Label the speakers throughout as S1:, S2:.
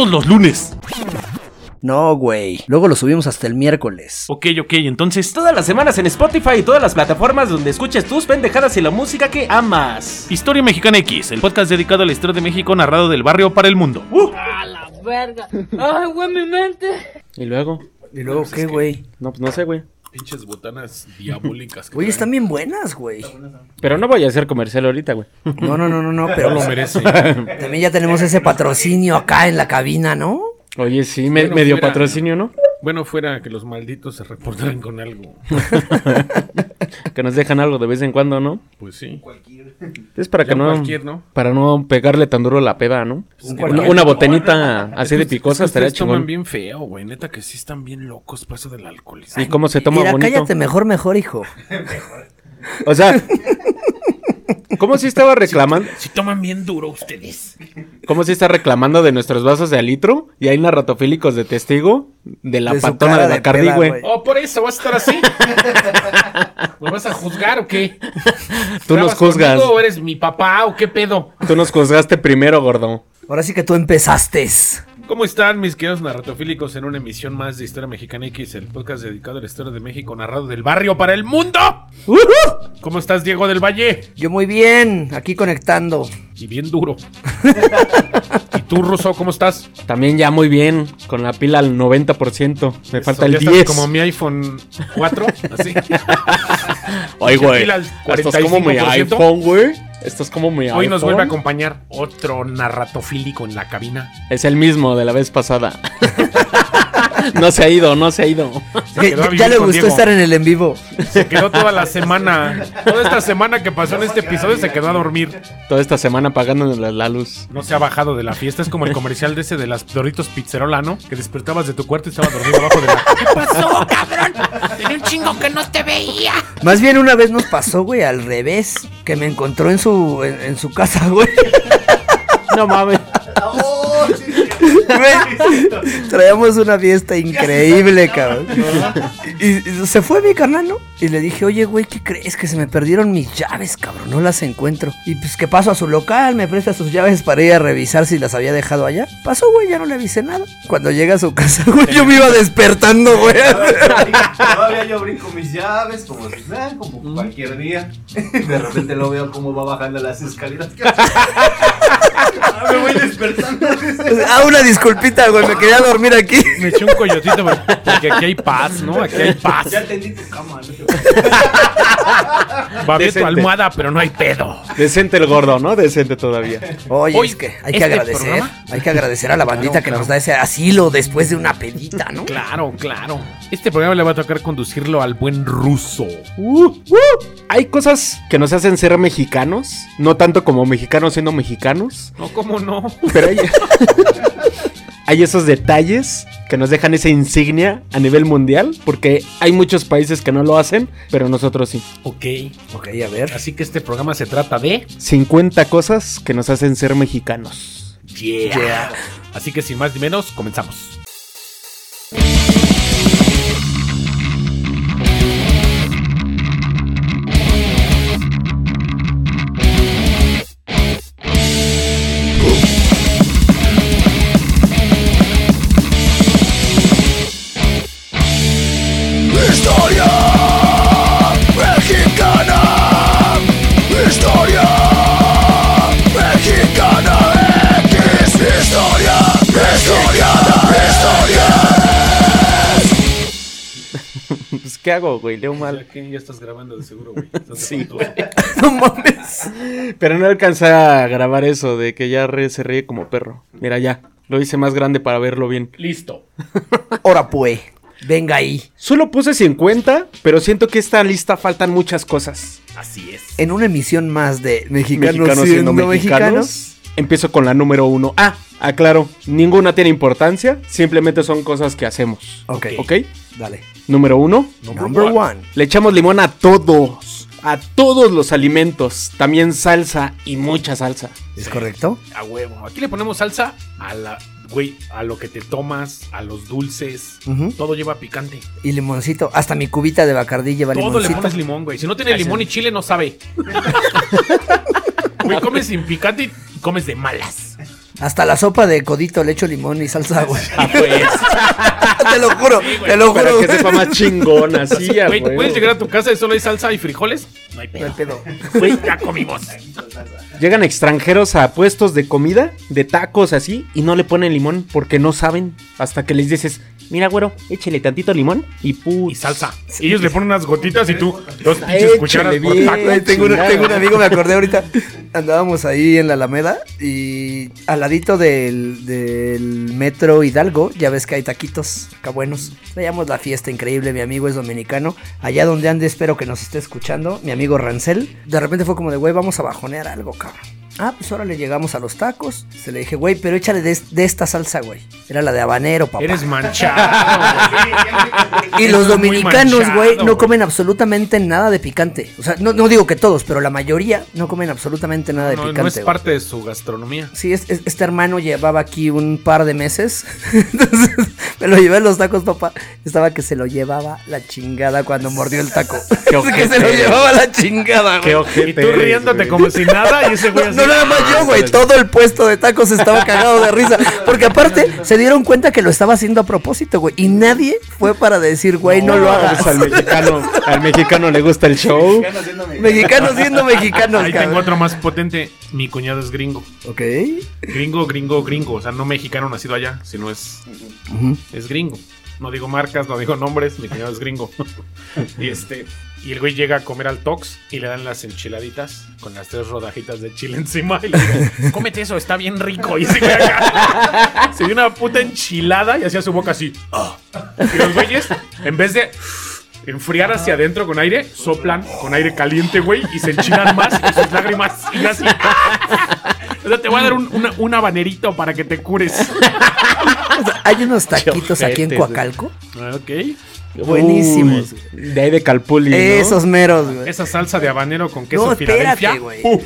S1: los lunes.
S2: No, güey. Luego lo subimos hasta el miércoles.
S1: Ok, ok, entonces.
S3: Todas las semanas en Spotify y todas las plataformas donde escuches tus pendejadas y la música que amas.
S1: Historia Mexicana X, el podcast dedicado a la historia de México narrado del barrio para el mundo.
S2: Uh.
S4: A la verga. Ay, güey, mi mente.
S5: Y luego,
S2: ¿Y luego qué, güey?
S5: no, pues no sé, güey.
S6: Pinches botanas diabólicas. que
S2: Güey,
S6: traen.
S2: están bien buenas, güey.
S5: Pero no voy a hacer comercial ahorita, güey.
S2: No, no, no, no, no,
S6: No
S2: pero
S6: lo merece.
S2: también ya tenemos ese patrocinio acá en la cabina, ¿no?
S5: Oye, sí, me,
S6: Bueno,
S5: medio
S6: fuera.
S5: patrocinio, ¿no?
S6: Bueno, fuera que los malditos se reportaran con algo.
S5: Que nos dejan algo de vez en cuando, ¿no?
S6: Pues sí.
S5: Es para
S6: Ya
S5: que no,
S6: cualquier, ¿no? Pues
S5: Para no pegarle tan duro la peda, ¿no? Una, una botanita así de picosa
S6: Es que
S5: estaría
S6: ¿eh? ustedes toman
S5: chingón.
S6: bien feo, güey. Neta que sí están bien locos paso del alcohol.
S5: ¿Y cómo se toma
S2: Mira,
S5: bonito?
S2: cállate mejor, mejor, hijo.
S5: O sea, ¿cómo si estaba reclamando?
S6: Si toman bien duro ustedes.
S5: ¿Cómo si está reclamando de nuestros vasos de alitro? Y hay narratofílicos de testigo de la
S2: De su
S5: patona
S2: cara
S5: de
S2: de
S5: Bacardi,
S2: peda,
S5: güey.
S2: güey.
S6: Oh, por eso, ¿vas a estar así? ¿Me vas a juzgar o qué?
S5: Tú nos
S6: ¿Grabas
S5: juzgas.
S6: conmigo o eres mi papá o qué pedo?
S5: Tú nos juzgaste primero, gordo.
S2: Ahora sí que tú empezaste.
S6: ¿Cómo están mis queridos narratofílicos en una emisión más de Historia Mexicana X, el podcast dedicado a la historia de México narrado del barrio para el mundo? ¿Cómo estás, Diego del Valle?
S2: Yo muy bien, aquí conectando.
S6: Y bien duro. ¿Y tú, Ruso, cómo estás?
S5: También ya muy bien, con la pila al 90%. Me
S6: Eso,
S5: falta
S6: ya
S5: el
S6: estás
S5: 10.
S6: Como mi iPhone 4, así.
S5: Ay, güey.
S6: pila al
S5: Esto es como mi
S6: 45%.
S5: iPhone, güey. Esto es como mi iPhone.
S6: Hoy nos vuelve a acompañar otro narratofílico en la cabina.
S5: Es el mismo de la vez pasada. no se ha ido, no se ha ido.
S6: Se quedó a
S2: Ya,
S6: vivir
S2: ya le
S6: con
S2: gustó
S6: Diego.
S2: estar en el en vivo.
S6: Se quedó toda la semana. Toda esta semana que pasó en este episodio se quedó a dormir.
S5: Toda esta semana pagándonos la, la luz.
S6: No se ha bajado de la fiesta. Es como el comercial de ese de las Doritos Pizzerola, ¿no? Que despertabas de tu cuarto y estaba dormido abajo de la.
S2: Más bien una vez nos pasó, güey, al revés, que me encontró en su en, en su casa, güey.
S5: No mames.
S7: Oh,
S2: Güey, Traíamos una fiesta increíble, cabrón. Y, y se fue mi carnal, ¿no? Y le dije, oye, güey, ¿qué crees? Que se me perdieron mis llaves, cabrón, no las encuentro. Y pues que paso a su local, me presta sus llaves para ir a revisar si las había dejado allá. Pasó, güey, ya no le avisé nada. Cuando llega a su casa, güey, yo me iba despertando, güey.
S7: Todavía yo brinco mis llaves, como, si- ah, como cualquier día. De repente lo veo como va bajando las escaleras. ¿Qué hace? Ah, Me voy despertando.
S2: Ah, una disculpita, güey, me quería dormir aquí.
S6: Me eché un coyotito güey, porque aquí hay paz, ¿no? Aquí hay paz.
S7: Ya tendí tu cama. ¿no?
S6: Va a haber tu
S5: Decente.
S6: almohada, pero no hay pedo.
S5: Decente el gordo, ¿no? Decente todavía.
S2: Oye,
S6: Hoy,
S2: es que hay
S6: este
S2: que agradecer,
S6: programa-
S2: hay que agradecer a la bandita que nos da ese asilo después de una pedita, ¿no?
S6: Claro, claro. Este programa le va a tocar conducirlo al buen ruso.
S5: Uh, uh. Hay cosas que nos hacen ser mexicanos. No tanto como mexicanos siendo mexicanos.
S6: No, ¿cómo no?
S5: Pero hay, hay esos detalles que nos dejan esa insignia a nivel mundial, porque hay muchos países que no lo hacen, pero nosotros sí.
S6: Ok.
S2: Ok, a ver.
S6: Así que este programa se trata de.
S5: 50 cosas que nos hacen ser mexicanos.
S6: Yeah. Así que sin más ni menos, comenzamos.
S8: Historia Mexicana X Historia
S5: Pues, ¿qué hago, güey? Leo mal.
S6: Ya que ya estás grabando de seguro, güey.
S5: Sí,
S6: güey.
S2: No mames.
S5: Pero no alcanza a grabar eso de que ya re- se ríe como perro. Mira, ya. Lo hice más grande para verlo bien.
S6: Listo.
S2: Ahora pues, venga ahí.
S5: Solo puse 50, pero siento que esta lista faltan muchas cosas.
S3: Así es.
S2: En una emisión más de mexicanos, siendo, mexicanos.
S5: Empiezo con la número uno. Ah, aclaro. Ninguna tiene importancia. Simplemente son cosas que hacemos.
S2: Ok.
S5: ¿Ok?
S2: Dale.
S5: Número uno.
S2: Number one.
S5: Le echamos limón a todos. A todos los alimentos. También salsa y mucha salsa.
S2: ¿Es correcto?
S6: A huevo. Aquí le ponemos salsa a la, güey, a lo que te tomas, a los dulces.
S2: Ujú.
S6: Todo lleva picante.
S2: Y limoncito. Hasta mi cubita de bacardí lleva
S6: Todo le
S2: limoncito.
S6: pones limón, güey. Si no tiene limón y chile, no sabe. Güey, comes sin picante y comes de malas.
S2: Hasta la sopa de codito le echo limón y salsa, güey.
S6: Pues,
S2: te lo juro, te lo
S5: Para
S2: juro.
S5: que
S2: güey.
S5: sepa más chingón así, a
S6: güey,
S5: huevo.
S6: puedes llegar a tu casa y solo hay salsa y frijoles. No hay
S2: No hay
S6: pedo.
S2: pedo.
S6: Güey, ya comimos.
S5: Llegan extranjeros a puestos de comida, de tacos así, y no le ponen limón porque no saben. Hasta que les dices, mira, güero, échele tantito limón y put.
S6: Y salsa. Y ellos le ponen unas gotitas y tú dos pinches
S5: Échale
S6: cucharas por
S5: bien.
S6: taco.
S2: Güey, tengo, un,
S5: chingada.
S2: tengo un amigo, me acordé ahorita. Andábamos ahí en la Alameda y al ladito del, del metro Hidalgo, ya ves que hay taquitos acá buenos. Traíamos la fiesta increíble, mi amigo es dominicano. Allá donde ande, espero que nos esté escuchando, mi amigo Rancel. De repente fue como de, güey, vamos a bajonear algo, cabrón. Ah, pues ahora le llegamos a los tacos. Se le dije, güey, pero échale de, es- de esta salsa, güey. Era la de habanero, papá.
S6: Eres manchado.
S2: Y los
S6: Eso es muy
S2: dominicanos,
S6: manchado,
S2: güey, no
S6: güey.
S2: comen absolutamente nada de picante. O sea, no, no digo que todos, pero la mayoría no comen absolutamente nada de
S6: No,
S2: picante.
S6: no es
S2: güey.
S6: parte de su gastronomía.
S2: Sí, es- es- este hermano llevaba aquí un par de meses. Entonces, me lo llevé a los tacos, papá. Estaba que se lo llevaba la chingada cuando mordió el taco. que se lo llevaba la chingada, güey.
S6: Y tú riéndote como si nada y ese güey así.
S2: No nada más yo, güey. Todo el puesto de tacos estaba cagado de risa. Porque aparte, se dieron cuenta que lo estaba haciendo a propósito, güey. Y nadie fue para decir, güey, no, lo hagas.
S5: pues al mexicano, al mexicano le gusta el show.
S2: Mexicanos siendo mexicanos,
S6: Ahí tengo
S2: cabrón.
S6: otro más potente. Mi cuñado es gringo.
S2: Ok.
S6: Gringo, gringo, gringo. O sea, no mexicano nacido allá, sino es, es gringo. No digo marcas, no digo nombres, mi cuñado es gringo. y este. Y el güey llega a comer al Tox y le dan las enchiladitas con las tres rodajitas de chile encima. Y le digo, cómete eso, está bien rico. Y se queda acá. Se dio una puta enchilada y hacía su boca así. "Ah". Y los güeyes, en vez de enfriar hacia adentro con aire, soplan con aire caliente, güey, y se enchilan más y sus lágrimas y así. O sea, te voy a dar un, una- un habanerito para que te cures.
S2: Hay unos taquitos aquí en
S5: ojetes,
S2: Coacalco.
S6: ok.
S2: Buenísimos.
S5: Uy, de ahí de Calpulli. ¿no?
S2: Esos meros, güey.
S6: Esa salsa de habanero con queso
S2: No, espérate,
S6: Filadelfia.
S2: güey.
S6: Uf,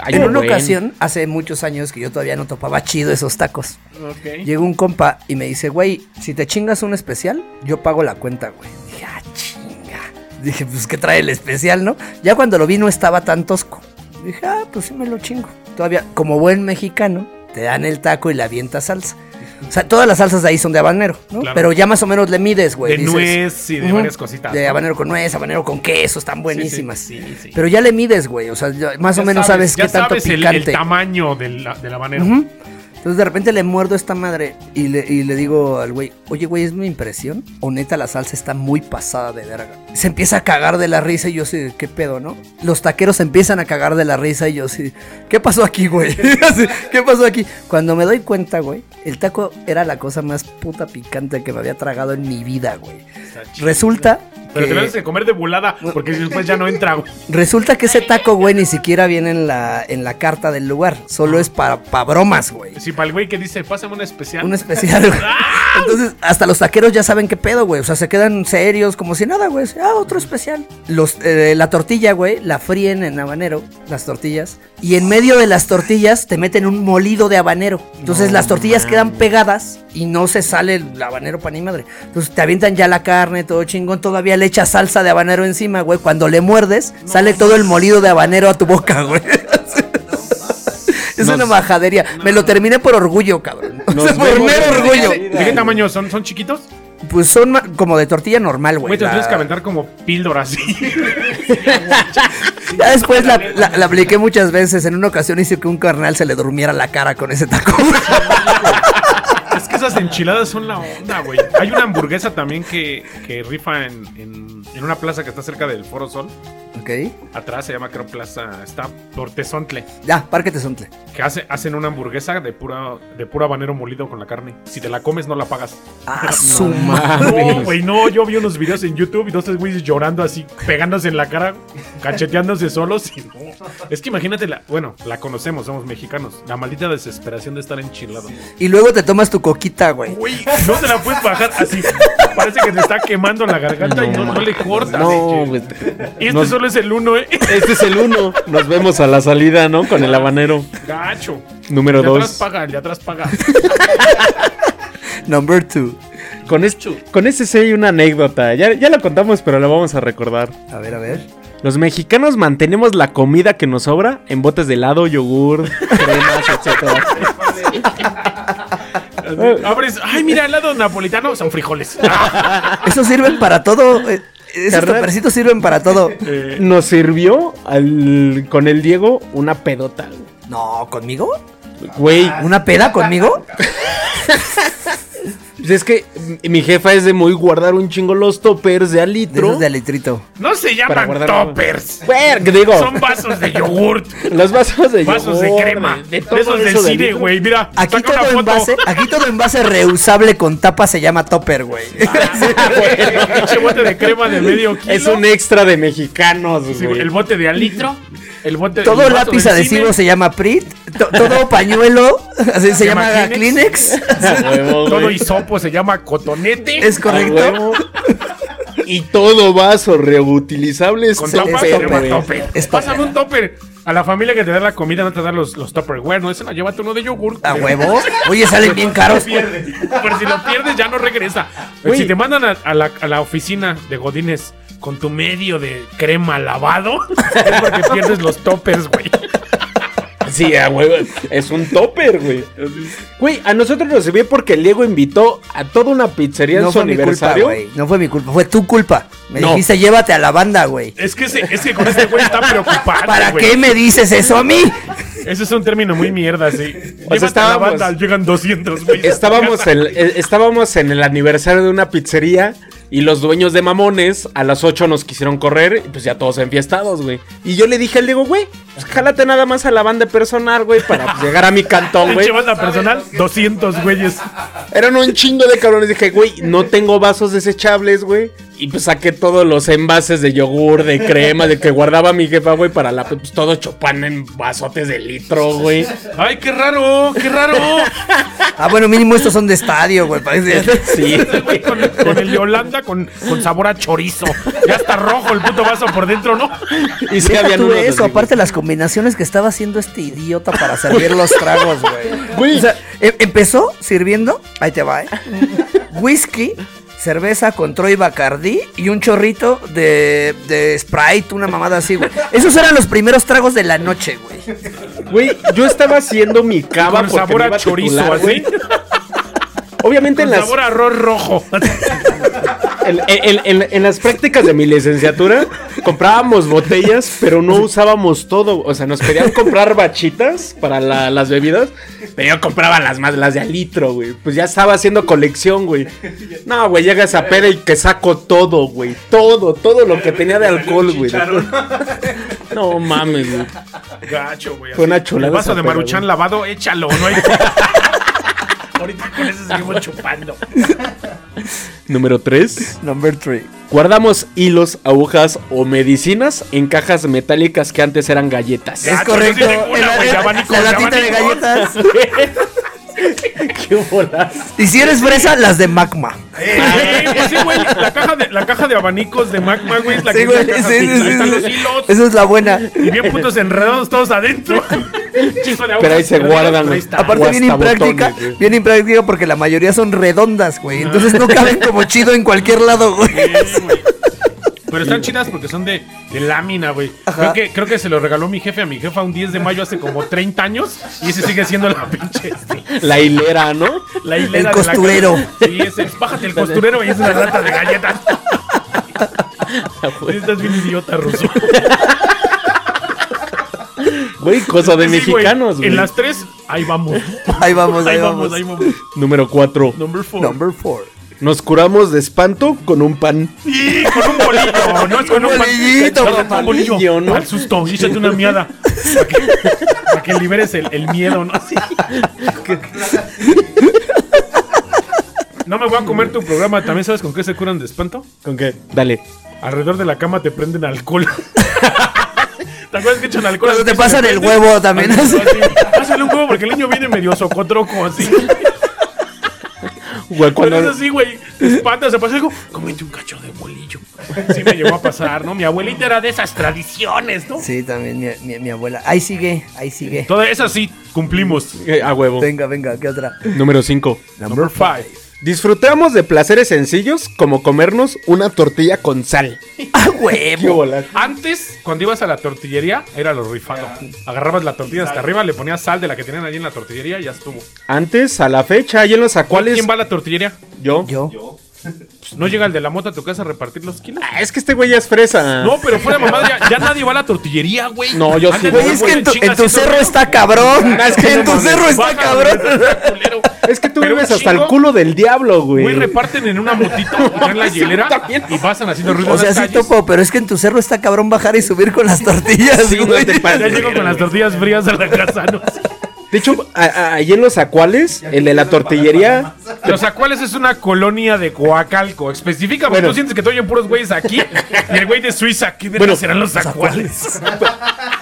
S5: Hay
S2: En
S5: un
S2: una
S5: buen.
S2: ocasión, hace muchos años que yo todavía no topaba chido esos tacos.
S6: ok.
S2: Llegó un compa y me dice, güey, si te chingas un especial, yo pago la cuenta, güey. Dije, ah, chinga. Dije, pues que trae el especial, ¿no? Ya cuando lo vi no estaba tan tosco. Dije, ah, pues sí me lo chingo. Todavía, como buen mexicano, te dan el taco y le avientas salsa. O sea, todas las salsas de ahí son de habanero, ¿no?
S6: Claro.
S2: Pero ya más o menos le mides, güey.
S6: De
S2: dices,
S6: nuez y de
S2: ujú,
S6: varias cositas.
S2: De
S6: ¿no?
S2: habanero con nuez, habanero con queso, están buenísimas.
S6: Sí, sí, sí.
S2: Pero ya le mides, güey. O sea, ya más
S6: Ya
S2: o menos sabes,
S6: ya
S2: qué tanto
S6: sabes el-
S2: picante.
S6: El, tamaño del, del habanero.
S2: Ujú. Entonces de repente le muerdo esta madre y le, y le digo al güey, oye güey, ¿es mi impresión? O neta la salsa está muy pasada de verga. Se empieza a cagar de la risa y yo así, ¿qué pedo, no? Los taqueros se empiezan a cagar de la risa y yo así, ¿qué pasó aquí, güey? Así, ¿Qué pasó aquí? Cuando me doy cuenta, güey, el taco era la cosa más puta picante que me había tragado en mi vida, güey. Resulta...
S6: Pero
S2: que-
S6: te lo haces de comer de volada porque después ya no entra. güey.
S2: Resulta que ese taco, güey, ni siquiera viene en la, en la carta del lugar.
S6: Ah.
S2: Solo es para, para bromas, güey.
S6: Si para el güey que dice, pásame una especial.
S2: Un especial, güey. Entonces, hasta los taqueros ya saben qué pedo, güey. O sea, se quedan serios, como si nada, güey. Así, Ah, otro especial. Los, eh, la tortilla, güey, la fríen en habanero, las tortillas. Y en medio de las tortillas te meten un molido de habanero. Entonces, las tortillas quedan pegadas y no se sale el habanero pa' ni madre. Entonces, te avientan ya la carne, todo chingón. Todavía le echas salsa de habanero encima, güey. Cuando le muerdes, sale todo el molido de habanero a tu boca, güey. Es una majadería. Me lo terminé por orgullo, cabrón. O sea, por mero orgullo.
S6: ¿De qué tamaño son? ¿Son chiquitos?
S2: Pues son ma- como de tortilla normal,
S6: Güey,
S2: güey.
S6: te los
S2: La-
S6: tienes que aventar como píldora así.
S2: Ya después la, la- la apliqué muchas veces. En una ocasión hice que un carnal se le durmiera la cara con ese taco.
S6: es que eso esas enchiladas son la onda, güey. Hay una hamburguesa también que, que rifa en, en- en una plaza que está cerca del Foro Sol.
S2: Ok.
S6: Atrás se llama, creo, Plaza. Está Tortezontle.
S2: Ya, Parque Tezontle.
S6: Que hace, hacen una hamburguesa de pura, de puro habanero molido con la carne. Si te la comes, no la pagas.
S2: Ah, su
S6: No,
S2: madre.
S6: güey, no. Yo vi unos videos en YouTube y dos, tres güeyes llorando así, pegándose en la cara, cacheteándose solos. y no. Es que imagínate, la, bueno, la conocemos, somos mexicanos. La maldita desesperación de estar enchilado.
S2: Y luego te tomas tu coquita, güey.
S6: Güey, no te la puedes bajar así. Parece que te está quemando la garganta y no, no le cortas.
S5: No, güey.
S6: y este
S5: no.
S6: solo es el uno, ¿eh?
S5: Este es el uno. Nos vemos a la salida, ¿no? Con el habanero.
S6: Gacho.
S5: Número
S6: el de atrás
S5: dos.
S6: paga, el de atrás paga.
S2: Number two.
S5: Con, este, con este sí hay una anécdota. Ya, ya la contamos, pero la vamos a recordar.
S2: A ver, a ver.
S5: Los mexicanos mantenemos la comida que nos sobra en botes de helado, yogur, cremas, etc.
S6: Abres, ay, mira, al lado napolitano son frijoles.
S2: Eso sirven para todo. eh, Esos
S5: Carnal.
S2: topercitos sirven para todo.
S6: Eh,
S5: Nos sirvió al- con el Diego una pedota.
S2: No, ¿conmigo?
S5: Güey,
S2: ¿Una peda conmigo?
S5: Pues es que mi jefa es de muy guardar un chingo los toppers de
S2: De esos
S5: alitro.
S2: de litrito.
S6: no se
S5: Para
S6: llaman
S5: guardar agua.
S6: toppers.
S5: Ver, que digo,
S6: Son vasos de yogurt,
S5: los vasos de
S6: vasos de
S5: yogur,
S6: crema.
S5: de- de todo
S6: esos del
S5: eso de
S6: cine,
S5: alitro.
S6: güey. Mira,
S2: Aquí
S6: saca una
S2: todo,
S6: foto.
S2: envase, aquí todo envase reusable con tapa se llama topper, güey.
S6: Ah, Pinche bote de crema de medio kilo.
S5: Es un extra de mexicanos,
S6: Sí,
S5: güey.
S6: el bote de alitro. El bote
S2: Todo
S6: el vaso
S2: lápiz
S6: del
S2: adhesivo
S6: cine.
S2: se llama Prit. to- todo pañuelo así se
S6: llama
S2: llama
S6: Kleenex?
S2: Kleenex.
S5: A huevo, güey.
S6: Todo hisopo se llama cotonete.
S2: Es
S5: A
S2: correcto.
S5: huevo. Y todo vaso reutilizable es
S6: con
S2: se-
S6: tapa
S2: es
S6: se llama
S2: topper.
S6: topper.
S2: Es
S6: Pásame
S2: topper.
S6: un topper. A la familia que te da la comida no te da los, los topperware, no, ese no, llévate uno de yogur.
S2: A huevo. Oye, salen bien caros.
S6: Por si lo pierdes, ya no regresa.
S5: Güey.
S6: Si te mandan a, a la, a la oficina de Godines con tu medio de crema lavado, es porque pierdes los toppers, güey.
S5: Sí, a huevo. Es un topper, güey. Güey, a nosotros nos sirvió porque el Diego invitó a toda una pizzería en
S2: No
S5: su
S2: fue mi culpa,
S5: aniversario.
S2: güey. No fue mi culpa. Fue tu culpa. Me
S5: No.
S2: dijiste, llévate a la banda, güey.
S6: Es que, ese- es que con este güey está preocupado.
S2: ¿Para
S6: güey.
S2: qué me dices eso a mí?
S6: Ese es un término muy mierda, sí.
S5: O sea,
S6: Llévate a la
S5: estábamos-
S6: banda, llegan 200, güey.
S5: Estábamos en, eh, estábamos en el aniversario de una pizzería y los dueños de mamones a las 8 nos quisieron correr y pues ya todos enfiestados, güey. Y yo le dije al Diego, güey, pues jálate nada más a la banda personal, güey, para pues, llegar a mi cantón, güey.
S6: Pinche banda personal, 200 güeyes.
S5: Eran un chingo de cabrones. Dije, güey, no tengo vasos desechables, güey. Y pues saqué todos los envases de yogur, de crema, de que guardaba mi jefa, güey, para la. Pues todo chopan en vasotes de litro, güey.
S6: ¡Ay, qué raro! ¡Qué raro!
S2: Ah, bueno, mínimo estos son de estadio, güey. parece.
S5: Sí.
S6: Güey, con, con el de Holanda con, con sabor a chorizo. Ya está rojo el puto vaso por dentro, ¿no?
S5: Y sí,
S2: Deja
S5: habían
S2: tú
S5: unos
S2: eso,
S5: así,
S2: aparte las combinaciones que estaba haciendo este idiota para servir los tragos, güey.
S5: Güey,
S2: O sea, em- empezó sirviendo, ahí te va, ¿eh? Whisky, cerveza con Troy Bacardí y un chorrito de, de Sprite, una mamada así, güey. Esos eran los primeros tragos de la noche, güey.
S5: güey, yo estaba haciendo mi cava
S6: Con
S5: porque
S6: sabor
S5: me
S6: a
S5: iba a
S6: chorizo,
S5: titular,
S6: así.
S5: güey. Obviamente en
S6: Con
S5: las,
S6: sabor a arroz rojo.
S5: en, en- en- en las prácticas de mi licenciatura comprábamos botellas, pero no usábamos todo. O sea, nos pedían comprar bachitas para la- las bebidas, pero yo compraba las más, las de al litro, güey. Pues ya estaba haciendo colección, güey. No, güey, llega esa peda y que saco todo, güey. Todo, todo lo que tenía de alcohol, güey. No mames, güey.
S6: Gacho, güey.
S5: Fue
S6: así.
S5: una chulada
S6: El vaso
S5: esa
S6: de
S5: peda,
S6: maruchan
S5: güey.
S6: lavado, échalo, ¿no? hay- Ahorita con eso seguimos chupando.
S5: Número 3.
S2: Number three.
S5: Guardamos hilos, agujas o medicinas en cajas metálicas que antes eran galletas.
S2: es
S6: Gacho,
S2: correcto.
S6: yo sí tengo una,
S2: el-
S6: güey,
S2: el-
S6: de abanicos,
S2: la
S6: de
S2: latita de
S6: abanicos.
S2: galletas.
S5: ¡Qué bolas!
S2: Y si eres fresa, las de magma.
S6: Eh, pues sí, güey, la caja de, la caja de abanicos de Magma, güey, es la
S2: Sí,
S6: que
S2: güey,
S6: es la caja
S2: sí,
S6: así,
S2: sí,
S6: ahí
S2: sí,
S6: están
S2: sí.
S6: los hilos.
S2: Esa es la buena.
S6: Y bien putos enredados todos adentro. Chingo de agua.
S5: Pero ahí se guardan,
S6: Pero
S5: güey.
S6: está.
S2: Aparte
S5: Hasta
S2: bien impráctica,
S5: botones, güey.
S2: bien impráctica porque la mayoría son redondas, güey. Entonces no caben como chido en cualquier lado, güey.
S6: Sí, güey. Pero están chidas porque son de, de lámina, güey. Creo que, creo que se lo regaló mi jefe a mi jefa un 10 de mayo hace como 30 años. Y ese sigue siendo la pinche. este,
S5: La hilera, ¿no?
S6: la hilera de la
S2: costurero.
S6: caja. sí, ese es, bájate el costurero y es una rata de galletas. Estás bien idiota, Ruso.
S5: Güey, cosa
S6: Sí, güey,
S5: de mexicanos, güey.
S6: En las tres Ahí vamos.
S2: Ahí vamos,
S6: Ahí vamos, ahí vamos.
S5: Número 4.
S6: Number four.
S2: Number four.
S5: Nos curamos de espanto con un pan.
S6: Sí, con un bolillo. No es con un pan-
S2: bolillito,
S6: no, con
S2: papá.
S6: un bolillo.
S5: Bolillo, ¿no?
S6: Al susto, échate una miada. Para que, para que liberes el, el miedo, ¿no? Sí. No me voy a comer tu programa. ¿También sabes con qué se curan de espanto?
S5: ¿Con qué? Dale.
S6: Alrededor de la cama te prenden alcohol. ¿Te acuerdas que echan alcohol?
S2: Cuando te
S6: Así se
S2: pasan el
S6: prende.
S2: huevo también.
S6: Así, Pásale un huevo porque el niño viene medio socotroco así.
S5: Güey,
S6: Cuando es
S5: cuando,
S6: así, güey, te espantas, se pasa algo, comete un cacho de bolillo. Sí me llegó a pasar, ¿no? Mi abuelita era de esas tradiciones, ¿no?
S2: Sí, también mi, mi- mi abuela. Ahí sigue, ahí sigue.
S6: Todas esas sí cumplimos.
S5: Eh, a huevo.
S2: Venga, venga, ¿qué otra?
S5: Número 5.
S6: Number five.
S5: Disfrutamos de placeres sencillos como comernos una tortilla con sal.
S2: ¡Ah, huevo!
S6: Antes, cuando ibas a la tortillería, era lo rifado. Agarrabas la tortilla hasta arriba, le ponías sal de la que tenían allí en la tortillería y ya estuvo.
S5: Antes, a la fecha, y en los acuales.
S6: ¿Quién va a la tortillería? Pues,
S5: Yo.
S2: Yo.
S6: ¿No llega el de la mota a tu casa a repartir los kilos?
S5: Ah, es que este güey ya es fresa.
S6: No, pero fuera mamá, ya, ya nadie va a la tortillería, güey.
S5: No, yo sí,
S6: Antes
S2: Güey,
S6: no
S2: es
S6: voy
S2: que en tu,
S6: chinga
S2: en tu
S6: haciendo
S2: cerro
S6: ruido.
S2: está cabrón.
S5: Ah, es que
S2: en
S5: no
S2: tu
S5: mames,
S2: cerro está
S6: Bájalo,
S2: cabrón.
S6: está culero.
S5: Es que tú
S6: Pero
S5: vives
S6: un
S5: hasta el
S6: chingo.
S5: culo del diablo, güey.
S6: Güey, reparten en una motita acá en la hielera y pasan haciendo ruido
S2: O
S6: en
S2: sea,
S6: las
S2: sí
S6: calles.
S2: topo, pero es que en tu cerro está cabrón bajar y subir con las tortillas,
S5: Sí, no
S2: güey.
S5: te
S6: Ya
S5: pases.
S6: llego con las tortillas frías a la casa, ¿no?
S5: De hecho, a- a- ahí en los acuales, el de la tortillería.
S6: Los Acuales es una colonia de Coacalco. Específicamente,
S5: Bueno.
S6: tú sientes que te oyen puros güeyes aquí y el güey de Suiza. ¿Qué verga
S5: Bueno,
S6: serán los
S2: pues,
S6: Acuales?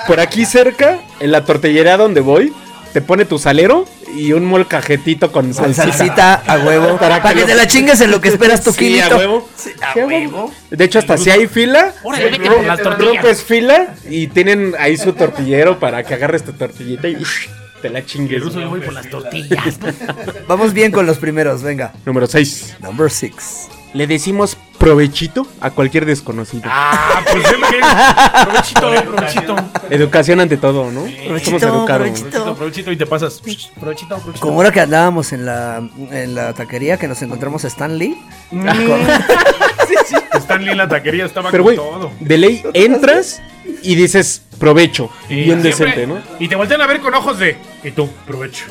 S5: Por aquí cerca, en la tortillería donde voy, te pone tu salero y un molcajetito con
S2: Con
S5: salsita.
S2: salsita a huevo.
S5: Para
S2: Para, que,
S5: que lo-
S2: te la chingues en lo que esperas tu
S5: Sí,
S2: kilito.
S5: a huevo.
S2: a
S5: Sí, a
S2: huevo.
S5: huevo. De hecho, hasta si hay fila,
S3: Órale, vete
S5: ro-
S3: por las tortillas.
S5: rompes fila y tienen ahí su tortillero para que agarres tu tortillita y te la
S6: El
S5: chingues.
S6: ruso yo voy por las tortillas.
S2: Vamos bien con los primeros, venga.
S5: Número 6.
S2: Number six.
S5: Le decimos provechito a cualquier desconocido.
S6: Ah, pues ven que. Provechito, eh, provechito.
S5: Educación ante todo, ¿no? Somos
S2: Provechito,
S5: educados.
S6: Provechito,
S2: provechito.
S6: provechito y te pasas. Provechito, provechito.
S2: Como ahora que andábamos en la, en la taquería que nos encontramos a Stan Lee. Con-
S6: Stanley en la taquería estaba
S5: Pero,
S6: con
S5: güey,
S6: todo.
S5: de ley entras y dices provecho. Bien
S6: siempre-
S5: decente, ¿no?
S6: Y te voltean a ver con ojos de. Y tú, provecho.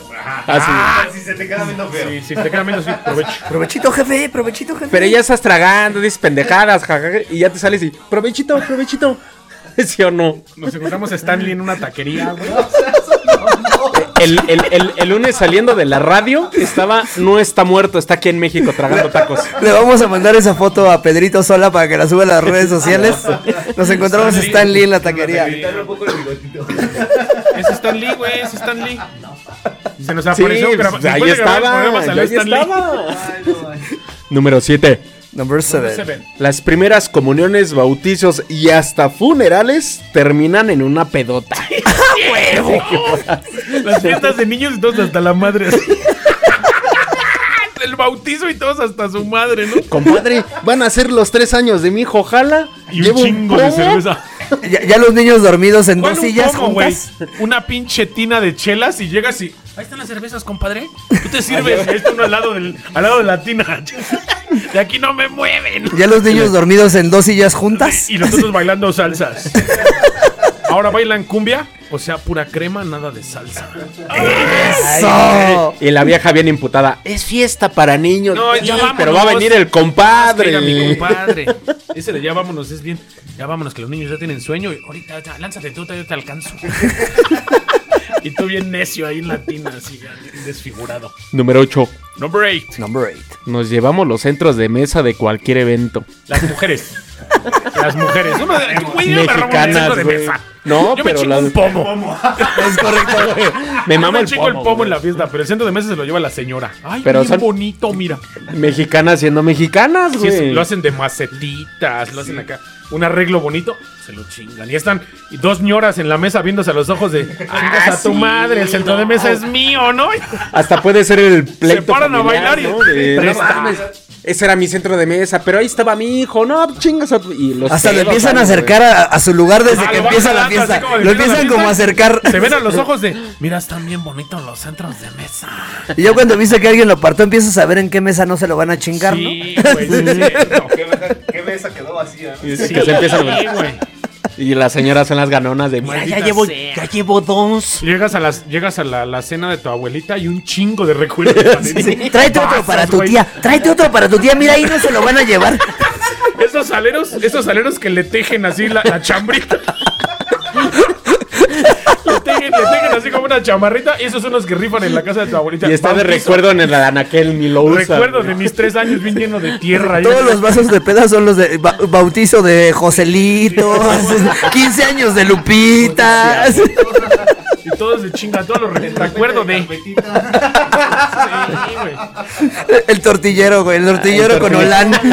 S5: Así.
S7: Ah, si se te queda viendo feo.
S6: Sí, sí, te queda menos, sí, provecho.
S2: Provechito, jefe, provechito, jefe.
S5: Pero ya estás tragando, dices pendejadas, jajaja, y ya te sales y provechito, provechito. ¿Sí o no?
S6: Nos encontramos a Stanley en una taquería, güey.
S5: El, el, el, el lunes saliendo de la radio estaba, no está muerto, está aquí en México tragando tacos.
S6: Pues,
S2: Le vamos a mandar esa foto a Pedrito Sola para que la suba a las redes sociales. Nos encontramos a Stan Lee en la taquería.
S7: Quitarle un poco el bigotito.
S6: Es Stanley, güey, es Stanley. Se nos
S5: Sí,
S6: apareció. graba-
S5: pues, ahí
S6: después de grabar el programa
S5: estaba.
S6: salió
S5: ahí
S6: Stan Lee.
S5: estaba.
S7: Ay, no, ay.
S5: Número 7.
S2: Number
S6: Se
S2: 7.
S6: ve.
S5: Las primeras comuniones, bautizos y hasta funerales terminan en una pedota.
S6: Las fiestas de niños y todos hasta la madre. así. El bautizo y todos hasta su madre, ¿no?
S5: Compadre, van a ser los tres años de mi hijo, ojalá.
S6: Y un
S5: Llevo
S6: chingo de
S5: pomo.
S6: cerveza.
S2: Ya, ya los niños dormidos en
S6: ¿Cuál
S2: dos
S6: un
S2: sillas
S6: pomo, güey?
S2: juntas.
S6: Una pinche tina de chelas y llegas y. Ahí están las cervezas, compadre. Tú te sirves. Esto uno al lado, del, al lado de la tina. De aquí no me mueven.
S2: Ya los niños dormidos en dos sillas juntas.
S6: Y los otros bailando salsas. Ahora bailan cumbia, o sea, pura crema, nada de salsa.
S2: ¡Eso!
S5: Y la vieja bien imputada. Es fiesta para niños.
S6: No, ya
S5: Sí,
S6: vámonos.
S5: pero va a venir el compadre.
S6: Mira, mi compadre. Ese de ya vámonos es bien. Ya vámonos, que los niños ya tienen sueño. Y ahorita, ahorita, lánzate tú, ahorita yo te alcanzo. y tú bien necio ahí en la tina, así, bien desfigurado.
S5: Número 8.
S6: Number eight.
S2: Number 8.
S5: Nos llevamos los centros de mesa de cualquier evento.
S6: Las mujeres. Las mujeres. No me, güey, yo me robo un
S5: Mexicanas,
S6: centro de
S5: güey.
S6: mesa.
S5: No,
S6: yo me
S5: pero
S6: chingo
S5: las-
S6: un pomo.
S5: Es correcto, güey. Me
S6: Yo
S5: mama
S6: me
S5: el
S6: chingo
S5: pomo.
S6: el pomo en
S5: güey.
S6: la fiesta, pero el centro de mesa se lo lleva la señora. Ay,
S5: Pero
S6: bien
S5: son-
S6: bonito, mira.
S5: Mexicanas siendo mexicanas,
S6: Sí,
S5: güey.
S6: es- lo hacen de macetitas, lo hacen acá. Un arreglo bonito, se lo chingan. Y están y dos ñoras en la mesa viéndose a los ojos de chingas
S5: Ah,
S6: a tu madre, el centro de mesa es mío, ¿no?
S5: Hasta puede ser el pleito.
S6: paran a bailar y-
S5: De-
S6: Pero
S5: no
S6: no
S5: mames, Ese era mi centro de mesa, pero ahí estaba mi hijo. No, chingas a tu- Y
S6: Pues
S5: los
S2: Hasta lo
S5: pedos,
S2: empiezan a
S5: algo,
S2: acercar a, a su lugar desde
S6: Ah,
S2: que
S6: lo van
S2: empieza la
S6: jalando, así
S2: fiesta.
S6: como
S2: Lo
S6: empieza la
S2: empiezan como a
S6: fiesta,
S2: acercar.
S6: Se ven a los ojos de, mira, están bien bonitos los centros de mesa.
S2: Y yo cuando viste que alguien lo apartó, empiezo a saber en qué mesa no se lo van a chingar,
S6: Sí, güey, sí, es cierto.
S7: ¿Qué mesa, qué mesa quedó vacía?
S5: güey. Y que se empiezan a-
S6: Sí, güey.
S5: Y las señoras son las ganonas de
S3: Maldita
S5: "Mira, ya llevo,
S3: sea".
S5: ya llevo dos.
S6: Llegas a, las, llegas a la, la cena de tu abuelita y un chingo de recuerdos.
S2: Tráete otro para tu
S6: Pasas,
S2: tía. Tráete otro para tu tía. Mira, ahí no se lo van a llevar.
S6: güey. Esos aleros, esos aleros que le tejen así la, la chambrita. le, tejen, le tejen así como una chamarrita. Y esos son los que rifan en la casa de tu abuelita.
S5: Y está de
S6: Bautizo.
S5: recuerdo en el anaquel, ni lo usa.
S6: Recuerdo
S5: güey.
S6: de mis tres años bien lleno de tierra. y-
S2: Todos los vasos de peda son los de ba- bautizo de Joselito, 15 años de Lupita.
S6: Y todos de chinga, todos los re- recuerdo de. Sí, güey.
S2: El tortillero, güey. El tortillero con Holanda.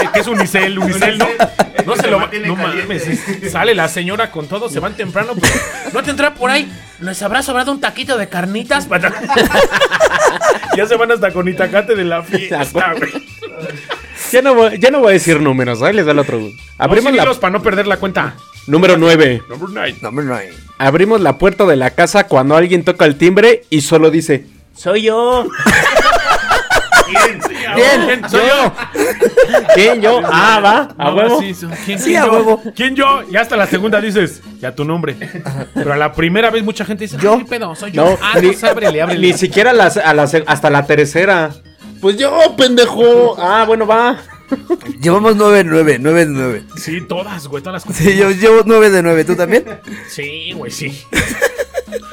S6: Eh, Que es unicel, unicel, ¿no? No
S7: Unicel, eh, que
S6: se
S7: se
S6: lo va-
S7: mantiene
S6: No mames.
S7: caliente.
S6: Sale la señora con todo, se van temprano, pero no tendrá por ahí. ¿Les habrá sobrado un taquito de carnitas? Para- ya se van hasta con Itacate de la fiesta, güey.
S5: Ya no, voy, ya no voy a decir números, ahí les da el otro. Abrimos la...
S6: para no perder la cuenta.
S5: Número 9.
S6: Number nine.
S2: Number nine.
S5: Abrimos la puerta de la casa cuando alguien toca el timbre y solo dice...
S3: Soy yo.
S2: Bien.
S6: Ah, Soy yo.
S5: ¿Quién? ¿Yo? Ah, va. A
S6: No,
S5: huevo.
S6: sí, sí. ¿Quién,
S2: Sí,
S6: quién
S2: a
S6: yo?
S2: huevo.
S6: ¿Quién yo? Y hasta la segunda dices, ya tu nombre. Pero a la primera vez mucha gente dice,
S2: Yo.
S6: yo. pedo? Soy yo.
S5: No,
S6: ah,
S5: ni,
S6: no, ábrele, ábrele.
S5: ni siquiera las- a las- hasta la tercera. Pues yo, pendejo. Ah, bueno, va.
S2: Llevamos 9 9, 9 de 9.
S6: Sí, todas, güey, todas las cosas.
S2: Sí, yo llevo 9 de 9. ¿Tú también?
S6: Sí, güey, sí.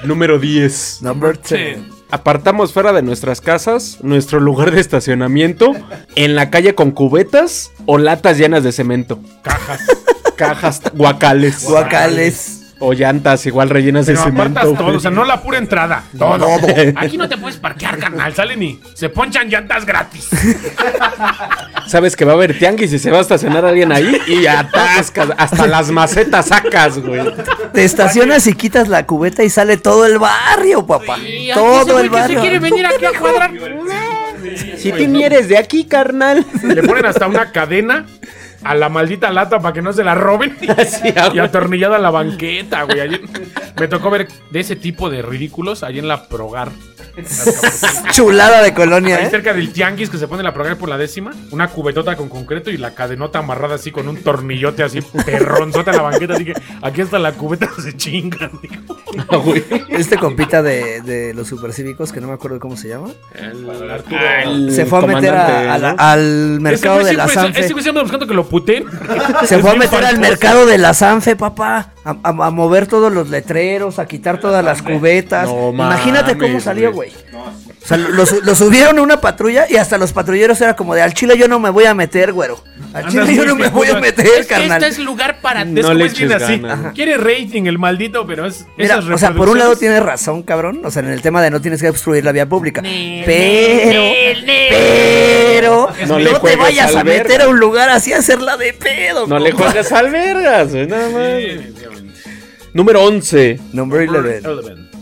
S5: Número 10.
S2: Number 10.
S5: Apartamos fuera de nuestras casas nuestro lugar de estacionamiento en la calle con cubetas o latas llenas de cemento.
S6: Cajas.
S5: Cajas, guacales.
S2: Guacales.
S5: O llantas igual rellenas
S6: Pero
S5: de cemento.
S6: apartas todo,
S5: güey.
S6: o sea, no la pura entrada. Todo. Aquí no te puedes parquear, carnal. Salen y se ponchan llantas gratis.
S5: Sabes que va a haber tianguis y se va a estacionar alguien ahí y atascas. Hasta las macetas sacas, güey.
S2: Te estacionas y quitas la cubeta y sale todo el barrio, papá. Todo el barrio.
S6: venir aquí a cuadrar.
S5: Si tú ni eres de aquí, carnal.
S6: Le ponen hasta una cadena a la maldita lata para que no se la roben.
S5: Sí, ah,
S6: Y
S5: güey.
S6: atornillada a la banqueta, güey. Ayer me tocó ver de ese tipo de ridículos ahí en la Progar.
S2: Chulada de colonia,
S6: Ahí
S2: ¿eh?
S6: cerca del tianguis que se pone la Progar por la décima. Una cubetota con concreto y la cadenota amarrada así con un tornillote así perronzota a la banqueta. Así que aquí hasta la cubeta se chingan, digo.
S5: No, güey.
S2: Este compita de, de los supercívicos, que no me acuerdo cómo se llama,
S6: El
S5: El
S2: se fue a meter a-
S5: comandante,
S2: a la-
S5: ¿no?
S2: al mercado de la Sanfe.
S6: Ese güey siempre buscando que lo puten.
S2: Se fue a meter al mercado de la Sanfe, papá. A, a- a mover todos los letreros, a quitar todas las cubetas.
S5: No
S2: Imagínate
S5: mames,
S2: cómo salió,
S5: güey.
S2: güey. O sea, lo, lo- lo subieron a una patrulla y hasta los patrulleros era como de al chile yo no me voy a meter, güero. Al
S6: Andas
S2: chile
S6: muy
S2: yo no me voy a
S6: fijudo.
S2: meter, carnal.
S6: este lugar para
S5: No
S6: No
S5: le
S6: le bien
S5: eches
S6: así.
S5: ganas. Ajá.
S6: Quiere rating el maldito, pero es.
S2: Mira,
S6: esas
S2: o sea, por un lado
S6: reproducciones-
S2: tienes razón, cabrón. O sea, en el tema de no tienes que obstruir la vía pública. pero, pero,
S5: Es
S2: no,
S5: mi- le
S2: te
S5: juegues
S2: vayas
S5: al
S2: a meter
S5: verga.
S2: a un lugar así a hacerla de pedo.
S5: No le
S2: compa.
S5: juegues al vergas, güey, nada más. Número 11.
S2: Number 11.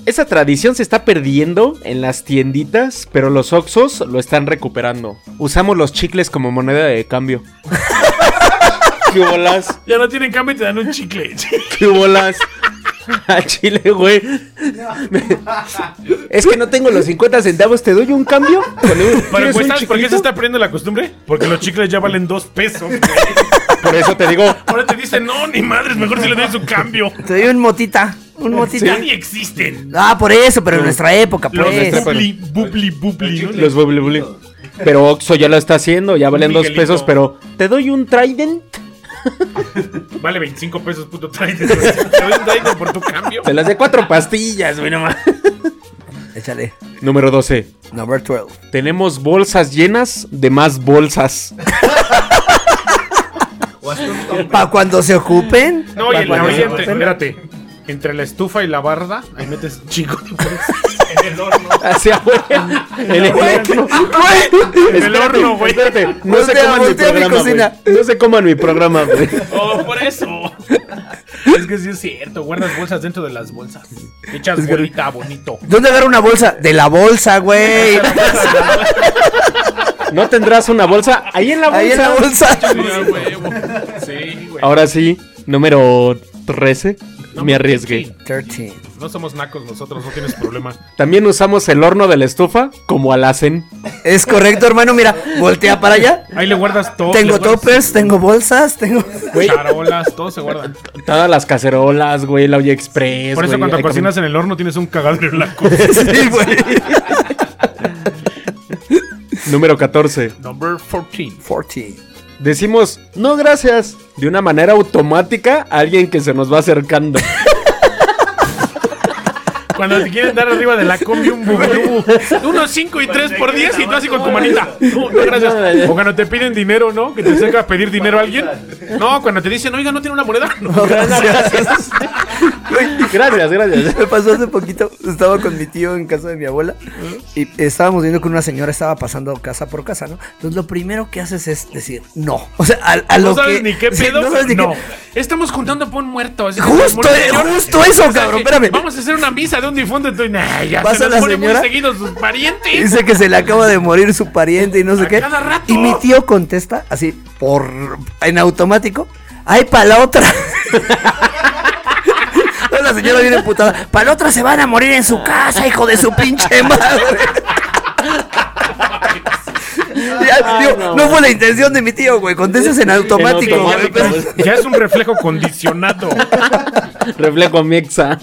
S5: Esa tradición se está perdiendo en las tienditas, pero los Oxos lo están recuperando. Usamos los chicles como moneda de cambio. ¿Qué bolas?
S6: Ya no tienen cambio y te dan un chicle.
S5: ¿Qué bolas? A Chile, güey. Es que no tengo los 50 centavos, ¿te doy un cambio?
S6: Pero
S5: ¿Quieres
S6: pues, ¿sabes por
S5: un
S6: qué se
S5: chiclito?
S6: está perdiendo la costumbre? Porque los chicles ya valen dos pesos. güey.
S5: Por eso te digo,
S6: Ahora te dicen, no, ni madres, mejor si le doy su cambio.
S2: Te doy un motita. Un motita.
S6: Ya ni existen.
S2: Ah, por eso, pero en nuestra época, pues. por
S6: Los
S2: eso.
S5: nuestra-
S6: bubli, bubli, bubli. ¿no?
S5: los bubble bubble. Pero Oxo ya lo está haciendo, ya valen dos
S6: Miguelito.
S5: pesos, pero ¿te doy un Trident?
S6: Vale 25 pesos, puto Trident. güey. Te doy un Trident por tu cambio.
S5: Te las de cuatro pastillas, güey, nomás.
S2: Échale.
S5: Número 12.
S2: Number 12.
S5: Tenemos bolsas llenas de más bolsas.
S7: O hasta un tope.
S2: Para cuando se ocupen.
S6: No, y
S2: pa'
S6: el
S2: cuando se
S6: oriente,
S2: ocupen.
S6: espérate. Entre la estufa y la barda, ahí metes un chingo de bolsas. En el horno.
S2: ah,
S5: Hacia afuera. En el horno.
S6: En el horno, güey.
S5: Espérate, no se
S2: Voltea,
S5: coman mi
S2: voltea mi
S5: programa.
S2: cocina.
S5: güey. No se coman mi programa, güey.
S6: Oh, por eso. Es que sí es cierto, guardas bolsas dentro de las bolsas. Echas bolita bonito.
S2: ¿Dónde agarra una bolsa? De la bolsa, güey.
S5: No tendrás una bolsa. Ahí en la bolsa.
S2: Ahí en la bolsa.
S6: Sí, güey.
S5: Ahora sí, número 13. Me arriesgué.
S2: 13.
S6: No somos nacos nosotros, no tienes problema.
S5: También usamos el horno de la estufa como alacen.
S2: Es correcto, hermano. Mira, voltea para allá.
S6: Ahí le guardas todo.
S2: Tengo
S6: le guardas
S2: toppers, tengo bolsas, tengo.
S5: Güey,
S6: Charolas, todo se guarda.
S5: todas las cacerolas, güey, la olla express.
S6: Por eso
S5: güey,
S6: cuando
S5: hay como-
S6: cocinas en el horno tienes un cagadero en la cocina.
S2: Sí, güey.
S5: Número 14.
S6: Number 14.
S2: 14.
S5: Decimos, no gracias, de una manera automática a alguien que se nos va acercando.
S6: Cuando te quieren dar arriba de la combi un bubú. Unos 5 y 3 por 10 y tú así con tu manita. No, no, gracias. O cuando te piden dinero, ¿no? Que te acerca a pedir dinero a alguien. No, cuando te dicen, oiga, no tiene una moneda. No.
S2: Gracias.
S5: gracias, gracias.
S2: Me pasó hace poquito, estaba con mi tío en casa de mi abuela y estábamos viendo que una señora estaba pasando casa por casa, ¿no? Entonces lo primero que haces es decir no. O sea, a, a
S6: No
S2: lo
S6: sabes
S2: que-
S6: ni qué
S2: sí,
S6: pedo.
S2: no sabes ni
S6: no.
S2: qué-
S6: Estamos juntando por un muerto. así que
S2: Justo,
S6: muere
S2: eh,
S6: señor.
S2: justo eso, cabrón,
S6: que
S2: espérame.
S6: Vamos a hacer una misa de un difunto. Entonces, nah, ya
S2: Pasa
S6: se
S2: la
S6: nos pone muy
S2: señora.
S6: seguidos sus parientes.
S2: Dice que se le acaba de morir su pariente y no sé
S6: A
S2: qué.
S6: cada rato.
S2: Y mi tío contesta así por en automático, "Ay, para la otra." No, La señora viene putada. Para la otra se van a morir en su casa, hijo de su pinche madre. Ya, digo, no, fue la intención de mi tío, güey. Contestas en automático.
S5: En
S2: güey.
S5: automático, güey.
S6: Ya es un reflejo condicionado.
S5: Reflejo Miexa.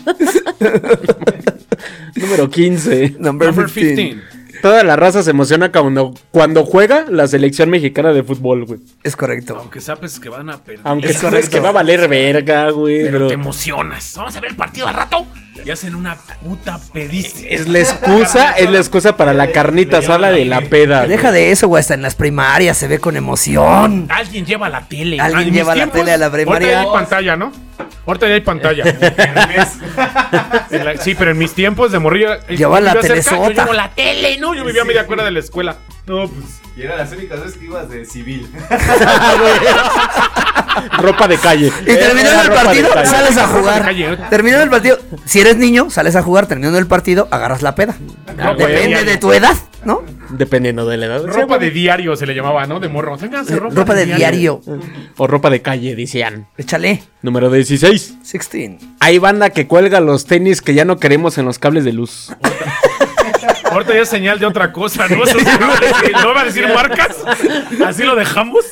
S5: Número 15.
S2: Number
S6: Number
S2: 15.
S6: 15.
S5: Toda la raza se emociona cuando, cuando juega la selección mexicana de fútbol, güey.
S2: Es correcto.
S6: Aunque sabes que van a perder.
S5: Aunque
S2: Es
S5: sabes
S2: correcto.
S5: que va a valer verga, güey.
S6: Pero
S5: pero
S6: te emocionas. Vamos a ver el partido al rato. Y hacen una puta pedicia.
S5: Es la excusa, es la excusa para la carnita sala de la peda. güey.
S2: Deja de eso, güey. Hasta en las primarias se ve con emoción.
S6: Alguien lleva la tele.
S2: Alguien
S6: Ah, en mis
S2: lleva la
S6: tiempos,
S2: tele a la primaria.
S6: Ahorita ya hay pantalla, ¿no? Ahorita ya hay pantalla. En la- sí, pero en mis tiempos de morrillo. eh,
S2: Lleva
S6: yo
S2: la
S6: vivía cerca, Yo
S2: telesota.
S6: llevo la tele, ¿no? Yo vivía a media cuadra de la escuela. No, pues.
S7: Y eran las únicas veces que ibas de civil.
S5: Ropa de calle.
S2: Y terminando
S5: Era
S2: el
S5: ropa de
S2: partido,
S5: calle.
S2: sales a
S6: Ropa de
S2: jugar.
S6: calle, ¿eh?
S2: Terminando el partido, si eres niño, sales a jugar. Terminando el partido, agarras la peda.
S5: Ah, güey,
S2: Depende
S6: diario.
S2: de tu edad, ¿no?
S5: Dependiendo de la edad. Sí,
S6: Ropa
S5: güey.
S6: de diario se le llamaba, ¿no? De morro. Ténganse ropa,
S2: Ropa de diario.
S5: O ropa de calle, decían.
S2: Échale.
S5: Número 16.
S2: 16.
S5: Hay banda que cuelga los tenis que ya no queremos en los cables de luz.
S6: Ahorita ya es señal de otra cosa, ¿no? Eso no va a decir- no va a decir marcas. Así lo dejamos.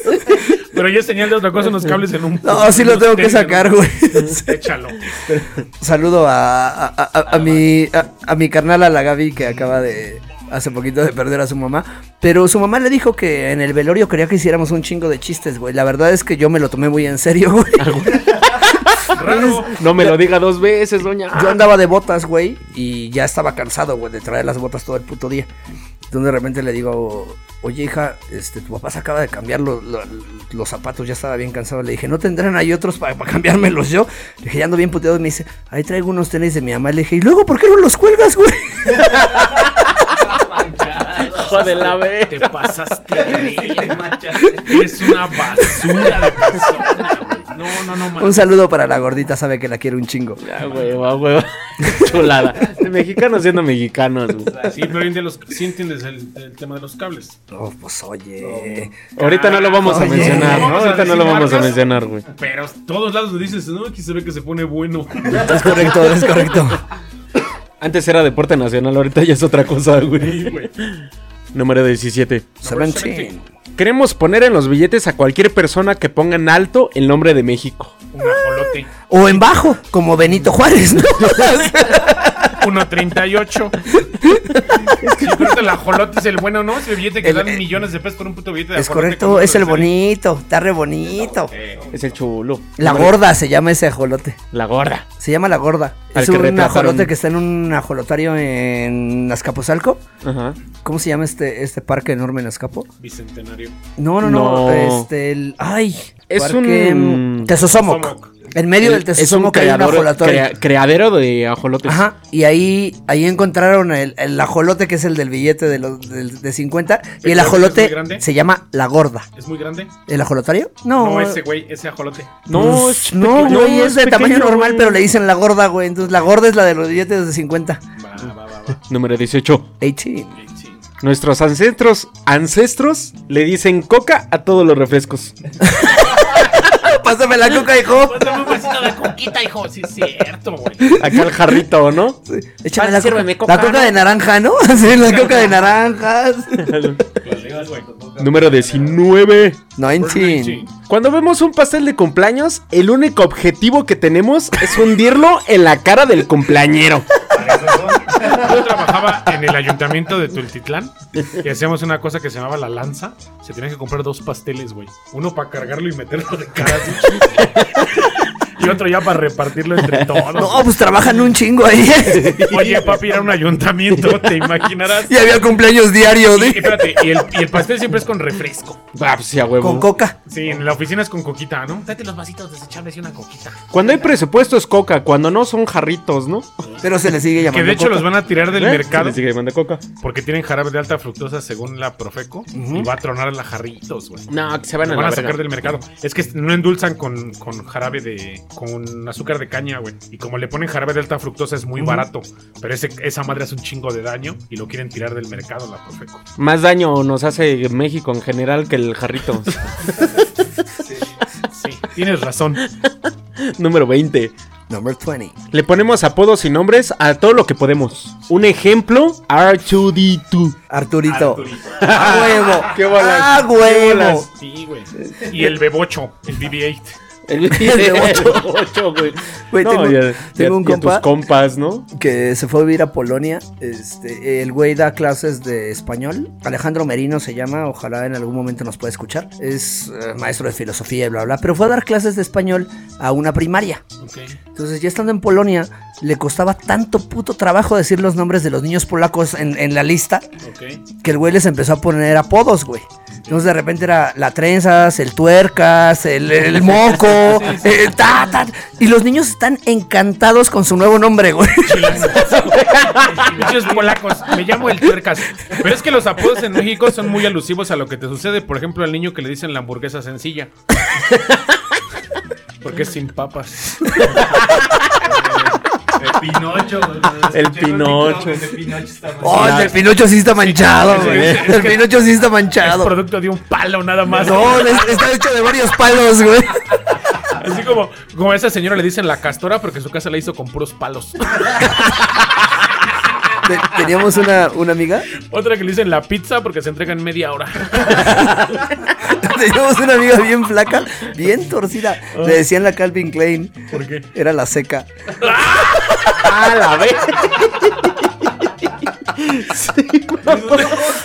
S6: Pero ya es señal de otra cosa unos cables en un.
S2: No, sí lo tengo que sacar, güey.
S6: Échalo.
S2: Saludo a, a, a- a- a mi, a, a mi carnal, a la Gaby, que acaba de hace poquito de perder a su mamá. Pero su mamá le dijo que en el velorio quería que hiciéramos un chingo de chistes, güey. La verdad es que yo me lo tomé muy en serio, güey.
S6: Raro.
S5: No me lo diga dos veces, doña.
S2: Yo andaba de botas, güey, y ya estaba cansado, güey, de traer las botas todo el puto día. Entonces de repente le digo, oye hija, este, tu papá se acaba de cambiar lo- lo- los zapatos, ya estaba bien cansado. Le dije, ¿no tendrán ahí otros para cambiármelos yo? Le dije, ya ando bien puteado. Y me dice, ahí traigo unos tenis de mi mamá. Le dije, ¿y luego por qué no los cuelgas, güey?
S5: Hijo de la ve.
S6: Te pasaste. de Eres una basura de persona, güey. No, no, no, man.
S2: Un saludo para la gordita, sabe que la quiero un chingo.
S5: Ah, huevo, ah, huevo. Chulada. De mexicanos siendo mexicanos. güey.
S6: Sí, pero hoy en día los- sí entiendes el, el tema de los cables.
S2: Oh, pues oye.
S5: Ahorita no lo vamos a
S2: Oye.
S5: mencionar, ¿no?
S6: Vamos a
S5: Ahorita no lo
S6: decir
S5: vamos a
S6: marcas.
S5: mencionar, güey.
S6: Pero todos lados le dices, no, aquí se ve que se pone bueno.
S2: Es correcto, es correcto.
S5: Antes era deporte nacional, ahorita ya es otra cosa, güey.
S6: Sí, güey.
S5: Número 17.
S2: 17.
S5: Queremos poner en los billetes a cualquier persona que ponga en alto el nombre de México.
S6: Un ajolote.
S2: O en bajo, como Benito Juárez, ¿no?
S6: 1.38. Sí, pero el ajolote es el bueno, ¿no? Ese billete que
S2: El-
S6: dan
S2: el-
S6: millones de pesos por un puto billete de
S2: Es
S6: ajolote
S2: correcto,
S6: con
S2: es el
S6: dulce.
S2: bonito, está re bonito.
S5: Es el chulo.
S2: La
S5: Nombre-
S2: gorda se llama ese ajolote.
S5: La gorda.
S2: Se llama la gorda.
S5: Al
S2: es
S5: que
S2: un
S5: retrataron.
S2: ajolote que está en un ajolotario en Azcapotzalco.
S5: Ajá.
S2: ¿Cómo se llama este, este parque enorme en Azcapo?
S6: Bicentenario.
S2: No, no, no.
S5: No.
S2: Este, el. Ay,
S5: Es
S2: parque,
S5: un-
S2: mm, Tesosomoc.
S6: Tesosomoc.
S2: En medio del
S5: es un
S2: Tesosomoc hay un
S5: creador-
S2: ajolotero.
S5: crea- pues, creadero de ajolotes.
S2: Ajá, y ahí, ahí encontraron el, el ajolote que es el del billete de, los, del- de 50. Y el
S6: ¿Es muy
S2: ajolote
S6: grande?
S2: se llama La Gorda.
S6: ¿Es muy grande?
S2: ¿El ajolotario?
S6: No,
S2: No,
S6: ese güey, ese ajolote.
S5: No,
S2: Pues,
S5: es
S2: no,
S5: pequeño,
S2: güey, es de tamaño
S5: pequeño,
S2: normal,
S5: güey.
S2: pero le dicen la gorda, güey. Entonces, la gorda es la de los billetes de 50.
S6: Va, va, va, va.
S5: Número 18.
S2: 18.
S6: Sí.
S5: Nuestros ancestros, ancestros le dicen coca a todos los refrescos.
S2: Pásame la coca, hijo.
S6: Dame un vasito de coquita, hijo. Sí, es cierto, güey.
S5: Acá el jarrito, ¿no?
S2: Échame la
S6: Sírveme
S2: coca. La
S6: coca,
S2: coca
S6: ¿no?
S2: de naranja, ¿no? Sí, la coca de naranjas.
S5: Número 19.
S2: 19.
S5: Cuando vemos un pastel de cumpleaños, el único objetivo que tenemos es hundirlo en la cara del cumpleañero.
S6: Yo trabajaba en el ayuntamiento de Tultitlán y hacíamos una cosa que se llamaba la lanza. Se tenían que comprar dos pasteles, güey. Uno para cargarlo y meterlo de cara así. Y otro ya para repartirlo entre todos.
S2: No, pues trabajan un chingo ahí.
S6: Oye, papi, era un ayuntamiento, te imaginarás.
S2: Y había cumpleaños diario,
S6: Y,
S2: ¿sí?
S6: espérate, y el, y el pastel siempre es con refresco.
S5: Ah, pues sí, a huevo.
S2: Con coca.
S6: Sí, en la oficina es con coquita, ¿no? Date los vasitos desechables y una coquita.
S5: Cuando hay presupuesto es coca, cuando no son jarritos, ¿no?
S2: Pero se le sigue llamando.
S6: Que de hecho
S2: coca.
S6: los van a tirar del
S5: ¿Eh?
S6: mercado
S5: Se le sigue llamando coca.
S6: porque tienen jarabe de alta fructosa según la Profeco y va a tronar la jarritos, güey.
S5: No, que se van
S6: Lo
S5: a
S6: van
S5: la
S6: a sacar
S5: verga.
S6: del mercado. Es que no endulzan con, con jarabe de. con azúcar de caña, güey. Y como le ponen jarabe de alta fructosa es muy barato. Pero ese, esa madre hace un chingo de daño y lo quieren tirar del mercado, la Profeco.
S5: Más daño nos hace México en general que el jarrito.
S6: Sí, tienes razón.
S5: Número 20.
S2: Number 20.
S5: Le ponemos apodos y nombres a todo lo que podemos. Un ejemplo, R2D2.
S2: Arturito. A huevo.
S5: Qué bolas,
S2: A
S5: qué
S2: huevo.
S5: bolas.
S6: Sí, güey. Y el bebocho, el BB-8.
S5: El
S2: de ocho.
S5: ocho, güey.
S2: Güey,
S5: No,
S2: tengo-
S5: ya-
S2: tengo
S5: ya-
S2: un
S5: ya tus
S2: compa-
S5: compas, ¿no?
S2: que se fue a vivir a Polonia. Este, el güey da clases de español. Alejandro Merino se llama, ojalá en algún momento nos pueda escuchar. Es eh, maestro de filosofía y bla bla, pero fue a dar clases de español a una primaria. Entonces, ya estando en Polonia, le costaba tanto puto trabajo decir los nombres de los niños polacos en, en la lista que el güey les empezó a poner apodos, güey. Entonces de repente era la trenzas, el tuercas, el, el moco, el ta, ta. Y los niños están encantados con su nuevo nombre, güey.
S6: Muchos polacos. Me llamo el tuercas. Pero es que los apodos en México son muy alusivos a lo que te sucede. Por ejemplo, al niño que le dicen la hamburguesa sencilla. Porque es sin papas.
S7: El Pinocho.
S5: El Pinocho.
S7: El Pinocho está mal.
S2: Oh, el Pinocho sí está manchado,
S6: sí,
S2: güey.
S6: es que-
S2: El Pinocho sí está
S6: Es
S2: manchado.
S6: producto de un palo nada más.
S2: No, es- está hecho de varios palos, güey.
S6: Así como, como a esa señora le dicen la castora porque su casa la hizo con puros palos.
S2: Te- Teníamos una, una amiga.
S6: Otra que le dicen la pizza porque se entrega en media hora.
S2: Teníamos una amiga bien flaca, bien torcida. Le decían la Calvin Klein.
S6: ¿Por qué?
S2: Era la seca.
S5: A la vez.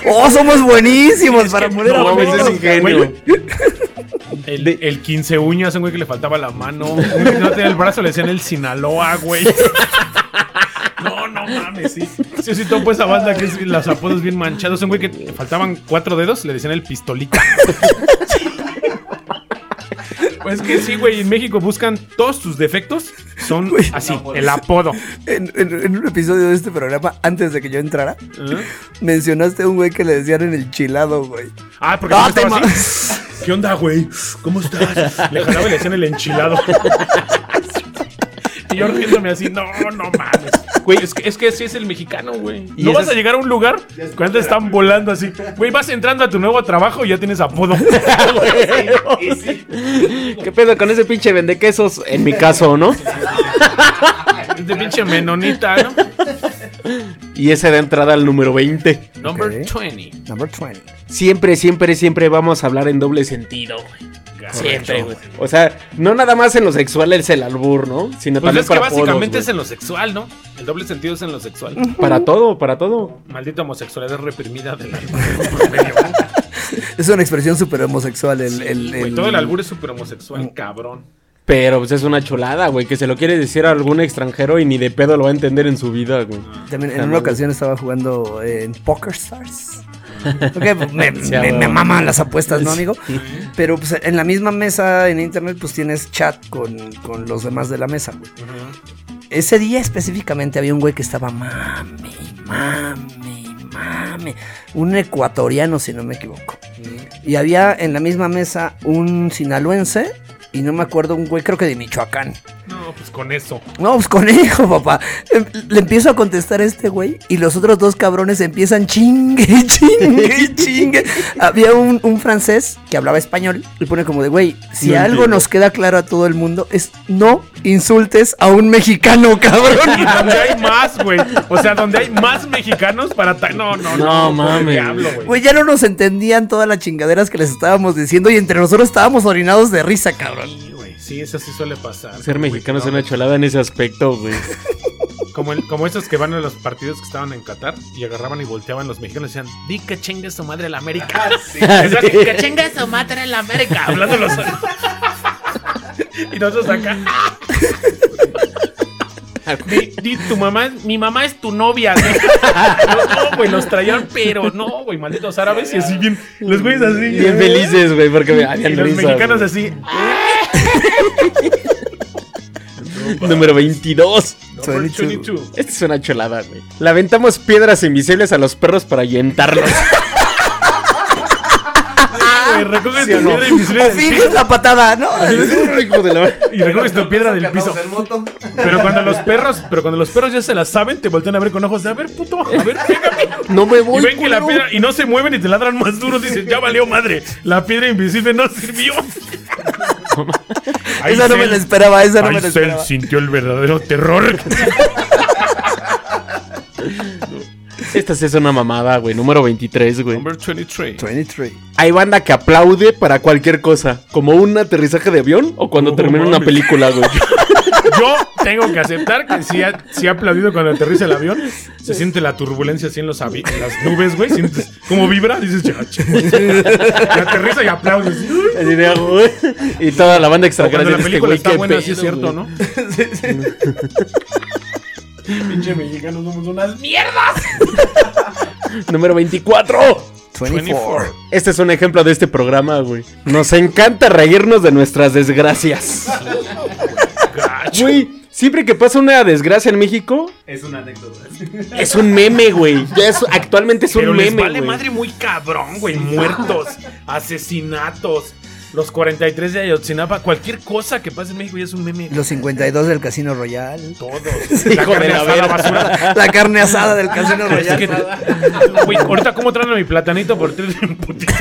S2: ¡Oh, somos buenísimos para poner
S6: no,
S2: a
S6: mames,
S2: todos!
S6: es El, el 15 uñas, un güey que le faltaba la mano. Un güey que no tenía el brazo, le decían el Sinaloa, güey. No, no mames, sí. Sí, sí, topo esa banda que es los apodos bien manchados. Un güey que le faltaban cuatro dedos, le decían el pistolita. Pues que sí, güey, en México buscan todos sus defectos, son así, el apodo.
S2: En, en- en un episodio de este programa, antes de que yo entrara, mencionaste a un güey que le decían en el chilado, güey.
S6: Ah, porque
S2: Ah,
S6: no estaba
S2: te ma-
S6: así. ¿Qué onda, güey? ¿Cómo estás? Le jalaba y le hacían el enchilado. Y yo riéndome así, no, no mames. Güey, es que, es que así es el mexicano, güey. No vas a llegar a un lugar cuando están volando así. Güey, vas entrando a tu nuevo trabajo y ya tienes apodo.
S5: ¿Qué pedo con ese pinche vendequesos? En mi caso, ¿no?
S6: Es de pinche menonita, ¿no?
S5: Y ese da entrada al número 20.
S6: Number
S2: Ok.
S6: 20.
S2: Number 20.
S5: Siempre, siempre, siempre vamos a hablar en doble sentido, güey. Siempre, güey. O sea, no nada más en lo sexual es el albur, ¿no? Sino
S6: Pues
S5: también
S6: es que
S5: para
S6: básicamente
S5: apodos,
S6: es en lo sexual, ¿no? El doble sentido es en lo sexual.
S5: güey. Para todo, para todo.
S6: Maldita homosexualidad reprimida del albur.
S2: Es una expresión súper homosexual. El, el-
S6: Güey,
S2: el-
S6: todo el albur es súper homosexual, cabrón.
S5: Pero pues es una chulada, güey, que se lo quiere decir a algún extranjero y ni de pedo lo va a entender en su vida, güey.
S2: También en una ocasión estaba jugando eh, en Poker Stars. Ok, pues, me,
S5: Sí,
S2: me-
S5: a huevo.
S2: me maman las apuestas, ¿no, amigo? Pero pues, en la misma mesa en internet, pues tienes chat con, con los demás de la mesa, güey. Ese día específicamente había un güey que estaba mame, mame, mame. Un ecuatoriano, si no me equivoco. Y había en la misma mesa un sinaloense y no me acuerdo, un güey, creo que de Michoacán.
S6: No, pues con eso.
S2: No, pues conejo, papá. Em- Le empiezo a contestar a este güey y los otros dos cabrones empiezan chingue, chingue, chingue. Había un, un francés que hablaba español y pone como de, güey, si
S5: No
S2: algo
S5: entiendo.
S2: nos queda claro a todo el mundo es no insultes a un mexicano, cabrón.
S6: Y donde hay más, güey. O sea, donde hay más mexicanos para. ta- No, no,
S5: No
S6: no.
S5: mames.
S6: Diablo, güey.
S2: Güey, ya no nos entendían todas las chingaderas que les estábamos diciendo y entre nosotros estábamos orinados de risa, cabrón.
S6: Sí, güey, Sí, eso sí suele pasar.
S5: Ser
S6: güey,
S5: mexicano es
S6: no.
S5: una cholada en ese aspecto, güey.
S6: Como, el- como esos que van a los partidos que estaban en Qatar y agarraban y volteaban los mexicanos y decían, di que chingue su madre la América. Esa que, que chingue su madre la América. Hablándolos. y nosotros acá. di, di, tu mamá, es- mi mamá es tu novia. No, No, güey, los traían, pero no, güey, malditos árabes. Y así bien, los güeyes así.
S5: Bien felices, güey, porque me
S6: Y
S5: harían
S6: los
S5: risa,
S6: mexicanos
S5: güey.
S6: así.
S5: Número 22.
S2: Suena chulo.
S6: 22.
S5: Esta es una cholada, güey. Le aventamos piedras invisibles a los perros para ahuyentarlos.
S6: Güey, recoges
S5: Ah, Sí,
S6: tu
S5: no.
S6: piedra invisible
S2: O
S6: del
S2: finges la patada, ¿no?
S5: Hijo de la-
S6: pi- y recoges tu piedra del
S7: Sacados
S6: piso.
S7: en moto.
S6: Pero cuando los perros, pero cuando los perros ya se la saben, te voltean a ver con ojos de a ver, puto, a ver, pégame.
S5: No me
S6: Y
S5: voy.
S6: ven que la
S5: culo.
S6: piedra, y no se mueven y te ladran más duro, dicen, ya valió madre, la piedra invisible no sirvió. Ahí
S2: Esa no
S6: Cell-
S2: me la esperaba, esa no
S6: ahí
S2: me la
S6: Cell
S2: esperaba.
S6: sintió el verdadero terror.
S5: Esta sí es una mamada, güey. Número 23, güey.
S6: Number 23.
S2: 23.
S5: Hay banda que aplaude para cualquier cosa, como un aterrizaje de avión o cuando
S6: No
S5: termina una
S6: Oh, mames.
S5: película, güey.
S6: Yo tengo que aceptar que sí ha, sí ha aplaudido cuando aterriza el avión. Se siente la turbulencia así en, los avi- en las nubes, güey. Sientes cómo vibra, dices, ya, chingos. Y aterriza y aplaudes.
S5: Así de, "Ah, güey. Y toda la banda extranjera
S6: Cuando la
S5: dice,
S6: película
S5: "Este güey,
S6: está
S5: qué
S6: buena,
S5: pedo,
S6: sí es cierto,
S5: güey".
S6: ¿no? Pinche mexicanos somos unas mierdas.
S5: Número 24.
S2: 24.
S5: Este es un ejemplo de este programa, güey. Nos encanta reírnos de nuestras desgracias. Güey, siempre que pasa una desgracia en México,
S7: Es una anécdota.
S5: es un meme, güey. Ya es, actualmente es
S6: Pero
S5: un
S6: les
S5: meme,
S6: vale
S5: güey.
S6: madre muy cabrón, güey. Muertos, asesinatos, los 43 de Ayotzinapa. Cualquier cosa que pase en México ya es un meme.
S2: Los 52 del Casino Royal.
S6: Todos.
S5: Hijo
S6: la carne
S5: de la
S6: asada,
S5: verga.
S6: basura.
S2: La carne asada del Casino
S6: Pero es
S2: Royal.
S6: que- Güey, ahorita cómo traen a mi platanito por tres en putiza.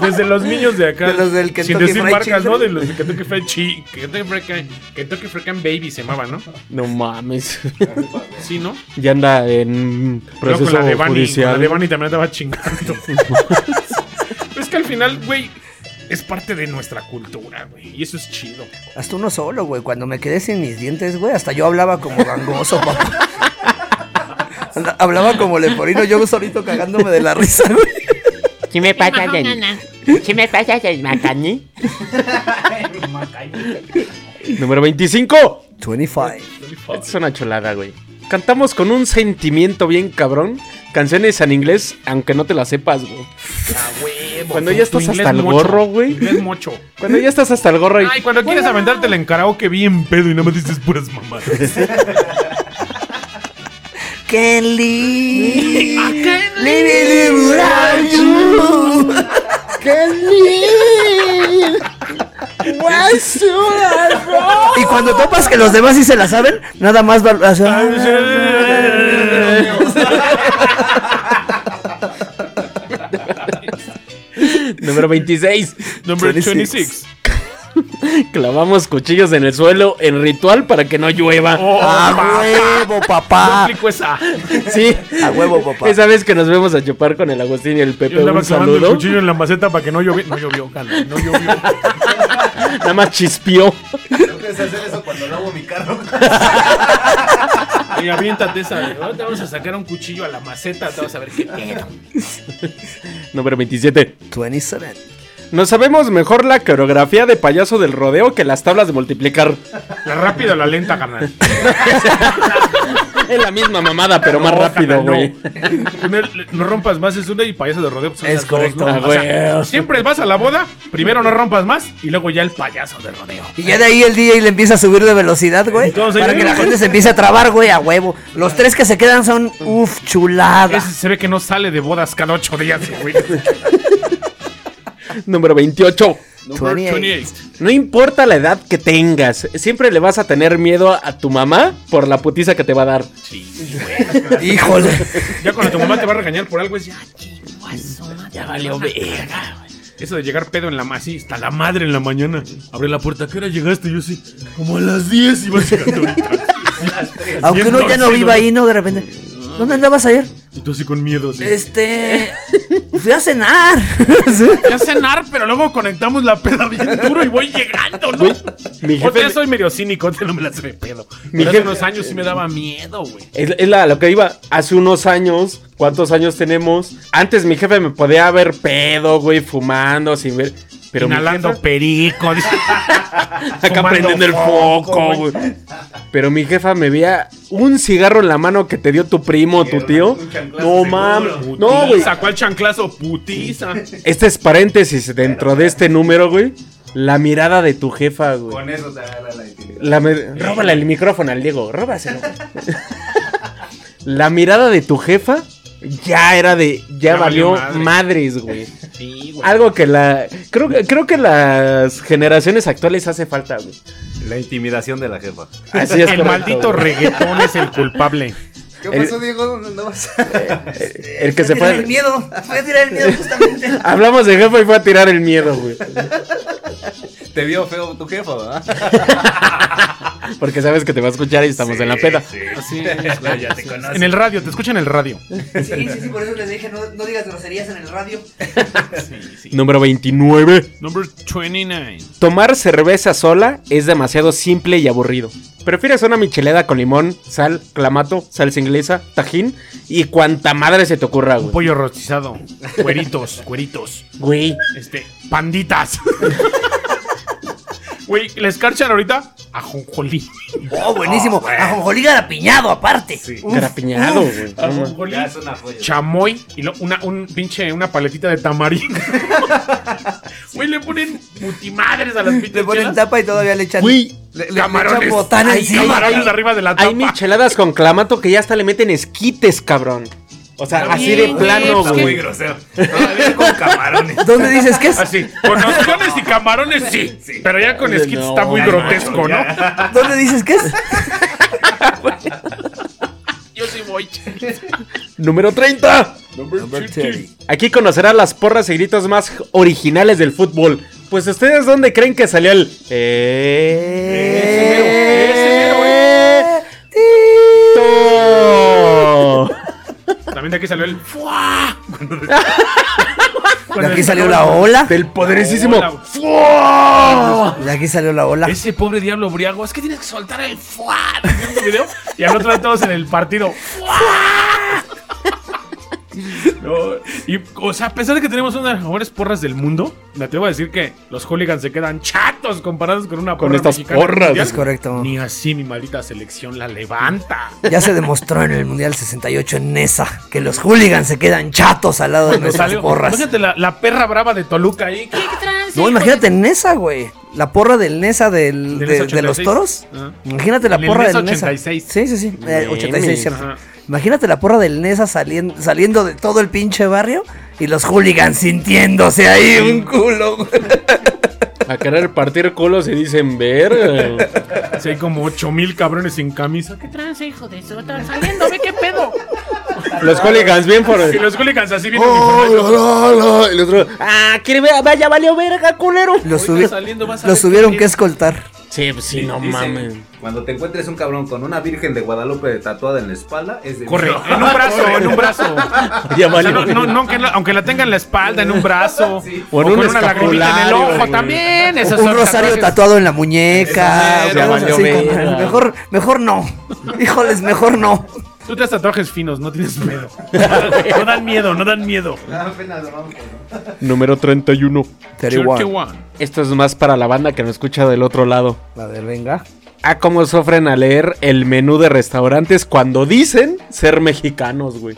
S6: Desde los niños de acá.
S2: De los del
S6: Sin
S2: Kentucky
S6: decir
S2: Fried
S6: marcas,
S2: Chicken.
S6: ¿no? De los de Kentucky Fried Chicken. Kentucky Fried Chicken- Kentucky Fried Chicken Baby se llamaba, ¿no?
S5: No mames.
S6: Sí, ¿no?
S5: ya anda en
S6: Pero
S5: proceso
S6: con la de Bani,
S5: judicial.
S6: con la de Bani también andaba chingando. es que al final, güey, es parte de nuestra cultura, güey. Y eso es chido.
S2: Hasta uno solo, güey. Cuando me quedé sin mis dientes, güey, hasta yo hablaba como gangoso, papá. Anda- Hablaba como leporino, yo solito cagándome de la risa, güey.
S8: Si me pasas el... Si me pasas el macaní.
S5: Número 25.
S2: 25.
S5: Esta es una cholada, güey. Cantamos con un sentimiento bien cabrón canciones en inglés, aunque no te las sepas, güey. Cuando ya
S6: Tu
S5: estás
S6: inglés
S5: hasta el
S6: mocho,
S5: gorro,
S6: tu
S5: güey.
S6: Inglés mocho.
S5: Cuando ya estás hasta el gorro y...
S6: Ay, cuando quieres aventártela en karaoke bien pedo y no me dices puras mamadas.
S2: Kelly. Living in Uraju. Y cuando topas que los demás sí se la saben, nada más va
S5: Número 26.
S6: Number
S2: 26.
S6: 26.
S5: Clavamos cuchillos en el suelo en ritual para que no llueva.
S6: Oh,
S2: A
S6: ma-
S2: Ah, huevo, papá.
S6: explico esa.
S5: Sí.
S2: A huevo, papá.
S5: Esa vez que nos vemos a chupar con el Agustín y el Pepe,
S6: Yo andaba
S5: un
S6: clavando el
S5: saludo.
S6: cuchillo en la maceta para que no lloviera. No llovió, Carlos, no llovió.
S5: Nada más chispió.
S7: Yo empecé a hacer eso cuando lavo mi carro.
S6: Y aviéntate esa. Ahora te vamos a sacar un cuchillo a la maceta, te vas a ver qué pedo.
S5: Número 27.
S2: 27.
S5: Nos sabemos mejor la coreografía de payaso del rodeo que las tablas de multiplicar.
S6: La rápida o la lenta, carnal.
S5: Es la misma mamada, pero más
S6: No,
S5: rápido,
S6: carnal, no.
S5: güey.
S6: Primero, le- No. rompas más, es una y payaso de rodeo. pues, son
S2: Es
S6: las dos,
S2: correcto.
S6: ¿no?
S5: Ah,
S6: O sea,
S5: güey.
S6: siempre vas a la boda, primero no rompas más y luego ya el payaso de rodeo.
S2: Y ya de ahí el DJ le empieza a subir de velocidad, güey.
S6: Entonces,
S2: para
S6: ya-
S2: que la gente se empiece a trabar, güey, a huevo. Los tres que se quedan son, uff, chulada.
S6: Ese se ve que no sale de bodas cada ocho días, güey.
S5: Número 28.
S6: Number
S2: 28.
S6: 28.
S5: No importa la edad que tengas, siempre le vas a tener miedo a tu mamá por la putiza que te va a dar.
S2: Híjole.
S6: Ya cuando tu mamá te va a regañar por algo es ya.
S5: Ya valió verga.
S6: Eso de llegar pedo en la mañana, sí, hasta la madre en la mañana. Abre la puerta, ¿a qué hora llegaste? Yo sí, como a las 10 ibas llegando ahorita.
S2: Aunque
S6: Bien
S2: uno ya no
S6: torcido,
S2: viva ahí, ¿no? De repente. ¿Dónde andabas ayer?
S6: Y tú así con miedo, así.
S2: Este. Fui a cenar. Sí.
S6: Ya cenar, pero luego conectamos la peda bien duro y voy llegando, ¿no?
S5: Mi
S6: O sea,
S5: jefe,
S6: soy medio cínico, antes no me las de pedo.
S5: Mi
S6: Pero hace
S5: jefe-
S6: unos años sí me daba miedo, güey.
S5: es, es la, lo que iba hace unos años. ¿Cuántos años tenemos? Antes mi jefe me podía ver pedo, güey, fumando, sin ver. Pero mi
S6: Inhalando
S5: jefa-
S6: perico. dice.
S5: Acá
S6: Fumando
S5: prendiendo el foco,
S6: foco,
S5: güey. Pero mi jefa me veía un cigarro en la mano que te dio tu primo o tu
S7: Mierda,
S5: tío.
S7: un chanclazo
S5: No
S7: seguro.
S5: mames. No, güey.
S6: Putiza, ¿cuál chanclazo? Putiza.
S5: Este es paréntesis dentro de este número, güey. La mirada de tu jefa, güey.
S7: Con eso te agarra la intimidad.
S5: La me- Róbale el micrófono al Diego, róbaselo. la mirada de tu jefa ya era de. Ya,
S6: Ya valió
S5: valió
S6: madre.
S5: madres, güey.
S6: Sí, güey.
S5: Algo que la. Creo, que- creo que las generaciones actuales hace falta, güey.
S7: La intimidación de la jefa.
S5: Así es.
S6: el
S5: correcto,
S6: maldito
S5: güey.
S6: reggaetón es el culpable.
S9: ¿Qué
S5: El-
S9: pasó, Diego? ¿Dónde andabas?
S5: Eh, El que se
S2: Fui a tirar
S5: fue.
S2: el miedo. Fui a tirar el miedo justamente.
S5: Hablamos de jefa y fue a tirar el miedo, güey.
S7: Te vio feo tu jefa, ¿verdad?
S5: Porque sabes que te va a escuchar y estamos en la peda.
S6: En el radio, te escuchan en el radio.
S2: Sí, sí, sí, por eso les dije, no, no digas groserías en el radio.
S5: Número 29.
S6: Number 29.
S5: Tomar cerveza sola es demasiado simple y aburrido. Prefieres una michelada con limón, sal, clamato, salsa inglesa, tajín y cuanta madre se te ocurra,
S6: Un
S5: güey.
S6: pollo rostizado. Cueritos, cueritos.
S5: Güey.
S6: Este, panditas. Güey, la escarchan ahorita a Jonjolí.
S2: Oh, buenísimo. Ajonjolí garapiñado, aparte.
S5: Carapiñado, güey. No mames.
S7: Ya es una joya.
S6: chamoy y lo- una, un pinche, una paletita de tamarindo. Güey, le ponen multimadres a las pinches.
S2: Le ponen
S6: chelas.
S2: tapa y todavía le echan.
S5: Güey,
S2: le, le- le echan
S6: Camarones.
S2: botán
S6: Ay,
S2: encima.
S6: camarones arriba de la tapa.
S5: Hay micheladas con clamato que ya hasta le meten esquites, cabrón. O sea, así de
S4: güey,
S5: plano,
S4: pues,
S5: güey.
S7: grosero. Todavía con camarones.
S2: ¿Dónde dices que es?
S6: Así, con opciones y camarones sí, Pero ya con
S5: No,
S6: esquites está muy
S5: no,
S6: grotesco, ¿no?
S2: ¿Dónde dices que es?
S6: Yo sí voy.
S5: Número 30. Aquí conocerá las porras y gritos más originales del fútbol. Pues ustedes dónde creen que salió el eh
S6: También de aquí salió el
S2: De aquí salió la ola.
S5: del poderosísimo
S6: Hola.
S5: ¡Fua!
S2: De aquí salió la ola.
S6: Ese pobre diablo briago, es que tienes que soltar el fuá en el video. Y al otro lado todos en el partido. ¡Fuá! No, y, o sea, a pesar de que tenemos una de las mejores porras del mundo, me atrevo a decir que los hooligans se quedan chatos comparados con una
S5: Con
S6: porra
S5: estas
S6: mexicana
S5: porras.
S6: mundial.
S2: Es correcto.
S6: Ni así mi maldita selección la levanta.
S2: Ya se demostró en el Mundial 68 en esa que los hooligans se quedan chatos al lado de
S6: Cuando
S2: nuestras
S6: salió-
S2: porras.
S6: Imagínate la, la perra brava de Toluca ahí. ¿Qué?
S2: No, imagínate en esa, güey. La porra del Nesa del,
S6: Del
S2: de,
S6: Nesa
S2: de los
S6: 86.
S2: toros.
S6: Ajá.
S2: Imagínate la
S6: El
S2: porra
S6: Nesa
S2: del Nesa.
S6: 86.
S2: Sí, sí, sí. Eh,
S5: Memes.
S2: 86, cierto.
S6: Ajá.
S2: Imagínate la porra del Nesa saliendo, saliendo de todo el pinche barrio y los hooligans sintiéndose ahí un culo. güey.
S5: A querer partir culos y dicen ver.
S6: Sí, hay como 8000 cabrones sin camisa.
S4: ¿Qué trance, hijo de su otra? Saliendo, ve qué pedo.
S5: Los hooligans bien por
S6: Y los hooligans así vienen
S5: Oh,
S6: uniformados.
S5: la, la, la. Y el otro, ah, quiere ver, vaya, valió verga, culero.
S2: Los, subi- los tuvieron que escoltar.
S5: Sí, pues sí, no
S7: Dicen,
S5: mames.
S7: Cuando te encuentres un cabrón con una virgen de Guadalupe tatuada en la espalda, es de
S6: Corre, en un brazo, en un brazo.
S5: Ya
S6: O sea,
S5: valió.
S6: no, no, no, que la- aunque la tenga en la espalda, en un brazo.
S5: O en
S6: o
S5: un
S6: con una lagrimita en el
S5: escapulario,
S6: ojo
S5: güey.
S6: también. Esos
S2: un
S6: son
S2: rosario
S6: tatuajes.
S2: tatuado en la muñeca.
S5: Eso mero.
S2: cosas
S5: Ya
S2: así
S5: valió
S2: como-
S5: verga.
S2: mejor, mejor no. Híjoles, mejor no.
S6: Tú tienes tatuajes finos, no tienes miedo. No dan miedo, no dan miedo.
S7: Ah, Apenas vamos.
S5: Número 31.
S6: Church One.
S5: Esto es más para la banda que no escucha del otro lado.
S2: A ver, venga.
S5: Ah, cómo sufren a leer el menú de restaurantes cuando dicen ser mexicanos, güey.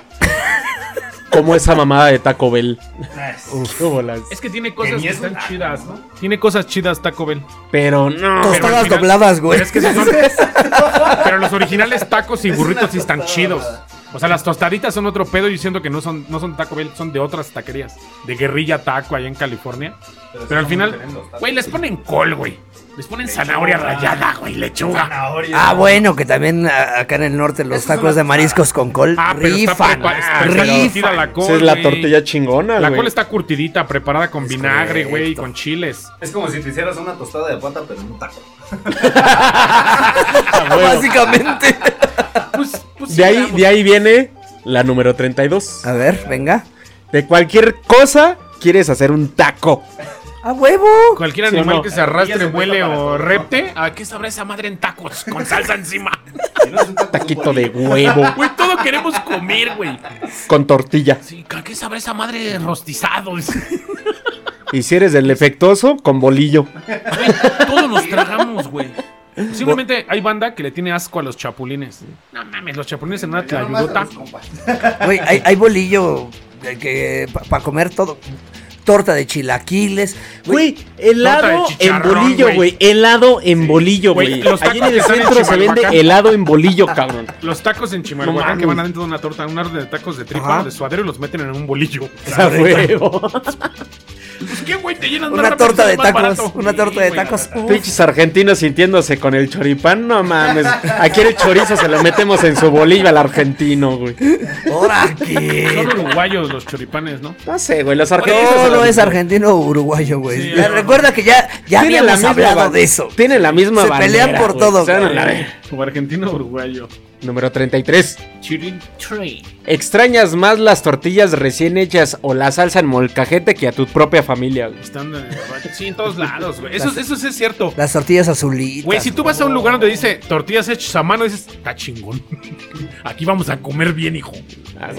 S5: Como esa mamada de Taco Bell. Qué bolas.
S6: Es que tiene cosas que están chidas, ¿no? Tiene cosas chidas Taco Bell.
S5: Pero no.
S6: Ah. Pero al
S2: Tostadas
S6: final-
S2: dobladas, güey.
S6: Pero es que esos son- Pero los originales tacos y burritos sí están chidos. O sea, las tostaditas son otro pedo. Yo siento que no son, no son Taco Bell, son de otras taquerías. De guerrilla taco allá en California. Pero,
S7: sí
S6: al
S7: son muy
S6: final,
S7: tremendos tacos.
S6: güey, les ponen col, güey. Les ponen zanahoria rallada, güey, lechuga.
S7: Zanahoria.
S2: Ah, bueno, que también a- acá en el norte los
S7: Esos
S2: tacos
S7: son
S2: de mariscos con col
S6: Ah, pero está
S2: rifan.
S6: preparada. está curtida
S2: rifan.
S6: la col.
S5: Esa es la
S6: güey.
S5: tortilla chingona,
S6: La
S5: güey.
S6: col está curtidita, preparada con vinagre, güey, y con chiles.
S7: Es como si te hicieras una tostada de pata, pero en un taco.
S2: Básicamente.
S5: Ah, De ahí, de ahí viene la número 32.
S2: A ver, venga.
S5: De cualquier cosa quieres hacer un taco.
S2: ¡A huevo!
S6: Cualquier
S5: Sí,
S6: animal
S5: no.
S6: que se arrastre,
S7: Ya se
S6: huele
S7: presta para
S6: o
S7: todo, ¿no?
S6: repte, ¿a qué sabrá esa madre en tacos? Con salsa encima.
S7: Si no es un taco, es un
S5: Taquito de
S7: bolillo.
S5: huevo
S3: Güey, todo queremos comer, güey.
S5: con tortilla.
S3: Sí, ¿a qué sabrá esa madre de rostizado?
S5: Y si eres del efectoso, con bolillo.
S3: Todos nos tragamos, güey.
S6: Simplemente hay banda que le tiene asco a los chapulines. No mames, los chapulines en una
S7: Ya nomás a
S6: tlayudota.
S7: los compas.
S2: Güey, hay, hay bolillo de que, para comer todo. Torta de chilaquiles.
S5: Güey,
S6: torta
S5: helado
S6: de
S5: en
S6: chicharrón,
S5: bolillo,
S6: güey.
S5: güey. Helado en bolillo,
S6: Güey,
S5: güey.
S6: los
S5: Allí en
S6: tacos que
S5: el
S6: están en
S5: centro se vende
S6: Chimalhuacán.
S5: helado en bolillo, cabrón.
S6: Los tacos en Chimalhuacán
S5: No
S6: que van
S5: mames.
S6: adentro de una torta, un orden de tacos de tripa
S2: Ajá.
S6: o de suadero y los meten en un bolillo.
S5: A huevo.
S6: Pues qué güey, te llenas
S2: Una torta de tacos. Una torta de tacos. Uf.
S5: Pinches argentinos sintiéndose con el choripán, no mames. Aquí el chorizo se lo metemos en su bolillo al argentino, güey.
S2: ¡Ahora
S6: Son
S2: qué!
S6: uruguayos los choripanes, ¿no?
S5: No sé, güey, los argentinos.
S2: Todo es argentino o uruguayo,
S6: Sí,
S2: güey. Ya
S6: no, no.
S2: recuerda que ya, ya
S5: Tienen
S2: habíamos hablado
S5: ban-
S2: de eso.
S5: Tienen la misma
S2: Se pelean
S5: bandera,
S2: por
S5: güey.
S2: todo,
S5: O sea, no,
S2: cabrón.
S5: la ve-
S6: O argentino o uruguayo.
S5: Número 33.
S6: Chirin tree.
S5: Extrañas más las tortillas recién hechas o la salsa en molcajete que a tu propia familia, güey.
S6: Están de Sí, en todos lados, güey. Eso, eso sí es cierto.
S2: Las tortillas azulitas.
S6: Güey, si tú vas a un lugar donde dice tortillas hechas a mano, dices, está chingón. Aquí vamos a comer bien, hijo. Ah,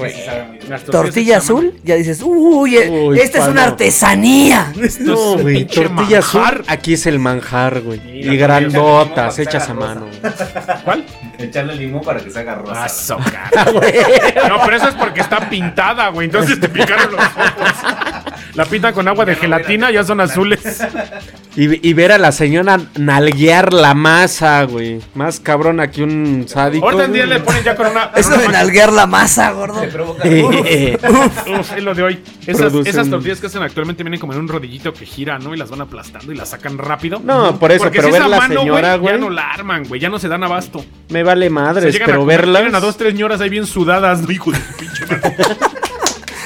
S6: Las
S2: Tortilla
S6: hechas a mano.
S2: azul, ya dices, uy, eh,
S5: Uy,
S2: esta es
S5: palo.
S2: una artesanía.
S5: No, güey.
S6: pinche
S5: Tortilla
S6: manjar.
S5: azul, aquí es el manjar, güey.
S6: Sí, la
S5: Y grandotas, hechas a mano.
S6: ¿Cuál?
S7: Echarle limón para que se haga rosa.
S6: Ah, soca. No, pero eso es porque está pintada, güey. Entonces te picaron los ojos. La pintan con agua de gelatina, ya son azules.
S5: Y, y ver a la señora nalguear la masa, güey. Más cabrona que un sádico.
S6: Ahorita en día
S5: güey.
S6: le ponen ya con una.
S2: Eso
S6: con
S2: de
S6: una-
S2: nalguear la masa, gordo.
S7: Te provoca.
S5: Eh,
S6: Uf, es lo de hoy. Esas,
S5: Producen-
S6: esas tortillas que hacen actualmente vienen como en un rodillito que gira, ¿no? Y las van aplastando y las sacan rápido.
S5: No, por eso,
S6: Porque
S5: pero
S6: si
S5: ver
S6: es a
S5: la
S6: mano,
S5: señora,
S6: Ya
S5: güey.
S6: no la arman, güey. Ya no se dan abasto.
S5: me vale
S6: Se
S5: madres,
S6: llegan a
S5: pero
S6: comer-
S5: verlas.
S6: tienen a dos, tres ñoras ahí bien sudadas, ¿no? hijo de su pinche madre.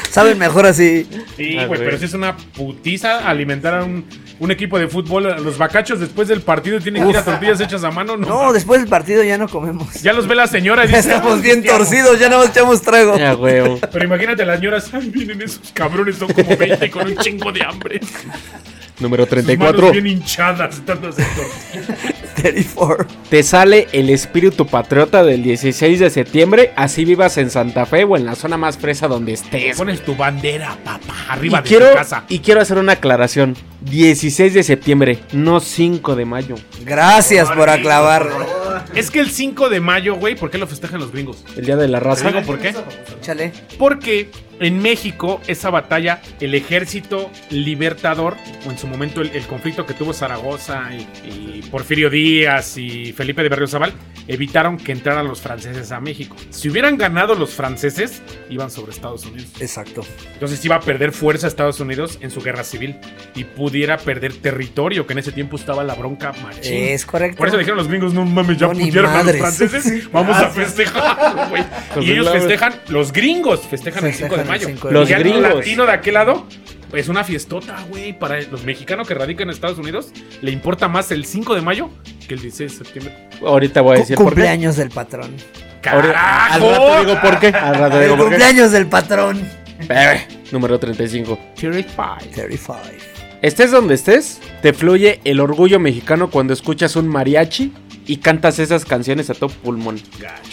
S2: Saben mejor así.
S6: Sí,
S5: Ah,
S6: güey,
S5: güey.
S6: pero si es una putiza alimentar a un, un equipo de fútbol. A Los bacachos después del partido tienen que ir a tortillas hechas a mano, ¿no?
S2: No, después del partido ya no comemos.
S6: Ya los ve la señora y dice,
S2: Estamos
S6: "Ay,
S2: bien
S6: Cristiano".
S2: torcidos, ya no nos echamos trago.
S5: Ya, güey.
S6: Pero imagínate las ñoras, ay, vienen esos cabrones, son como 20 con un chingo de hambre. Sus
S5: Número
S6: manos
S5: 34.
S6: bien hinchadas, tanto hacer tortillas.
S2: 34.
S5: Te sale el espíritu patriota del 16 de septiembre, así vivas en Santa Fe o en la zona más fresa donde
S6: Te
S5: estés.
S6: pones tu bandera, papá, arriba
S5: y
S6: de
S5: quiero,
S6: tu casa.
S5: Y quiero hacer una aclaración. 16 de septiembre, no 5 de mayo.
S2: Gracias por aclavar.
S6: Es que el 5 de mayo, güey, ¿por qué lo festejan los gringos?
S5: El día de la
S6: ¿Te
S5: raza.
S6: digo por qué?
S2: Chale.
S6: Porque en México esa batalla, el ejército libertador, o en su momento el, el conflicto que tuvo Zaragoza y, y Porfirio Díaz y Felipe de Berriozábal, evitaron que entraran los franceses a México. Si hubieran ganado los franceses, iban sobre Estados Unidos.
S2: Exacto.
S6: Entonces iba a perder fuerza Estados Unidos en su guerra civil y pudiera perder territorio, que en ese tiempo estaba la bronca machín.
S2: Es correcto.
S6: Por eso dijeron los gringos, no mames, ya
S2: No, ni
S6: pusieron a los
S2: madres. Ah,
S6: franceses, vamos a festejar, güey.
S5: Pues
S6: Y ellos
S5: la-
S6: festejan, los gringos festejan el 5
S2: Festejan
S6: de
S2: el
S6: mayo.
S2: 5
S5: de Los
S6: Y al
S5: gringos.
S6: latino de aquel lado, es una fiestota, güey. Para los mexicanos que radican en Estados Unidos, le importa más el 5 de mayo que el 16 de septiembre.
S5: Ahorita voy a
S2: Cu-
S5: decir por qué.
S2: cumpleaños del patrón.
S5: Ahora- al
S6: ¡Carajo!
S5: rato digo por qué. Al rato
S2: El
S5: digo por qué.
S2: cumpleaños del patrón.
S5: Eh, número 35.
S2: 35.
S5: Estés donde estés, te fluye el orgullo mexicano cuando escuchas un mariachi y cantas esas canciones a top pulmón.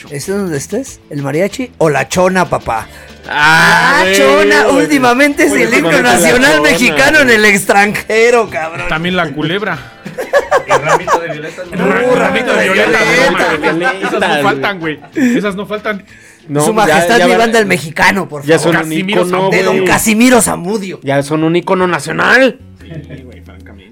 S2: ¿Este es donde estés? ¿El mariachi o la chona, papá?
S5: ¡Ah,
S2: ¡Ah, chona!
S5: güey.
S2: Últimamente es el himno
S5: Últimamente la
S2: nacional
S5: chona,
S2: mexicano en el extranjero, cabrón.
S6: También la culebra.
S7: El ramito de violeta.
S2: No,
S6: Ra- ramito de
S2: de
S6: violeta,
S2: violeta,
S6: no mames.
S5: de violeta,
S6: Esas no
S5: güey.
S6: faltan, güey. Esas no faltan.
S5: No,
S2: Su
S5: pues ya-
S2: majestad,
S5: ya
S2: mi
S5: va-
S2: banda el mexicano, por
S5: Ya
S2: favor.
S5: son un
S6: Casimiro
S5: icono,
S2: de don
S5: güey.
S2: Casimiro Zamudio.
S5: Ya son un icono nacional.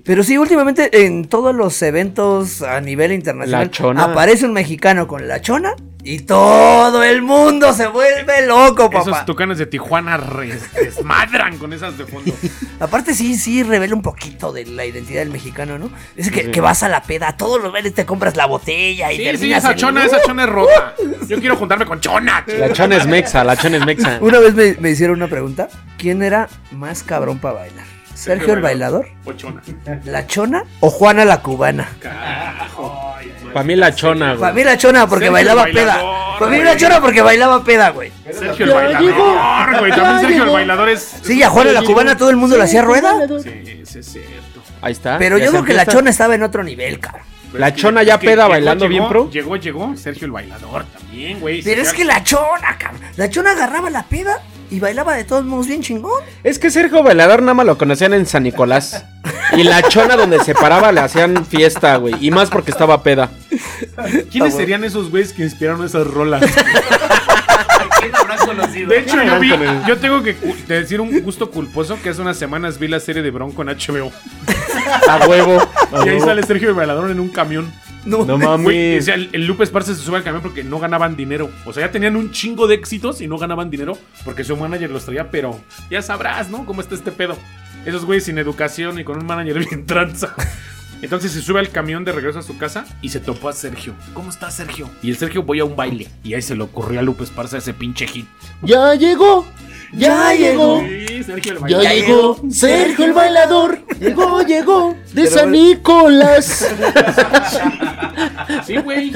S2: Pero sí, últimamente en todos los eventos a nivel internacional
S5: La chona.
S2: aparece un mexicano con la chona Y todo el mundo se vuelve loco, papá.
S6: Esos tucanes de Tijuana res- desmadran con esas de fondo.
S2: Aparte, sí, sí, revela un poquito de la identidad del mexicano, ¿no? Dice que, que vas a la peda, a todos los bailes te compras la botella y "Uh".
S6: Sí, sí,
S2: terminas
S6: esa
S2: en-
S6: chona, esa chona es rota. Yo quiero juntarme con chona.
S5: La chona es mexa, la chona es mexa.
S2: Una vez me, me hicieron una pregunta. ¿Quién era más cabrón para bailar? ¿Sergio el bailador?
S6: O chona.
S2: ¿La chona o Juana la cubana?
S5: Para mí la chona,
S2: Para
S5: güey.
S2: mí la chona porque
S6: Sergio
S2: bailaba
S6: el
S2: peda.
S6: bailador,
S2: Para mí
S6: güey.
S2: la chona porque bailaba peda, güey.
S6: Sergio el bailador, güey. También Sergio el bailador es.
S2: Sí, a Juana la cubana todo el mundo le hacía rueda.
S6: Sí, sí, es cierto.
S5: Ahí está.
S2: Pero
S5: Ya
S2: yo
S5: se
S2: creo que la
S5: empieza.
S2: chona estaba en otro nivel, cabrón.
S5: La
S6: Es que-
S5: chona ya
S6: es que
S5: peda
S6: llegó,
S5: bailando bien,
S6: llegó,
S5: pro.
S6: Llegó, llegó. Sergio el bailador también, güey.
S2: Pero es
S6: Ya-
S2: que la chona, cabrón. La chona agarraba la peda y bailaba de todos modos bien chingón.
S5: Es que Sergio Bailador nada más lo conocían en San Nicolás. Y la chona donde se paraba le hacían fiesta, güey. Y más porque estaba peda.
S6: ¿Quiénes serían esos güeyes que inspiraron esas rolas?
S7: ¿Quién habrá conocido?
S6: De hecho, yo vi. Yo tengo que cu- te decir un gusto culposo que hace unas semanas vi la serie de Bronco en HBO.
S5: A huevo.
S6: Y ahí sale Sergio el bailador en un camión.
S2: No,
S5: No
S6: Güey, o
S5: mames.
S6: sea, el, el Lupe Esparza se sube al camión porque no ganaban dinero. O sea, ya tenían un chingo de éxitos y no ganaban dinero porque su manager los traía, pero ya sabrás, ¿no? Cómo está este pedo. Esos güeyes sin educación y con un manager bien tranza. Entonces se sube al camión de regreso a su casa y se topó a Sergio. ¿Cómo está Sergio? Y el Sergio voy a un baile. Y ahí se le ocurrió a Lupe Esparza ese pinche hit.
S9: Ya llegó, ya, llegó,
S6: Sí, Sergio el
S9: ya,
S6: bailador.
S9: llegó, Sergio el bailador, llegó, llegó, de San Nicolás.
S6: Sí, güey.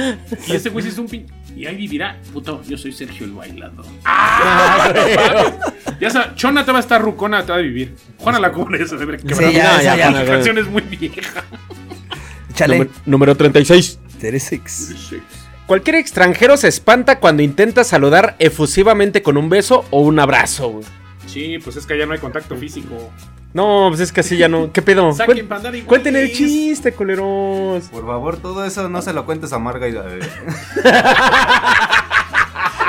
S6: Y ese güey sí es un pin... Y ahí vivirá, puto, yo soy Sergio el bailador.
S7: Ah,
S6: Ah, ya sabes, Chona te va a estar rucona, te va a vivir. Juana la cubana ya se debe quebrar.
S2: Sí, ya,
S5: No,
S2: esa
S5: ya,
S2: ya.
S5: con
S6: La
S5: la-
S6: canción es muy vieja.
S2: Chale.
S5: Número- Número 36.
S2: Teresa X.
S5: Cualquier extranjero se espanta cuando intenta saludar efusivamente con un beso o un abrazo, güey.
S6: Sí, pues es que ya no hay contacto físico.
S5: No, pues es que así ya no. ¿Qué pedo?
S6: Saquen para andar
S5: Cuen-
S6: iguales.
S5: Cuenten el chiste, culeros.
S7: Por favor, todo eso no se lo cuentes a Marga y a ver.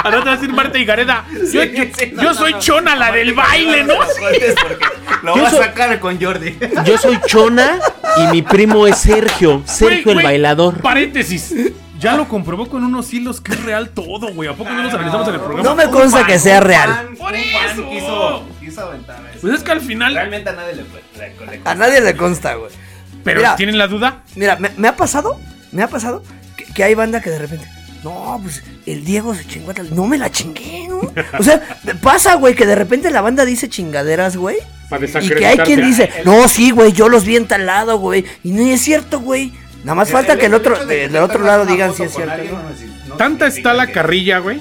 S6: Ahora te vas a decir Marta y Gareda. yo yo-
S7: sí, no,
S6: yo
S7: no,
S6: soy
S7: no.
S6: Chona, la del baile, ¿no?
S7: lo cuentes porque lo va a sacar con Jordi.
S5: Yo soy Chona y mi primo es Sergio. Sergio
S6: Güey,
S5: el
S6: güey,
S5: bailador.
S6: Paréntesis. Ya lo comprobó con unos hilos que es real todo, güey. ¿A poco no nos analizamos en el programa?
S2: No me consta que sea real.
S7: Un fan-
S6: Por
S7: un fan
S6: eso.
S7: Quiso, quiso aventar eso.
S6: Pues es que al final.
S7: Realmente a nadie le fue. le- le- le-
S2: A nadie le consta, güey.
S6: Pero
S2: Mira.
S6: tienen la duda.
S2: Mira, me, me ha pasado, me ha pasado que, que hay banda que de repente. No, pues el Diego se chingó a tal. No me la chingué, ¿no? O sea, pasa, güey, que de repente la banda dice chingaderas, güey.
S6: Para
S2: Y que hay quien dice, no, sí, güey, yo los vi en tal lado, güey. Y no es cierto, güey. Nada más falta que el otro,
S7: hecho de
S2: del
S7: tú
S2: otro
S7: tengas
S2: lado
S7: una
S2: digan
S7: foto
S2: si es
S7: con
S2: cierto.
S7: alguien,
S2: ¿no?
S7: no es- no
S6: Tanta está
S7: significa
S6: la
S7: que-
S6: carrilla, güey,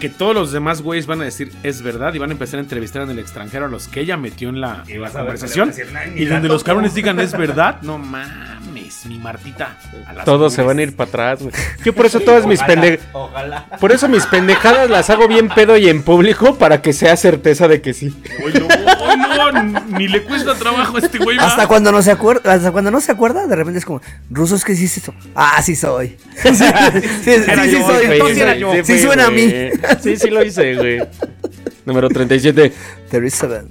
S6: que todos los demás güeyes van a decir es verdad y van a empezar a entrevistar en el extranjero a los que ella metió en la, en la
S7: vas a ver
S6: conversación.
S7: que le van a decir, "Ay,
S6: Y
S7: ni la
S6: donde los
S7: topo".
S6: cabrones digan es verdad, no mames, mi Martita. a las
S5: Todos se
S6: nubes.
S5: van a ir para atrás, güey. Yo por eso todas mis
S7: Ojalá,
S5: pendejas.
S7: Ojalá.
S5: Por eso mis pendejadas las hago bien pedo y en público para que sea certeza de que sí.
S6: Hoy no, hoy no, ni le cuesta trabajo a este güey. va.
S2: Hasta cuando no se acuerda, hasta cuando no se acuerda, de repente es como, rusos, ¿qué hiciste eso? Ah, sí soy. Sí, sí, sí,
S5: Era
S2: sí
S5: yo,
S2: soy.
S5: güey,
S2: Entonces
S5: sí,
S2: era
S5: sí,
S2: yo.
S5: sí
S2: Sí
S5: fui,
S2: suena a mí.
S5: güey. Sí, sí lo hice, güey. Número 37.
S2: Teresa Bell.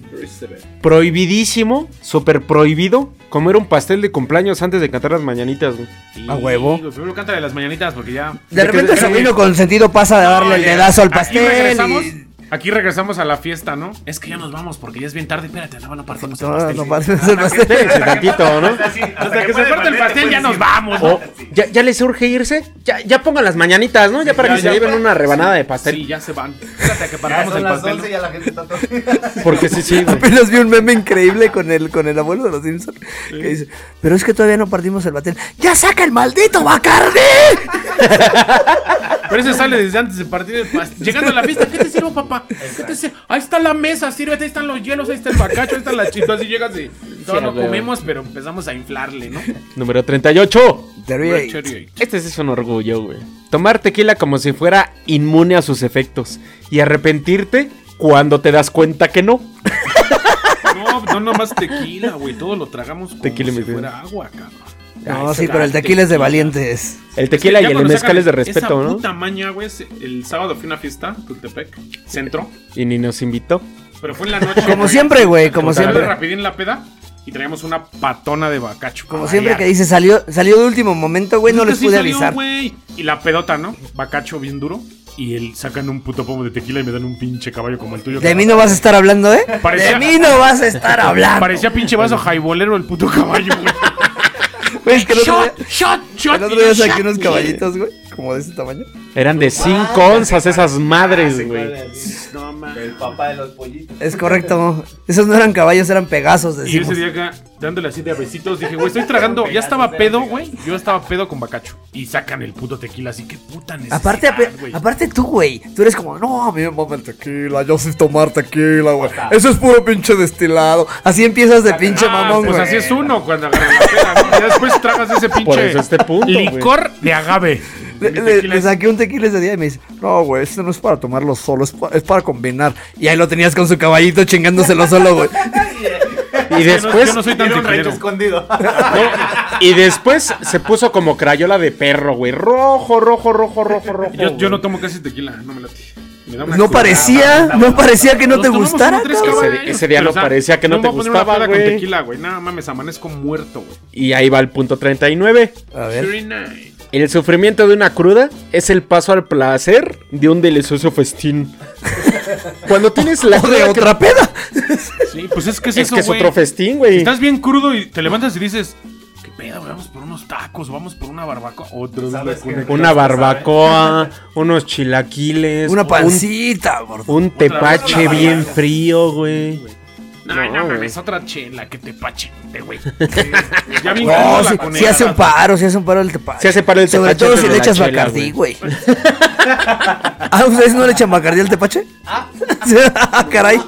S5: Prohibidísimo, súper prohibido, comer un pastel de cumpleaños antes de cantar las mañanitas, güey.
S6: Sí,
S2: a huevo.
S6: güey, Primero canta de las mañanitas porque ya.
S2: De repente el sobrino consentido pasa de darle el dedazo al pastel.
S6: Aquí
S2: y-
S6: regresamos, aquí regresamos a la fiesta, ¿no? Es que ya nos vamos porque ya es bien tarde. Espérate, no van a partirnos el
S2: No,
S6: pastel.
S2: no pases el pastel.
S5: Espérense tantito, ¿no?
S6: Hasta que se parte el pues, pastel ya nos vamos, ¿no?
S5: O, ¿ya, ¿Ya les urge irse? Ya, ya pongan las mañanitas, ¿no? Ya para
S6: Ya,
S5: que se
S6: ya.
S5: lleven una rebanada de pastel.
S6: Sí, ya se van. Espérate que
S7: Ya
S6: partamos
S7: son
S6: el
S7: las
S6: pastel.
S7: 11 y ya la gente está todo.
S5: Porque sí, sí, güey.
S2: Apenas vi un meme increíble con el, con el abuelo de los Simpsons que dice, pero es que todavía no partimos el batel. ¡Ya saca el maldito Bacardi!
S6: Pero ese sale desde antes de partir el pastel. Llegando a la fiesta, ¿qué te sirvo, papá? ¿Qué te sir- Ahí está la mesa, sírvete, ahí están los hielos, ahí está el bacacho, ahí están las chitas. Y llegas y no,
S5: a
S6: no
S5: huevo.
S6: comemos, pero empezamos a inflarle, ¿no?
S5: Número 38.
S2: Terry
S5: Este sí es un orgullo, güey. Tomar tequila como si fuera inmune a sus efectos y arrepentirte cuando te das cuenta que no.
S6: No, no nomás tequila, güey. Todo lo tragamos como
S5: Tequila,
S6: si
S5: mi tío.
S6: fuera agua, cabrón.
S2: No, Ah, sí, pero el tequila es de valientes.
S5: El tequila
S6: Es que ya
S5: y el
S6: cuando sacan
S5: mezcal es de respeto,
S6: esa
S5: ¿no?
S6: puta maña, güey. se- El sábado fui a una fiesta, Tultepec, centro.
S5: Y ni nos invitó.
S6: Pero fue en la noche.
S2: Como
S6: güey.
S2: siempre, güey, como
S6: Salió
S2: siempre.
S6: rapidín la peda. y traíamos una patona de bacacho.
S2: Como siempre que dice, salió, salió de último momento, güey, Pues no les pude avisar.
S6: Y la pedota, ¿no? Bacacho bien duro. Y él sacan un puto pomo de tequila y me dan un pinche caballo como el tuyo.
S2: De
S6: cabrón.
S2: mí no vas a estar hablando, ¿eh? De
S6: Parecía-
S2: mí no vas a estar hablando.
S6: Parecía pinche vaso jaibolero el puto caballo, güey.
S2: Güey, es que el otro día,
S6: shot, shot.
S2: el otro día saqué unos caballitos, güey, como de ese tamaño.
S5: Eran de 5 onzas esas madres, güey.
S6: No, man.
S7: El papá de los pollitos.
S2: Es correcto. Esos no eran caballos, eran pegasos,
S6: Y yo ese
S2: decimos.
S6: día acá, dándole así de besitos, dije, güey, estoy tragando. Ya estaba pedo, güey. Yo estaba pedo con bacacho. Y sacan el puto tequila, así que "Ah, puta necesidad,
S2: Aparte, ape-
S6: güey.
S2: aparte tú, güey, tú eres como, no, a mí me mama el tequila, yo sé tomar tequila, güey. Eso es puro pinche destilado. Así empiezas de pinche
S6: Ah,
S2: mamón,
S6: Pues
S2: güey.
S6: así es uno cuando agarra la peda, ¿no? Y después tragas ese pinche
S5: Por eso este punto, güey.
S6: licor de agave.
S2: Le,
S6: Mi
S2: le-
S6: tequila
S2: le
S6: es-
S2: saqué un tequila ese día y me dice, no, güey, este no es para tomarlo solo, es, pa- es para combinar. Y ahí lo tenías con su caballito chingándoselo solo, güey.
S5: Y
S6: Yo no-
S5: después
S6: Yo no soy tan
S7: Era un
S6: tequilero.
S7: rancho escondido.
S5: No, y después se puso como crayola de perro, güey. Rojo, rojo, rojo, rojo, rojo.
S6: Yo, yo no
S5: güey.
S6: tomo casi tequila, no me late. Me da una
S2: No
S6: cruda.
S2: parecía, no parecía que no
S6: Nos
S2: te
S6: tomamos
S2: gustara,
S6: como tres
S2: cabrón.
S6: caballos,
S5: Ese- ese día
S6: pero,
S5: no parecía que no
S6: me
S5: te
S6: voy a poner una
S5: gustaba,
S6: peda con
S5: güey.
S6: tequila, güey. Nada mames, amanezco muerto, güey.
S5: Y ahí va el punto 39.
S2: A ver,
S6: Very nice.
S5: El sufrimiento de una cruda es el paso al placer de un delicioso festín. Cuando tienes la
S2: o de
S5: cruda que-
S2: otra peda.
S6: Sí, pues es que es,
S5: es
S6: eso,
S5: que es
S6: güey.
S5: otro festín, güey.
S6: Estás bien crudo y te levantas y dices, ¿qué pedo? güey? Vamos por unos tacos, vamos por una barbacoa. Otra vez la
S7: ¿Sabes
S6: cuna.
S7: qué?
S5: Una barbacoa,
S6: ¿eh?
S5: unos chilaquiles,
S2: Una
S5: un,
S2: pancita, gordo.
S5: un tepache bien frío, güey.
S6: No, no, mames, otra chela que te pache, te, güey. ya bien
S2: No,
S6: cruda
S2: si,
S6: con
S2: si
S6: ella.
S2: hace un paro, si hace un paro el tepache.
S5: Si hace paro el
S2: Sobre
S5: tepache
S2: todo
S5: antes
S2: si
S5: de
S2: le
S5: la
S2: echas
S5: chela,
S2: bacardí, güey. ¿Ah, ustedes no le echan bacardí al tepache? Ah, caray.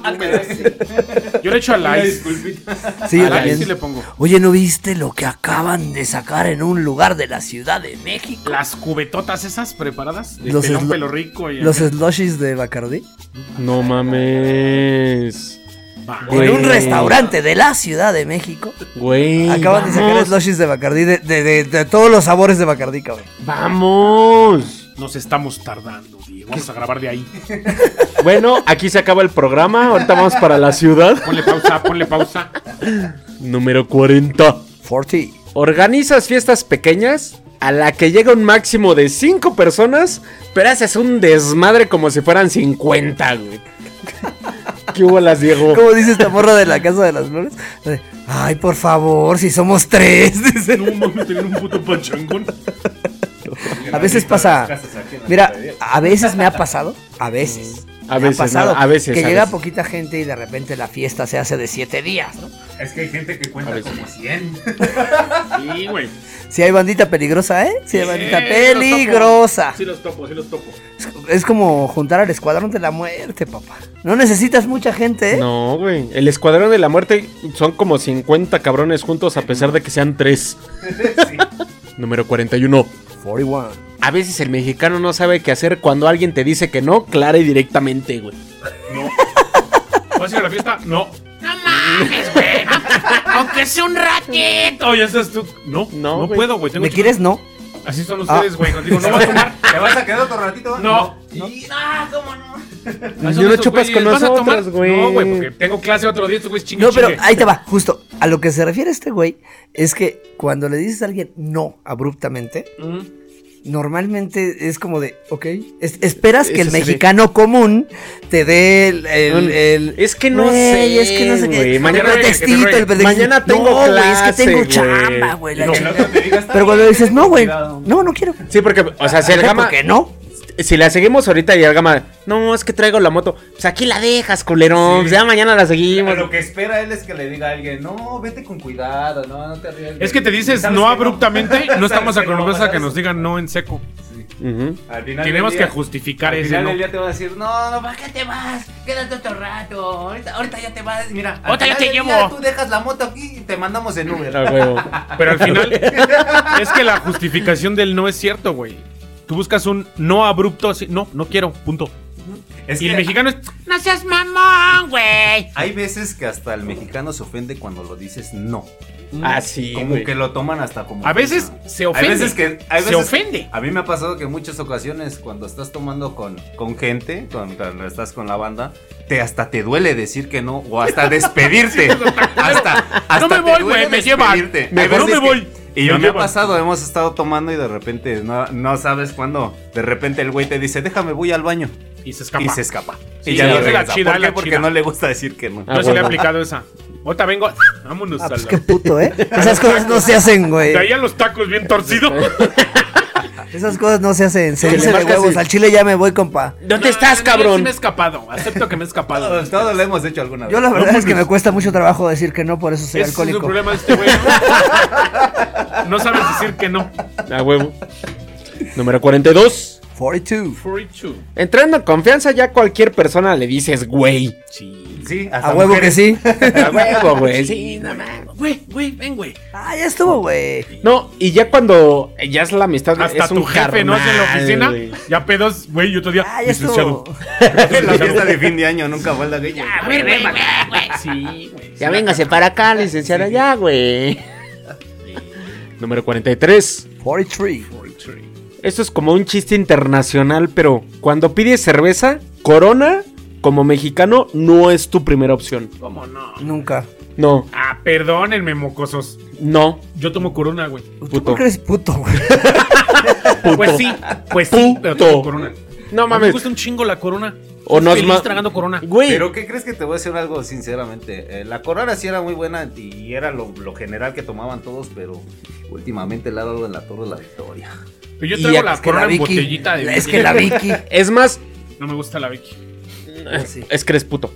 S6: Yo le echo
S7: Una
S6: al ice.
S7: disculpita.
S2: Sí, yo
S6: al ice
S2: también.
S6: sí le pongo.
S2: Oye, ¿no viste lo que acaban de sacar en un lugar de la Ciudad de México?
S6: Las cubetotas esas preparadas de
S2: Los
S6: pelón
S2: eslo-
S6: pelo rico y
S2: Los slushies de Bacardí.
S5: No mames.
S6: Va.
S5: Güey.
S2: En un restaurante de la Ciudad de México.
S5: Güey.
S2: acaban de sacar
S5: vamos,
S2: slushies de Bacardí, de, de- de- de todos los sabores de Bacardí, cabrón.
S5: Vamos.
S6: Nos estamos tardando, Diego. Vamos a grabar de ahí.
S5: Bueno, aquí se acaba el programa. Ahorita vamos para la ciudad.
S6: Ponle pausa, ponle pausa.
S5: Número 40.
S2: 40.
S5: Organizas fiestas pequeñas a la que llega un máximo de 5 personas, pero haces un desmadre como si fueran 50, güey. ¿Qué hubo las Diego?
S2: ¿Cómo dice esta morra de la Casa de las Flores? Ay, por favor, si somos tres. dice.
S6: No mames, tener un puto pachangón.
S2: A veces pasa. Mira, a veces me ha pasado. A veces.
S5: Mm. A
S2: me ha
S5: veces,
S2: pasado
S5: no, a veces,
S2: Que
S5: a
S2: llega
S5: veces.
S2: poquita gente y de repente la fiesta se hace de siete días, ¿no?
S7: Es que hay gente que cuenta como 100.
S6: Sí, güey.
S2: Si hay bandita peligrosa, ¿eh? Si hay bandita
S6: Eh, los topo.
S2: peligrosa.
S6: Sí los topo, sí los topo.
S2: Es como juntar al escuadrón de la muerte, papá. No necesitas mucha gente, ¿eh?
S5: No, güey. El Escuadrón de la Muerte son como 50 cabrones juntos a pesar de que sean 3. Número 41.
S2: 41.
S5: A veces el mexicano no sabe qué hacer cuando alguien te dice que no, clara y directamente, güey.
S6: No. ¿Vas a ir a la fiesta? No.
S8: No mames, güey. Aunque sea un ratito.
S6: No, ya estás tú. No, no,
S5: No, güey.
S6: puedo, güey. Tengo
S2: ¿Me quieres? No.
S6: que- Así son ustedes,
S7: Ah.
S6: güey. Contigo no vas a tomar.
S7: ¿Te vas a quedar otro ratito?
S6: No.
S7: Y-
S6: Así
S5: Yo
S6: son
S5: no
S6: esos
S5: chupas con
S6: güeyes. ¿Vas a tomar?
S5: nosotros, güey.
S6: No, güey, porque tengo clase otro día, estos güeyes chingue,
S2: No, pero
S7: ah,
S6: chingue.
S2: ahí te va, justo. A lo que se refiere este güey es que cuando le dices a alguien no abruptamente,
S6: Mm.
S2: normalmente es como de, ok, es- esperas que
S5: Ese
S2: el
S5: se ve.
S2: mexicano común te dé el... el-
S5: Mm.
S2: el-
S5: Es que no
S2: Güey,
S5: sé,
S2: es que no sé qué.
S5: güey.
S2: El
S5: Mañana-
S2: pretextito, el
S6: que te
S2: pretextito.
S5: Mañana tengo
S2: No, güey,
S5: clase,
S2: es que tengo
S5: güey.
S2: chamba, güey. la
S6: No,
S2: chingada.
S7: Cuando te digas,
S2: Pero cuando
S7: "Ay,
S2: dices, no, güey,
S7: cuidado".
S2: no, no quiero.
S5: Sí, porque, o sea, si el
S2: Ajá,
S5: gama.
S2: ¿Por qué no?
S5: Si la seguimos ahorita y el gama. No, es que traigo la moto. Pues aquí la dejas, culerón. Pues ya mañana la seguimos.
S7: Lo que espera él es que le diga a alguien, no, vete con cuidado, no, no te arriesgues.
S6: Es que te dices
S7: ¿Sabes
S6: no
S7: que
S6: abruptamente, no estamos
S7: ¿Sabes que no?
S6: acostumbrados a que
S7: ¿Sabes?
S6: nos digan no en seco.
S5: Ujú.
S7: Al final del
S6: Tenemos
S7: día-
S6: que justificar
S7: Al
S6: ese
S7: final
S6: no.
S7: del día te van a decir, no, no, ¿para qué te vas? Quédate otro rato. Ahorita, ahorita ya te vas. Mira, al
S8: Ahorita ya
S7: final
S8: te
S7: del
S8: llevo.
S7: día Tú dejas la moto aquí y te mandamos en Uber.
S5: A huevo.
S6: Pero al final es que la justificación del no es cierto, güey. Tú buscas un no abrupto así, no, no quiero, punto.
S7: Es
S6: Y el
S7: que
S6: mexicano es.
S8: No seas mamón, güey.
S7: hay veces que hasta el mexicano se ofende cuando lo dices no.
S5: Así,
S7: como que lo toman hasta como.
S6: Ah, A veces
S7: ofensa.
S6: se ofende.
S7: Hay veces que. hay
S6: se
S7: veces-
S6: ofende.
S7: A mí me ha pasado que en muchas ocasiones cuando estás tomando con, con gente, con- cuando estás con la banda, te hasta te duele decir que no o hasta despedirte. hasta, hasta
S6: No me
S7: te
S6: voy,
S7: duele
S6: güey, me llevan.
S7: despedirte. Hay
S6: Mejor no
S7: veces
S6: me
S7: que-
S6: voy.
S7: Y yo
S6: Me
S7: me ha
S6: llevan.
S7: pasado, hemos estado tomando y de repente no, no sabes cuándo. De repente el güey te dice, déjame, voy al baño.
S6: Y se escapa.
S7: Y se escapa.
S6: Sí,
S7: y ya
S6: la-
S7: no
S6: la
S7: regresa.
S6: chida,
S7: ¿Por
S6: la
S7: qué? Porque
S6: chida.
S7: no le gusta decir que no.
S5: Ah,
S6: Yo sí le he
S5: bueno.
S6: aplicado esa. Otra vengo. Vámonos
S2: Ah,
S6: a
S2: pues
S6: la-
S2: qué puto, ¿eh? Esas cosas no se hacen, güey.
S6: De ahí a los tacos bien torcido.
S2: Esas cosas no se hacen. Se
S5: Que le
S2: dice de
S5: marcas
S2: huevos.
S5: el-
S2: Al chile ya me voy, compa.
S5: ¿Dónde estás,
S6: Yo sí
S5: cabrón?
S6: me he escapado. Acepto que me he escapado.
S7: Todos, todos lo hemos hecho alguna vez.
S2: Yo la verdad es que me cuesta mucho trabajo decir que no, por eso soy
S6: Ese es el
S2: alcohólico.
S6: problema de este güey. ¿no? No sabes decir que no.
S5: A huevo. Número 42.
S2: 42.
S6: 42.
S5: Entrando en confianza, ya cualquier persona le dices, güey.
S7: Sí, hasta
S2: A huevo que
S7: mujeres.
S2: sí.
S5: A huevo, güey. Sí, no mames.
S6: Güey, güey, ven, güey.
S2: Ah, ya estuvo, güey.
S5: No, y ya cuando ya es la amistad
S6: Hasta
S5: es
S6: tu
S5: un
S6: jefe, ¿no? Es de la
S5: carnal,
S6: oficina.
S5: güey.
S6: Ya pedos, güey, y otro día.
S2: Ah, ya estuvo.
S6: licenciado.
S7: En la fiesta de fin de año nunca falta que ya.
S8: Güey, güey, güey, güey.
S6: Sí, güey.
S8: Ya véngase para acá, licenciada, ya, güey.
S5: Número 43.
S2: 43.
S5: Esto es como un chiste internacional, pero cuando pides cerveza, Corona, como mexicano, no es tu primera opción.
S6: ¿Cómo no?
S2: Nunca.
S5: No,
S6: Ah, perdónenme, mocosos.
S5: no,
S6: Yo tomo corona, güey.
S2: ¿Tú
S5: puto.
S2: por qué eres puto, güey?
S6: Pues sí, pues sí, pero tomo corona.
S5: No
S6: A mí Me
S5: mames.
S6: gusta un chingo la corona.
S5: O no es
S6: Feliz
S5: ma-
S6: tragando corona.
S5: Güey,
S7: Pero ¿qué crees que te voy a decir algo sinceramente? Eh, la corona sí era muy buena y era lo, lo general que tomaban todos, pero últimamente le ha dado en la torre la victoria.
S6: Pero yo
S5: Y
S6: traigo
S5: ya-
S6: la
S2: Es pues, que la
S6: corona en
S2: Vicky.
S6: botellita de
S2: Es que la Vicky.
S5: es más,
S6: No me gusta la Vicky.
S2: Sí.
S5: es que eres puto.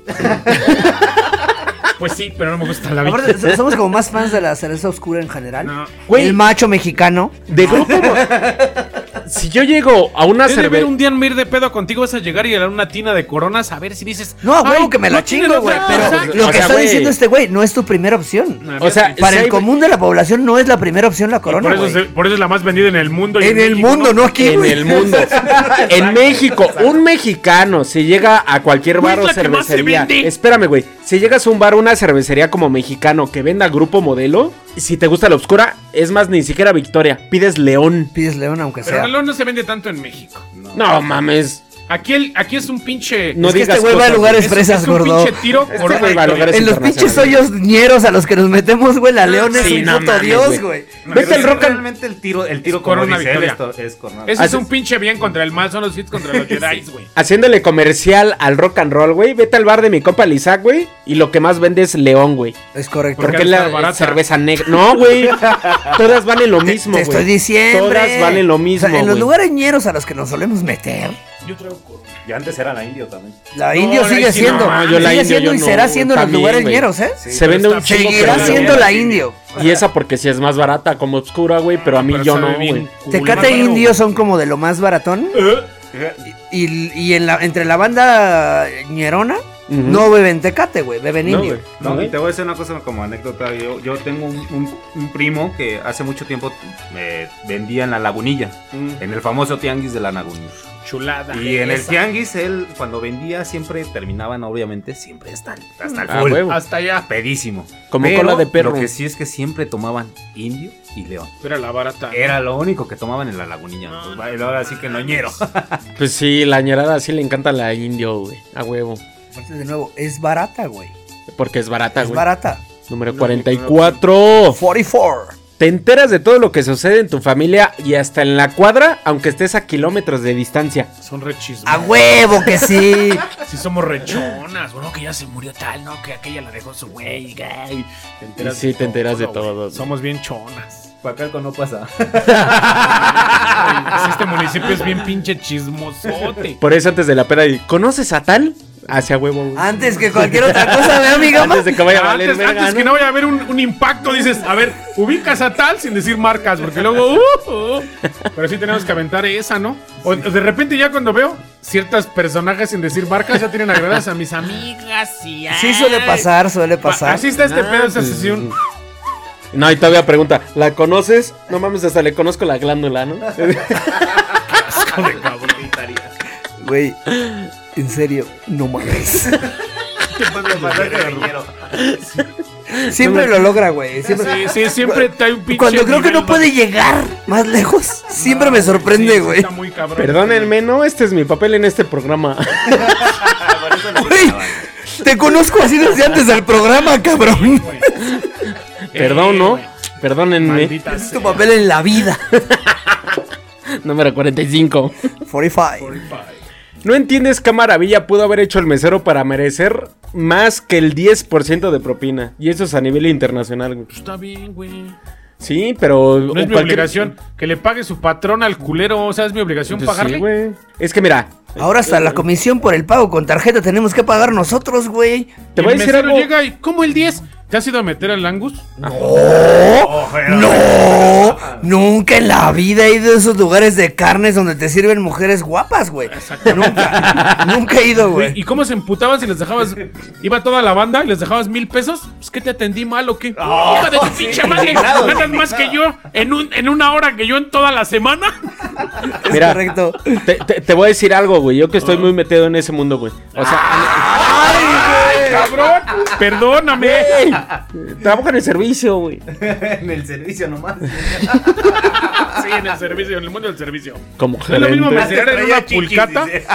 S6: Pues sí, pero no me gusta la Vicky.
S2: Aparte, so- somos como más fans de la cerveza oscura en general.
S6: No.
S5: Güey.
S2: El macho mexicano.
S5: De grupo. si yo llego a una
S6: Es de ver
S5: cerveza.
S6: un día en ir de pedo contigo, vas a llegar y a una tina de coronas a ver si dices.
S2: No, a
S6: "Ay,
S2: huevo que me
S6: no
S2: la
S6: tiene
S2: chingo, güey.
S6: otra cosa".
S2: Pero
S5: exacto.
S2: lo
S5: O
S2: que
S5: sea,
S2: está
S5: güey.
S2: diciendo este güey no es tu primera opción.
S6: No,
S5: O sea,
S2: Para
S5: si
S2: el
S5: hay-
S2: común de la población no es la primera opción la corona.
S6: por, eso
S2: güey.
S6: se- por eso es la más vendida en el mundo. y
S2: En el
S6: México,
S2: mundo, no aquí,
S5: En
S2: güey.
S5: el mundo. en México, un mexicano, si llega a cualquier
S6: Güey,
S5: bar
S6: es
S5: o
S6: la que más se
S5: cervecería.
S6: vende.
S5: espérame, güey. Si llegas a un bar o una cervecería como mexicano que venda grupo modelo, si te gusta la oscura, es más, ni siquiera Victoria. Pides León.
S2: Pides león aunque
S6: Pero
S2: sea.
S6: el león no se vende tanto en México.
S5: No mames.
S6: Aquí, el, aquí es un pinche.
S5: No
S2: es que
S5: digas
S2: este güey va a
S5: cosas,
S2: lugares
S6: es,
S2: fresas,
S6: es un
S2: gordo.
S6: pinche tiro. corona
S5: güey va a
S6: Victoria.
S5: lograr-
S2: En los pinches hoyos ñeros a los que nos metemos, güey, la león es
S5: Ah, Sí,
S2: un
S5: no
S2: puto
S5: mames,
S2: dios,
S5: güey.
S2: güey.
S5: Vete
S7: Pero
S5: al rock and
S7: realmente el tiro, el tiro
S6: Es
S7: como
S6: corona
S7: dice él,
S6: victoria.
S7: esto es corona.
S6: Ese es
S5: Haces-
S6: un pinche bien contra el mal. Son los hits contra los Jedi, güey.
S5: Haciéndole comercial al rock and roll, güey. Vete al bar de mi compa Lizac, güey. Y lo que más vende es León, güey.
S2: Es correcto.
S6: Porque
S5: Porque es
S6: ha de
S5: la
S6: estar barata.
S5: cerveza negra. No, güey. Todas valen lo mismo,
S2: Te
S5: güey.
S2: estoy diciendo.
S5: Todas valen lo mismo.
S2: O sea, en los
S5: güey.
S2: lugares ñeros a los que nos solemos meter,
S6: Yo traigo corona.
S7: Y antes era la indio también.
S2: la
S6: No,
S2: indio
S6: ahí
S2: sigue
S6: sí,
S2: siendo.
S6: no, yo
S5: la
S2: sigue
S5: indio,
S2: siendo
S5: yo
S2: y
S5: no,
S2: será siendo en los
S5: también,
S2: lugares
S5: güey.
S2: ñeros, ¿eh?
S5: Se vende
S6: pero
S5: un
S6: está
S5: chingo.
S6: bien.
S2: Seguirá
S5: pero
S6: la
S5: la
S2: siendo
S5: verdad-
S2: la indio.
S5: Y esa porque si es más barata, como obscura, güey. Pero a mí
S6: Pero
S5: yo
S6: sabe bien
S5: no, güey.
S6: culero. Eh,
S2: Tecate e indio son como de lo más baratón. Y, y en la, entre la banda ñerona,
S5: Ujú.
S2: no beben tecate, güey, beben
S5: No,
S2: indio.
S5: güey.
S7: No, y te voy a decir una cosa como anécdota. Yo, yo tengo un, un- un primo que hace mucho tiempo eh, vendía en la lagunilla,
S6: Mm.
S7: en el famoso tianguis de la lagunilla.
S6: Chulada.
S7: Y en el tianguis, él cuando vendía siempre terminaban, obviamente, siempre hasta, el- hasta el
S5: Ah,
S7: full,
S5: huevo.
S6: Hasta allá.
S7: pedísimo.
S5: Como cola de perro.
S7: Lo que sí es que siempre tomaban indio y león.
S6: Era la barata.
S7: Era lo único que tomaban en la lagunilla. Pues, vale, ahora sí que noñero.
S5: Pues sí, la ñerada sí le encanta la indio, güey. A huevo.
S2: Aparte, De nuevo, es barata, güey.
S5: Porque es barata,
S2: Es
S5: Ah, güey.
S2: barata.
S5: Número 44.
S2: 44.
S5: Te enteras de todo lo que sucede en tu familia y hasta en la cuadra, aunque estés a kilómetros de distancia.
S6: Son rechismos.
S2: A huevo que sí.
S6: Si somos rechonas, bueno, que ya se murió tal, ¿no? Que aquella la dejó su güey, gay. Te
S5: Y sí, te enteras de todo,
S6: güey.
S5: sí.
S6: Somos bien chonas.
S7: Pacalco no pasa.
S6: Pues este municipio es bien pinche chismosote.
S5: Por eso antes de la peda, y, ¿conoces a tal? Hacia huevo, güey.
S2: Antes que cualquier otra cosa, ¿verdad, mi gama?
S5: Antes de que vaya a valer
S6: Antes,
S5: verga,
S6: antes que no vaya a haber un, un impacto, dices, a ver, ubicas a tal sin decir marcas, porque luego, uh, uh. pero sí tenemos que aventar esa, ¿no? O o de repente ya cuando veo ciertos personajes sin decir marcas, ya tienen agradadas a mis amigas y
S2: Sí suele
S6: ay.
S2: pasar, suele
S6: Pa-
S2: pasar.
S6: Así está este
S5: Ah,
S6: pedo, esa
S5: pues,
S6: sesión.
S5: No, y todavía pregunta, ¿la conoces? No mames, hasta le conozco la glándula, ¿no?
S2: Güey, En serio, no mames. Siempre lo logra, güey. Siempre.
S1: Sí, sí, siempre está un pinche.
S2: Cuando creo que
S1: nivel
S2: no puede llegar más lejos, siempre me sorprende, güey.
S6: Está muy cabrón.
S5: Perdónenme, no, este es mi papel en este programa.
S7: Ah,
S2: Güey, Te conozco así desde antes del programa, cabrón.
S5: Perdón, ¿no?
S6: Eh, güey.
S5: Perdónenme.
S6: Maldita
S2: Es tu papel en la vida.
S5: Número 45.
S2: 45.
S5: No entiendes qué maravilla pudo haber hecho el mesero para merecer más que el 10% de propina. Y eso es a nivel internacional, güey.
S1: Pues Está bien, güey.
S5: Sí, pero. Pues
S6: No es mi obligación que le pague su patrón al culero. O sea, es mi obligación pagarle.
S5: Sí, güey. Es que mira,
S2: Ahora hasta la comisión por el pago con tarjeta tenemos que pagar nosotros, güey.
S5: te
S6: Y
S5: voy a
S6: el
S5: decir
S6: mesero
S5: algo.
S6: llega y, ¿cómo el 10? ¿Te has ido a meter al Angus?
S2: No, nunca en la vida he ido a esos lugares de carnes donde te sirven mujeres guapas, güey. Nunca, nunca he ido,
S6: Güey,
S2: güey.
S6: ¿Y cómo se emputaban si les dejabas. Iba toda la banda y les dejabas mil pesos? Pues que te atendí mal o qué.
S5: Ah.
S6: ¡Hijo de tu pinche madre! Ganas más que yo en, un, en una hora que yo en toda la semana.
S5: Mira,
S2: Correcto.
S5: te, te- te voy a decir algo, güey. Yo que estoy muy metido en ese mundo, güey. O sea,
S6: ¡Cabrón! Perdóname.
S5: trabajo en el servicio, güey.
S7: en el servicio nomás.
S6: Sí, en el servicio, en el mundo del servicio.
S5: Como
S6: No es lo mismo
S5: gerente.
S6: meserear en
S7: Traía
S6: una
S7: chiquis,
S6: pulcata.
S7: dice.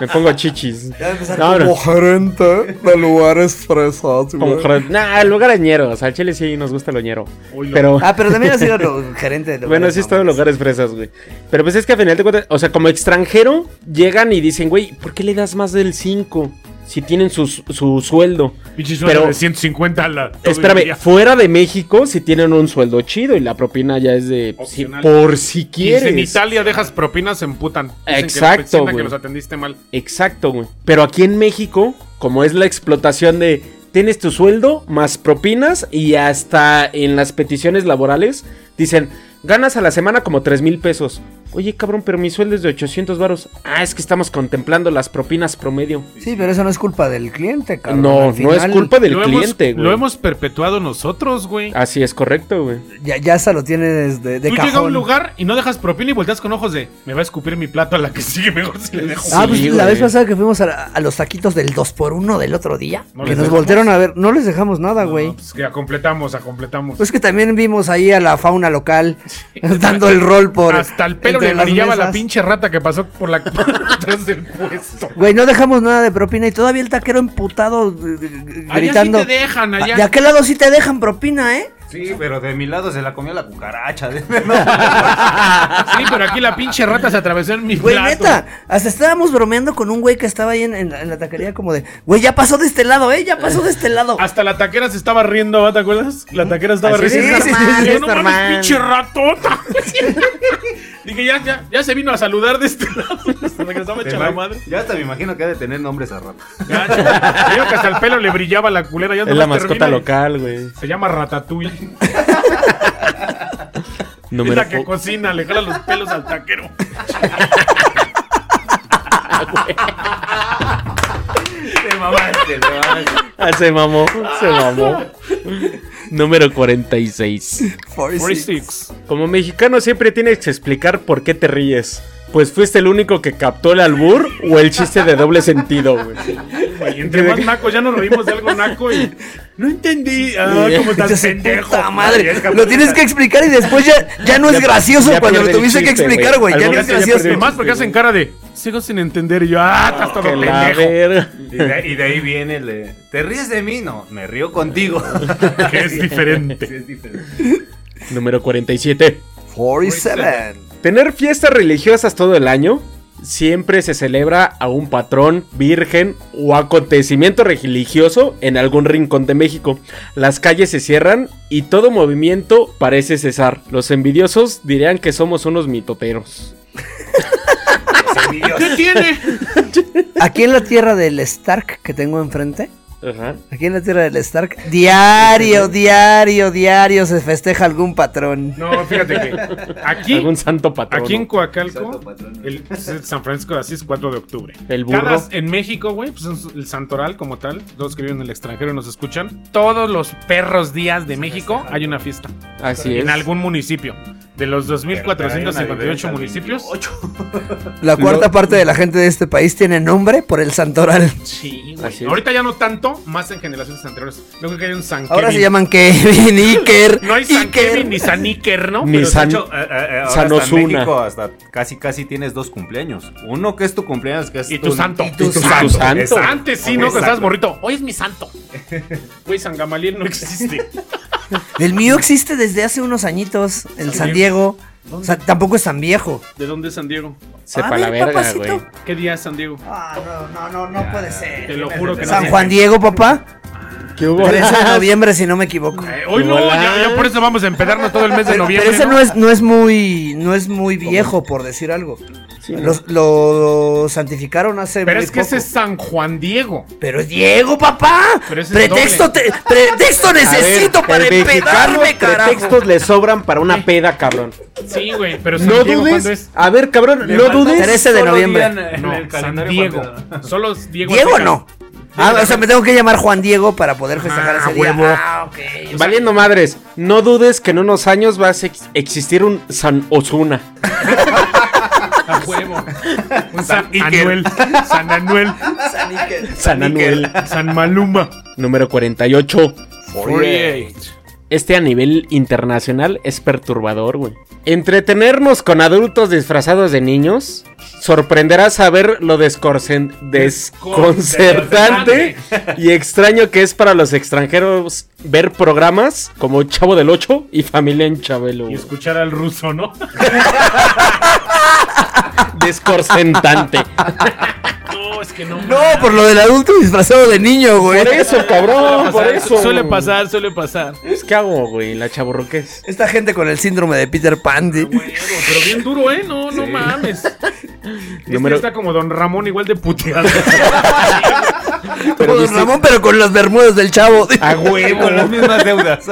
S5: Me pongo chichis.
S2: Ya voy a empezar
S5: No, no.
S2: como gerente de lugares fresas,
S5: Como
S2: güey.
S5: gerente. Nah, el lugar es ñero. O sea, al chile sí nos gusta lo ñero.
S6: Uy, lo-
S5: Pero.
S2: Ah, pero también has sido lo- gerente de lugares.
S5: Bueno, sí, todo en lugares fresas, güey. Pero pues es que a final de cuentas, o sea, como extranjero, llegan y dicen, güey, ¿por qué le das más del 5? Si tienen su, su sueldo.
S6: Pinche
S5: Pero-
S6: pero, de 150 a la. todo el
S5: Espérame,
S6: día.
S5: fuera de México, si tienen un sueldo chido y la propina ya es de. si-
S6: Opcional.
S5: por si
S6: Y si en
S5: quieres.
S6: Italia dejas propinas, se emputan. Dicen que
S5: Exacto,
S6: pensaban que
S5: güey.
S6: los atendiste mal.
S5: Exacto, güey. Pero aquí en México, como es la explotación de tienes tu sueldo más propinas y hasta en las peticiones laborales dicen ganas a la semana como 3 mil pesos. Oye, cabrón, pero mi sueldo es de 800 varos. Ah, es que estamos contemplando las propinas promedio.
S2: Sí, pero eso no es culpa del cliente, cabrón.
S5: no,
S2: Al
S5: no es
S2: final,
S5: culpa del
S6: Lo hemos-
S5: cliente, güey.
S6: Lo hemos perpetuado nosotros, güey.
S5: Así es correcto, güey.
S2: Ya, ya hasta lo tienes Ah, de, de
S6: Tú
S2: cajón.
S6: llegas a un lugar y no dejas propina y volteas con ojos de me va a escupir mi plato a la que sigue mejor si le dejo.
S2: Ah, pues
S5: Sí,
S2: la
S5: güey.
S2: vez pasada que fuimos a, a los taquitos del 2x1 del otro día,
S6: No
S2: que
S6: les
S2: nos
S6: dejamos.
S2: voltearon a ver, no les dejamos nada, güey.
S6: No, pues que acompletamos, acompletamos.
S2: Pues que también vimos ahí a la fauna local dando el rol por.
S6: Hasta el pelo
S2: entre
S6: le
S2: las
S6: brillaba la
S2: mesas.
S6: pinche rata que pasó por la atrás del puesto.
S2: Güey, no dejamos nada de propina y todavía el taquero emputado eh, eh, gritando.
S6: Allá sí te dejan, allá.
S2: De aquel lado sí te dejan propina, ¿eh?
S7: Sí, pero de mi lado se la comió la cucaracha. de-
S6: Sí, pero aquí la pinche rata se atravesó en mi
S2: Güey,
S6: plato.
S2: neta, hasta estábamos bromeando con un güey que estaba ahí en, en la, en la taquería como de, güey, ya pasó de este lado, ¿eh? Ya pasó de este lado.
S6: Hasta la taquera se estaba riendo, ¿va? ¿te acuerdas? La taquera estaba
S5: Así es,
S6: riendo.
S2: es normal,
S6: Yo,
S5: es
S6: no mames,
S5: normal".
S6: pinche ratota. Dije, ya, ya, ya se vino a saludar de este lado. Se regresaba hecha la madre.
S7: Ya hasta me imagino que ha de tener nombres a rata.
S6: Ya, ya. Te digo que hasta el pelo le brillaba la culera. Ya
S5: Es la
S6: nomás
S5: mascota
S6: termina y
S5: local, güey.
S6: Se llama Ratatouille. Es
S5: Número
S6: la que
S5: po-
S6: cocina, le jala los pelos al taquero.
S7: Te mamaste, te mamaste.
S5: Ah, se mamó, se mamó. Número 46.
S2: Por si-
S5: Como mexicano siempre tienes que explicar por qué te ríes. Pues fuiste el único que captó el albur o el chiste de doble sentido, güey.
S6: Y entre más naco, ya nos reímos de algo naco y. No entendí. Ah, como tan
S2: Dices,
S6: pendejo.
S2: "Puta madre,
S6: Ay, es
S2: lo tienes que explicar y después ya, ya no es
S5: Ya-
S2: gracioso
S5: ya
S2: cuando lo
S5: pierde el
S2: tuviste que
S5: chiste,
S2: explicar,
S5: güey.
S2: güey. Ya
S5: Al
S2: no es
S5: momento ya perdió
S2: gracioso.
S5: el
S6: Más porque hacen cara de. Sigo sin entender. Y yo, ah, estás todo
S5: Que la
S6: pendejo.
S5: verga.
S7: Y de, y de ahí viene el de, ¿Te ríes de mí? No, me río contigo.
S6: Que es diferente.
S7: Sí, es diferente.
S5: Número 47.
S2: 47.
S5: Tener fiestas religiosas todo el año siempre se celebra a un patrón, virgen o acontecimiento religioso en algún rincón de México. Las calles se cierran y todo movimiento parece cesar. Los envidiosos dirían que somos unos mitoteros.
S6: ¿Qué tiene?
S2: Aquí en la tierra del Stark que tengo enfrente,
S5: Ajá.
S2: aquí en la tierra del Stark, diario, diario, diario se festeja algún patrón.
S6: No, fíjate que. Aquí.
S5: Algún santo patrón.
S6: Aquí en
S7: Santo
S6: Coacalco,
S7: patrón.
S6: el San Francisco de Asís, 4 de octubre.
S5: El burro.
S6: Cada- en México, güey, pues es el santoral como tal, todos que viven en el extranjero y nos escuchan, todos los perros días de México hay una fiesta.
S5: Así es.
S6: En algún municipio. De los
S7: Pero hay una
S6: 2.458
S7: de
S6: municipios.
S2: La cuarta parte de la gente de este país tiene nombre por el santoral.
S5: Pues
S6: Sí, güey.
S5: Así es.
S6: Ahorita ya no tanto, más en generaciones anteriores. Yo creo que hay un San
S2: Ahora
S6: Kevin.
S2: se llaman Kevin, Iker.
S6: No hay San
S2: Iker.
S6: Kevin ni San Iker, ¿no?
S5: Ni
S6: Pero
S5: San-
S6: de hecho,
S7: hecho, eh, eh, eh, ahora
S5: San
S7: hasta en
S5: Osuna.
S7: México hasta casi casi tienes dos cumpleaños. Uno que es tu cumpleaños, que es
S6: Y tu santo.
S2: y tu
S6: Y tu
S2: santo.
S6: santo.
S5: Exacto.
S6: Antes sí, ¿no? Que
S7: Exacto.
S6: estabas morrito. Hoy es mi santo. Güey, San Gamaliel no existe.
S2: El mío existe desde hace unos añitos en San Diego. O sea, tampoco es tan viejo.
S6: ¿De dónde es San Diego?
S2: A
S5: Sepa
S2: ver,
S5: la verga,
S2: papacito.
S5: güey.
S6: ¿Qué día es San Diego?
S2: Ah, no, no, no, no puede ser.
S6: Te lo juro que no
S2: San
S6: sé.
S2: Juan Diego, papá.
S5: ¿Qué hubo?
S2: 13 de noviembre, si no me equivoco.
S6: Eh, hoy no,
S5: Hola.
S6: ya, ya por eso vamos a empedarnos todo el mes de
S2: Pero,
S6: noviembre.
S2: pero ese no es, no es muy, no es muy viejo, por decir algo. Los- lo, santificaron hace
S6: Pero
S2: muy
S6: es que ese es
S2: poco.
S6: San Juan Diego.
S2: Pero es Diego, papá.
S6: Pero ese es
S2: pretexto, te- pretexto
S5: A ver,
S2: necesito
S5: el
S2: para
S5: mexicano,
S2: empedarme, carajo.
S5: Pretextos le sobran para una peda, cabrón.
S6: Sí, güey, pero San
S5: No
S6: Diego, ¿cuándo
S5: dudes.
S6: es?
S5: A ver, cabrón, no dudes.
S2: 13 de noviembre.
S6: No, San Diego. Solo es Diego.
S2: Diego
S6: Azteca.
S2: no. Ah, o sea, me tengo que llamar Juan Diego para poder festejar
S6: Ah,
S2: ese día.
S6: huevo.
S2: Ah, ok.
S5: Valiendo madres, no dudes que en unos años va a ex- existir un San Osuna.
S6: A huevo. Un San
S3: Iker.
S6: Anuel. San Anuel.
S5: San Anuel.
S6: San Maluma.
S5: Número 48. Este a nivel internacional es perturbador, güey. Entretenernos con adultos disfrazados de niños sorprenderá saber lo descorcen- desconcertante y extraño que es para los extranjeros ver programas como Chavo del Ocho y Familia en Chabelo.
S6: Y
S5: güey.
S6: escuchar al ruso, ¿no?
S5: Descorcentante.
S6: No, es que no.
S2: No, por lo del adulto disfrazado de niño, güey.
S5: por eso, cabrón, por
S1: Suele pasar, Suele
S5: eso.
S1: pasar, suele pasar.
S5: Es que Pues, hago, güey, la chaborroquez.
S2: Esta gente con el síndrome de Peter Pan. di-
S6: Pero bien duro, ¿eh? No, no mames. Este
S5: Número-
S6: está como Don Ramón, igual de puteado.
S2: Como Don
S5: dice-
S2: Ramón, pero con los bermudas del chavo. di-
S5: A huevo.
S7: Con las mismas deudas.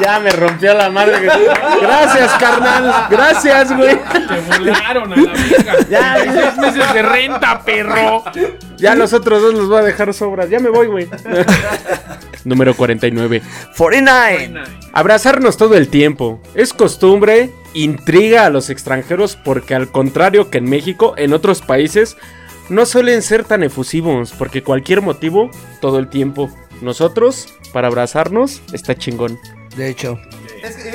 S5: Ya me rompió la madre. güey. Gracias, carnal. Gracias, güey.
S6: Te volaron a la verga.
S5: Ya,
S6: Hay seis meses de renta, perro.
S5: Ya los otros dos los voy a dejar sobras. Ya me voy, güey. Número 49.
S2: 49.
S5: Abrazarnos todo el tiempo. Es costumbre, intriga a los extranjeros porque al contrario que en México, en otros países no suelen ser tan efusivos porque cualquier motivo, todo el tiempo. Nosotros, para abrazarnos, está chingón.
S2: De hecho,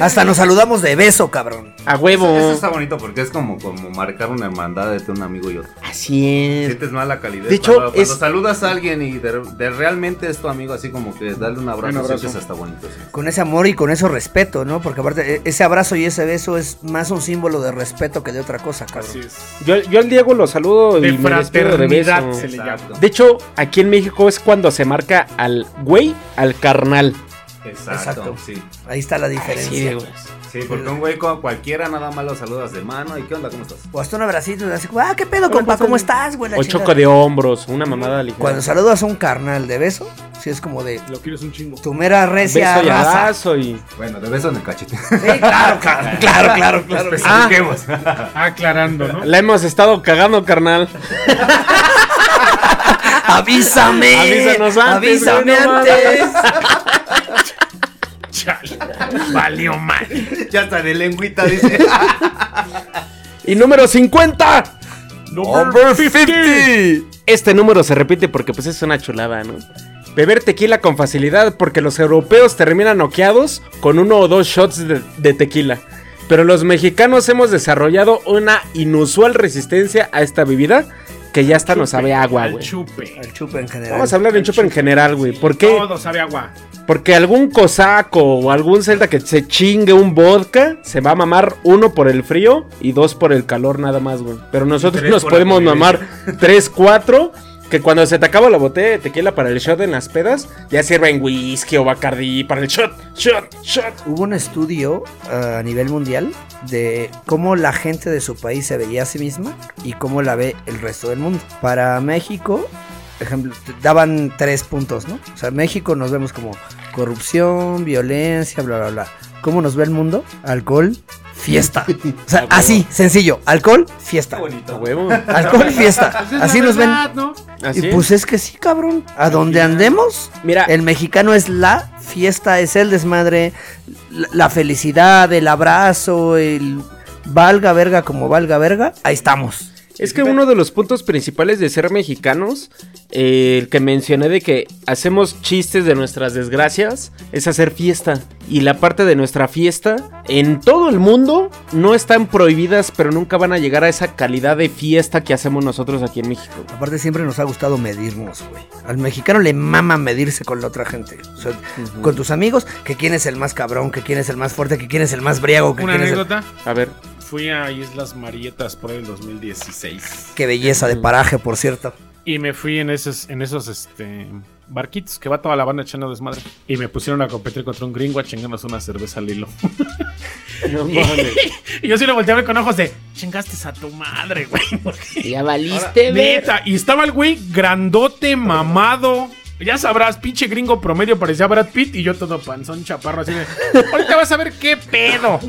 S2: hasta nos saludamos de beso, cabrón.
S5: A huevo.
S7: Eso está bonito porque es como, como marcar una hermandad entre un amigo y otro.
S5: Así es.
S7: Sientes más la calidez.
S5: De hecho,
S7: cuando, cuando
S5: es-
S7: saludas a alguien y de, de realmente es tu amigo, así como que darle un abrazo,
S5: Un abrazo.
S7: sientes hasta bonito. sí.
S2: Con ese amor y con ese respeto, ¿no? Porque aparte, e- ese abrazo y ese beso es más un símbolo de respeto que de otra cosa,
S6: Así
S2: cabrón.
S6: es.
S5: Yo, yo al Diego lo saludo y
S6: De
S5: me despido de
S6: fraternidad
S5: beso.
S6: se le llama.
S5: De hecho, aquí en México es cuando se marca al güey, al carnal.
S7: Exacto,
S2: Exacto.
S7: sí.
S2: Ahí está la diferencia.
S7: Sí, porque un güey como cualquiera nada más lo saludas de mano y ¿qué onda? ¿Cómo estás?
S2: o hasta un abracito y así, ah, qué pedo, compa, ¿cómo estás, güey? La
S5: O
S2: chingada.
S5: choco de hombros, una mamada ligera.
S2: Cuando saludas a un carnal de beso, sí es como de
S6: Lo quiero es un chingo.
S2: tu mera recia
S5: beso y
S2: raza.
S5: abrazo y...
S7: Bueno, de beso en el cachete.
S2: Sí, claro, claro, claro, claro, claro.
S5: Ah,
S6: Aclarando, ¿no?
S5: la hemos estado cagando, carnal.
S2: Avísame.
S5: Avísanos antes, güey,
S2: Eh, Avísame
S5: no
S2: antes.
S6: Chale. Valió mal.
S7: ya está de lengüita, dice.
S5: Y número 50.
S6: Number 50.
S5: Este número se repite porque pues es una chulada, ¿no? Beber tequila con facilidad porque los europeos terminan noqueados con uno o dos shots de, de tequila. Pero los mexicanos hemos desarrollado una inusual resistencia a esta bebida que ya hasta nos sabe a agua,
S6: Al
S5: güey.
S6: chupe.
S2: Al chupe en general.
S5: Vamos a hablar del chupe en general, güey. ¿Por qué?
S6: Todo sabe agua.
S5: Porque algún cosaco o algún celda que se chingue un vodka se va a mamar uno por el frío y dos por el calor nada más, güey. Pero nosotros
S6: Tres
S5: nos
S6: por la
S5: podemos mamar
S6: convivencia.
S5: tres, cuatro. Que cuando se te acaba la botella de tequila para el shot en las pedas, ya sirven whisky o bacardí para el shot, shot, shot.
S2: Hubo un estudio ah, a nivel mundial de cómo la gente de su país se veía a sí misma y cómo la ve el resto del mundo. Para México, ejemplo, te daban tres puntos, ¿no? O sea, México nos vemos como corrupción, violencia, bla, bla, bla. ¿Cómo nos ve el mundo? Alcohol, fiesta. O sea, así, sencillo. Alcohol, fiesta.
S7: bonito.
S5: Huevo.
S2: Alcohol, fiesta.
S6: Pues es
S2: Así
S6: la
S2: nos ven.
S6: verdad, ¿no?
S5: Así
S2: Y
S5: es.
S2: pues es que sí, cabrón. A donde andemos,
S5: Mira.
S2: el mexicano es la fiesta, es el desmadre, la, la felicidad, el abrazo, el valga verga como valga verga. Ahí estamos.
S5: Es que uno de los puntos principales de ser mexicanos, eh, el que mencioné de que hacemos chistes de nuestras desgracias, es hacer fiesta. Y la parte de nuestra fiesta, en todo el mundo, no están prohibidas, pero nunca van a llegar a esa calidad de fiesta que hacemos nosotros aquí en México.
S2: Aparte, siempre nos ha gustado medirnos, güey. Al mexicano le mama medirse con la otra gente. O sea, con tus amigos, que quién es el más cabrón, que quién es el más fuerte, que quién es el más briago, que
S6: Una
S2: quién es el-
S6: anécdota.
S5: A ver,
S6: Fui a Islas Marietas por el 2016.
S2: Qué belleza de paraje, por cierto.
S6: Y me fui en esos, en esos este, barquitos que va toda la banda echando desmadre. Y me pusieron a competir contra un gringo a chingarnos una cerveza al hilo. y yo sí lo volteé a ver con ojos de, chingaste a tu madre, güey.
S8: Ya
S3: Eh,
S8: valiste, ver.
S6: Neta, y estaba el güey grandote, mamado. Ya sabrás, pinche gringo promedio parecía Brad Pitt y yo todo panzón chaparro así de, ahorita vas a ver qué pedo.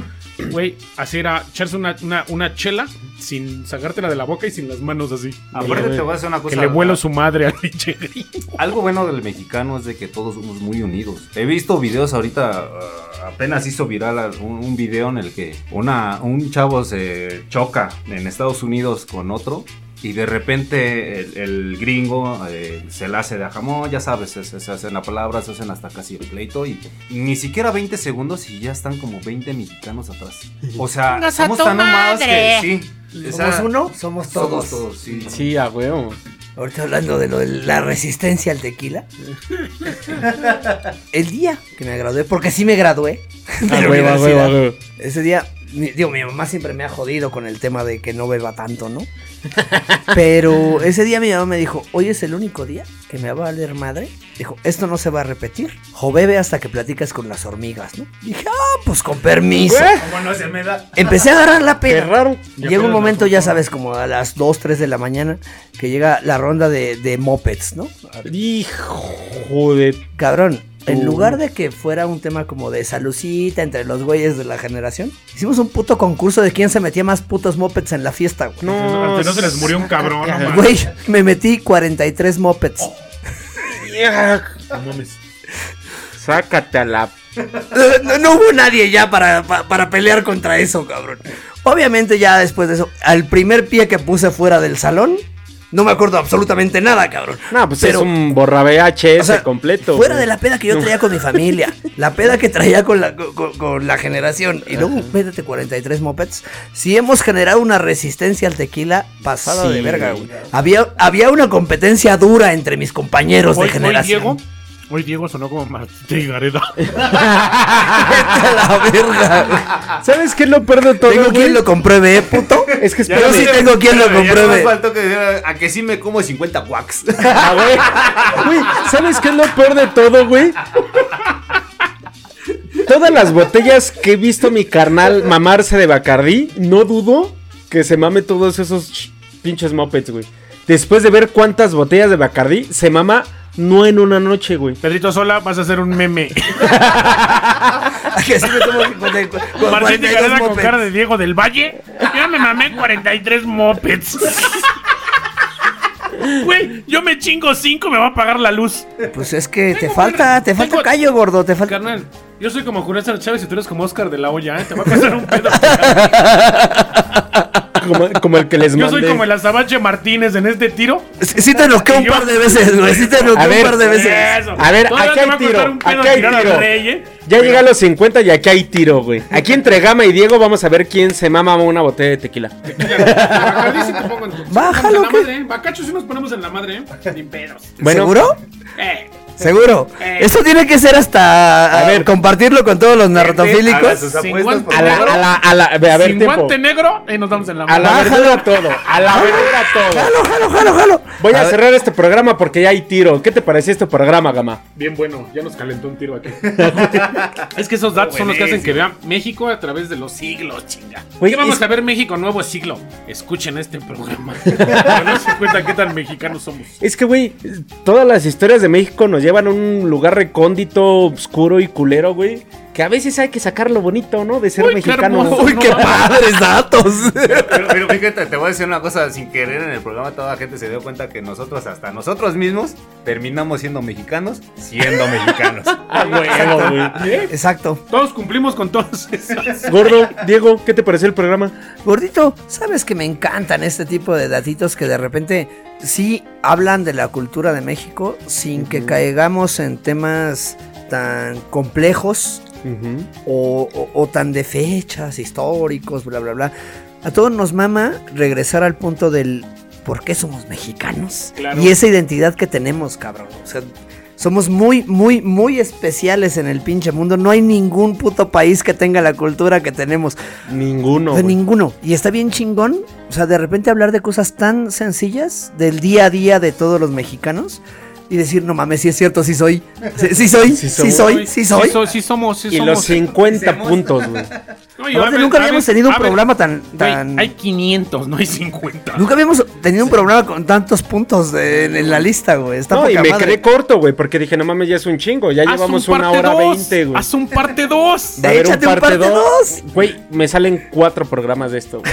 S6: Güey, así era echarse una, una, una chela sin sacártela de la boca y sin las manos así.
S7: Aparte te voy a hacer una cosa.
S6: que le vuelo su madre al pinche gringo.
S7: Algo bueno del mexicano es de que todos somos muy unidos. He visto videos ahorita, ah, apenas hizo viral al- un, un video en el que una, un chavo se choca en Estados Unidos con otro y de repente el, el gringo eh, se la hace de a jamón, ya sabes, se, se- se hacen la palabra, se hacen hasta casi el pleito y ni siquiera 20 segundos y ya están como 20 mexicanos atrás. O sea,
S8: Chingas a
S7: somos
S8: tu
S7: tan amados que
S8: madre.
S7: sí. o
S2: ¿Somos
S7: sea,
S2: uno? Somos todos.
S7: Somos todos, sí.
S5: sí, a huevo.
S2: Ahorita hablando de lo de la resistencia al tequila. El día que me gradué, porque sí me gradué. de la
S5: A Ah, huevo, a huevo,
S2: universidad.
S5: a huevo.
S2: Ese día, mi- digo, mi mamá siempre me ha jodido con el tema de que no beba tanto, ¿no? Pero ese día mi mamá me dijo, hoy es el único día que me va a valer madre. Dijo, esto no se va a repetir. Jo, bebe hasta que platicas con las hormigas, ¿no? Dije, ah, pues con permiso. Empecé a agarrar la pena.
S5: ¿Eh? Qué raro.
S2: Llega un momento, ya sabes, como a las 2, 3 de la mañana, que llega la ronda de, de mopeds, ¿no?
S5: Hijo de...
S2: Cabrón, en
S5: Uh.
S2: lugar de que fuera un tema como de salucita entre los güeyes de la generación, hicimos un puto concurso de quién se metía más putos mopeds en la fiesta, güey.
S5: No,
S6: no se les murió un cabrón, no mames.
S2: Güey, me metí 43 mopeds.
S6: No mames.
S5: Sácate a la...
S2: Eh, No, no hubo nadie ya para, pa- para pelear contra eso, cabrón. Obviamente ya después de eso, al primer pie que puse fuera del salón, no me acuerdo absolutamente nada, cabrón.
S5: No, pues
S2: Pero-
S5: es un borra VHS
S2: O sea,
S5: completo.
S2: Fuera
S5: güey.
S2: de la peda que yo traía con mi familia, la peda que traía con la, con, con- con la generación. Y luego, métete 43 mopeds. Si hemos generado una resistencia al tequila pasada
S5: Sí.
S2: de verga, güey. Había, había una competencia dura entre mis compañeros
S6: Hoy,
S2: de
S6: hoy
S2: generación.
S6: Diego, hoy Diego sonó como Martín Gareda.
S2: Vete a la verga, güey.
S5: ¿Sabes qué es lo peor de todo?
S2: Tengo
S5: güey?
S2: quien lo compruebe, ¿eh, puto.
S5: Es que
S2: Yo
S5: espérame.
S2: sí tengo quien lo
S7: Ya no más
S2: compruebe.
S7: faltó que dijera, a que sí me como 50 wax.
S5: Ah, güey. Güey, ¿sabes qué es lo peor de todo, güey? Todas las botellas que he visto mi carnal mamarse de Bacardí, no dudo que se mame todos esos ch- pinches mopeds, güey. Después de ver cuántas botellas de Bacardí, se mama no en una noche, güey.
S6: Pedrito Sola, vas a hacer un meme.
S2: Que sí me tomo con- con- con- con 42
S6: Martín Gareda con
S2: mopeds.
S6: cara de Diego del Valle. Yo me mamé 43 mopeds. Güey, yo me chingo 5, me va a pagar la luz.
S2: Pues es que te
S6: Tengo
S2: falta,
S6: buena-
S2: te falta
S6: tengo-
S2: callo, gordo. Te falta.
S6: Carnal, yo soy como Julio Chávez y tú eres como Oscar de la olla, ¿eh? Te va a pasar un pedo.
S5: Como, como el que les
S6: Yo
S5: mandé.
S6: soy como el azabache Martínez en este tiro.
S2: Sí, sí te noqué un
S6: Y yo-
S2: par de veces, güey. Sí te noqué
S5: A
S2: un
S5: ver,
S2: par de veces.
S6: Eso.
S5: A ver,
S6: Todavía
S5: aquí
S6: te
S5: hay
S6: va a costar
S5: tiro,
S6: un pedo
S5: aquí hay
S6: tirar al
S5: tiro.
S6: rey, ¿eh?
S5: Ya llega a los 50 y aquí hay tiro, güey. Aquí entre Gama y Diego vamos a ver quién se mama una botella de tequila.
S6: Bacardí sí te pongo en- sí te
S2: Bájalo,
S6: ponemos en la
S2: ¿qué?
S6: madre, ¿eh? Bacacho sí nos ponemos en la madre, ¿eh? Ni pedos.
S5: Bueno,
S2: ¿Seguro?
S6: Eh,
S2: Seguro.
S6: Eh.
S2: Esto tiene que ser hasta a ver, compartirlo con todos los narratofílicos.
S7: sus
S6: Sin
S7: apuestas, por
S5: A la, a la, a la, a ver,
S6: sin
S5: tiempo.
S6: guante negro, eh, nos damos en la
S5: A
S6: madre.
S5: la verdura todo, a la verdura todo.
S2: Jalo, jalo, jalo, jalo.
S5: Voy a cerrar este programa porque ya hay tiro. ¿Qué te pareció este programa, Gama?
S6: Bien bueno, ya nos calentó un tiro aquí. es que esos datos son los que hacen que vean México a través de los siglos, chinga.
S5: Güey,
S6: ¿Qué vamos
S5: es-
S6: a ver México nuevo siglo? Escuchen este programa. Para darse cuenta qué tan mexicanos somos.
S5: Es que, güey, todas las historias de México nos llevan a un lugar recóndito, oscuro y culero, güey. que a veces hay que sacar lo bonito, ¿no? De ser
S6: Uy, qué
S5: mexicano.
S6: hermoso.
S2: Uy,
S6: No
S2: qué
S6: mames.
S2: padres datos.
S7: Pero, pero fíjate, te voy a decir una cosa, sin querer en el programa toda la gente se dio cuenta que nosotros, hasta nosotros mismos, terminamos siendo mexicanos, siendo mexicanos.
S5: Ah, huevo, güey. ¿Eh?
S2: Exacto.
S6: Todos cumplimos con todos. esos.
S5: Gordo, Diego, ¿qué te pareció el programa?
S2: Gordito, sabes que me encantan este tipo de datitos que de repente sí hablan de la cultura de México sin que caigamos en temas tan complejos o, o- o tan de fechas, históricos, bla, bla, bla. A todos nos mama regresar al punto del por qué somos mexicanos
S6: Claro.
S2: y esa identidad que tenemos, cabrón. O sea, somos muy, muy, muy especiales en el pinche mundo. No hay ningún puto país que tenga la cultura que tenemos.
S5: Ninguno.
S2: De
S5: güey.
S2: ninguno. Y está bien chingón. O sea, de repente hablar de cosas tan sencillas del día a día de todos los mexicanos y decir, no mames, si es cierto, sí soy. Sí, sí soy, sí,
S5: soy.
S2: soy, sí soy.
S10: so- sí somos, sí
S5: y
S10: somos.
S5: los 50 puntos, güey.
S6: No, y a
S2: Aparte,
S6: ver,
S2: nunca
S6: a
S2: habíamos
S6: ver,
S2: tenido un
S6: a ver,
S2: programa tan.
S10: Güey,
S2: tan...
S10: Hay 500, no hay 50.
S2: Nunca habíamos tenido un programa con tantos puntos de- en, en la lista, güey. Está
S5: No, y
S2: poca
S5: me
S2: madre.
S5: quedé corto, güey, porque dije, no mames, ya es un chingo. Ya
S10: Haz
S5: llevamos
S10: un
S5: una
S10: parte
S5: hora
S10: dos,
S5: veinte, güey.
S10: Haz un parte 2.
S5: Va a haber
S2: Échate un parte
S5: dos. Güey, me salen cuatro programas de esto, güey.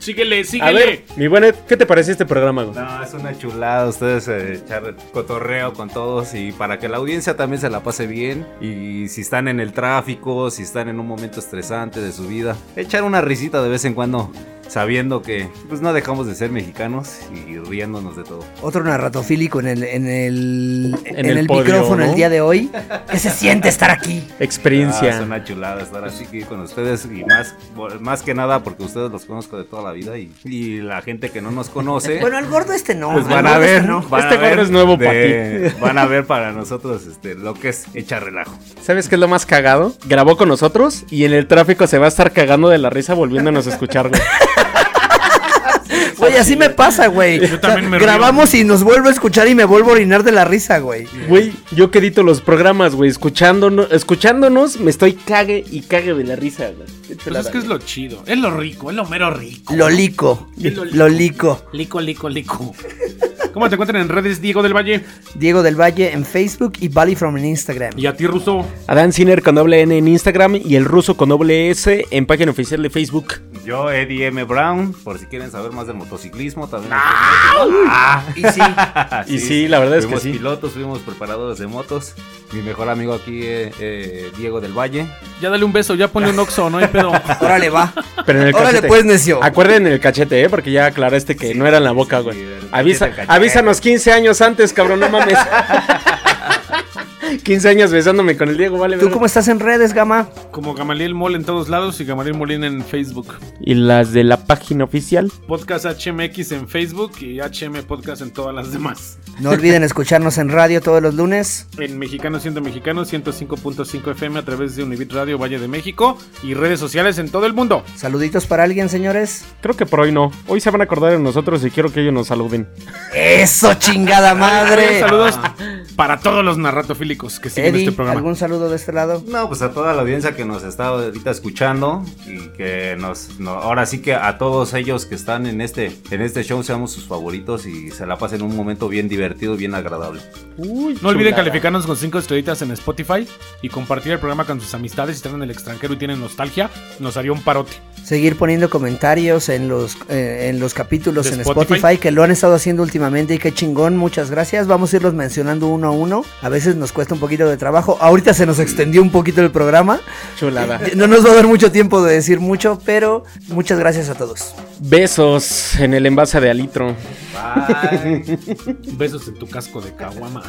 S10: Síguele,
S5: A ver,
S10: síguele.
S5: mi buena, ¿qué te parece este programa, güey?
S7: No, es una chulada ustedes eh, echar cotorreo con todos y para que la audiencia también se la pase bien y si están en el tráfico, si están en un momento estresante de su vida, echar una risita de vez en cuando sabiendo que pues no dejamos de ser mexicanos y riéndonos de todo.
S2: Otro narratofílico en el, en el, en
S5: el
S2: el
S5: podio,
S2: micrófono
S5: ¿no?
S2: el día de hoy. ¿Qué se siente estar aquí?
S7: Ah, es
S5: Experiencia.
S7: una chulada estar así aquí con ustedes y más, más que nada porque ustedes los conozco de toda la vida y, y la gente que no nos conoce.
S2: Bueno, al gordo este no.
S7: Pues
S2: al
S7: van a
S2: gordo este
S7: ver,
S2: no.
S7: van a
S5: Este gordo
S7: ver
S5: es nuevo
S7: de- Van a ver para nosotros este, lo que es echar relajo.
S5: ¿Sabes qué es lo más cagado? Grabó con nosotros y en el tráfico se va a estar cagando de la risa volviéndonos a escuchar, güey.
S2: este Oye, así me pasa, güey.
S6: Yo también me río.
S2: grabamos y nos vuelvo a escuchar y me vuelvo a orinar de la risa, güey.
S5: Güey, yo que edito los programas, güey, escuchándonos, escuchándonos, me estoy cague y cague de la risa, güey. Qué
S10: Pues es
S5: chulada,
S10: que es lo chido. Es lo rico, es lo mero rico.
S2: Lolico. Lolico.
S10: Lico, lico, lico.
S6: ¿Cómo te encuentran en redes, Diego del Valle?
S2: Diego del Valle en Facebook y Bali from en Instagram.
S6: Y a ti, Ruso.
S5: güey. Adán Sinner con doble N en Instagram y el ruso con doble S en página oficial de Facebook.
S7: Yo, Eddie M. Brown, por si quieren saber más del motociclismo, también.
S2: Y sí,
S5: Y sí, la verdad es que
S7: Ah, fuimos
S5: sí.
S7: pilotos, fuimos preparadores de motos. Mi mejor amigo aquí, eh, eh, Diego del Valle.
S10: Ya dale un beso, ya ponle un oxo, no hay pedo.
S2: órale va.
S5: Pero en el
S2: Órale
S5: cachete.
S2: pues, necio.
S5: Acuerden el cachete, ¿eh? Porque ya aclaraste que no era en la boca, güey.
S7: el cachete,
S5: Avisa,
S7: el cachete.
S5: avísanos 15 años antes, cabrón, no mames. 15 años besándome con el Diego, vale.
S2: ¿Tú
S5: verga.
S2: cómo estás en redes, Gama?
S6: Como Gamaliel Mol en todos lados y Gamaliel Molina en Facebook.
S5: Y las de la página oficial.
S6: Podcast HMX en Facebook y HM Podcast en todas las demás.
S2: No olviden escucharnos en radio todos los lunes.
S6: En Mexicano Siendo Mexicano, 105.5 FM a través de Univit Radio Valle de México y redes sociales en todo el mundo.
S2: Saluditos para alguien, señores.
S5: Creo que por hoy no. Hoy se van a acordar de nosotros y quiero que ellos nos saluden.
S2: Eso, chingada madre.
S6: Saludos para todos los narratofílicos que siguen
S2: Eddie,
S6: este programa.
S2: ¿algún saludo de este lado?
S7: No, pues a toda la audiencia que nos está ahorita escuchando y que nos, no- ahora sí que a todos ellos que están en este, en este show seamos sus favoritos y se la pasen un momento bien divertido, bien agradable.
S6: No olviden calificarnos con 5 estrellitas en Spotify y compartir el programa con sus amistades si están en el extranjero y tienen nostalgia. Nos haría un parote.
S2: Seguir poniendo comentarios en los, eh, en los capítulos
S6: De
S2: en Spotify.
S6: Spotify.
S2: que lo han estado haciendo últimamente y qué chingón, muchas gracias. Vamos a irlos mencionando uno a uno. A veces nos cuesta un poquito de trabajo. Ahorita se nos extendió un poquito el programa.
S5: Chulada.
S2: No nos va a dar mucho tiempo de decir mucho, pero muchas gracias a todos.
S5: Besos en el envase de alitro.
S6: Besos en tu casco de caguama.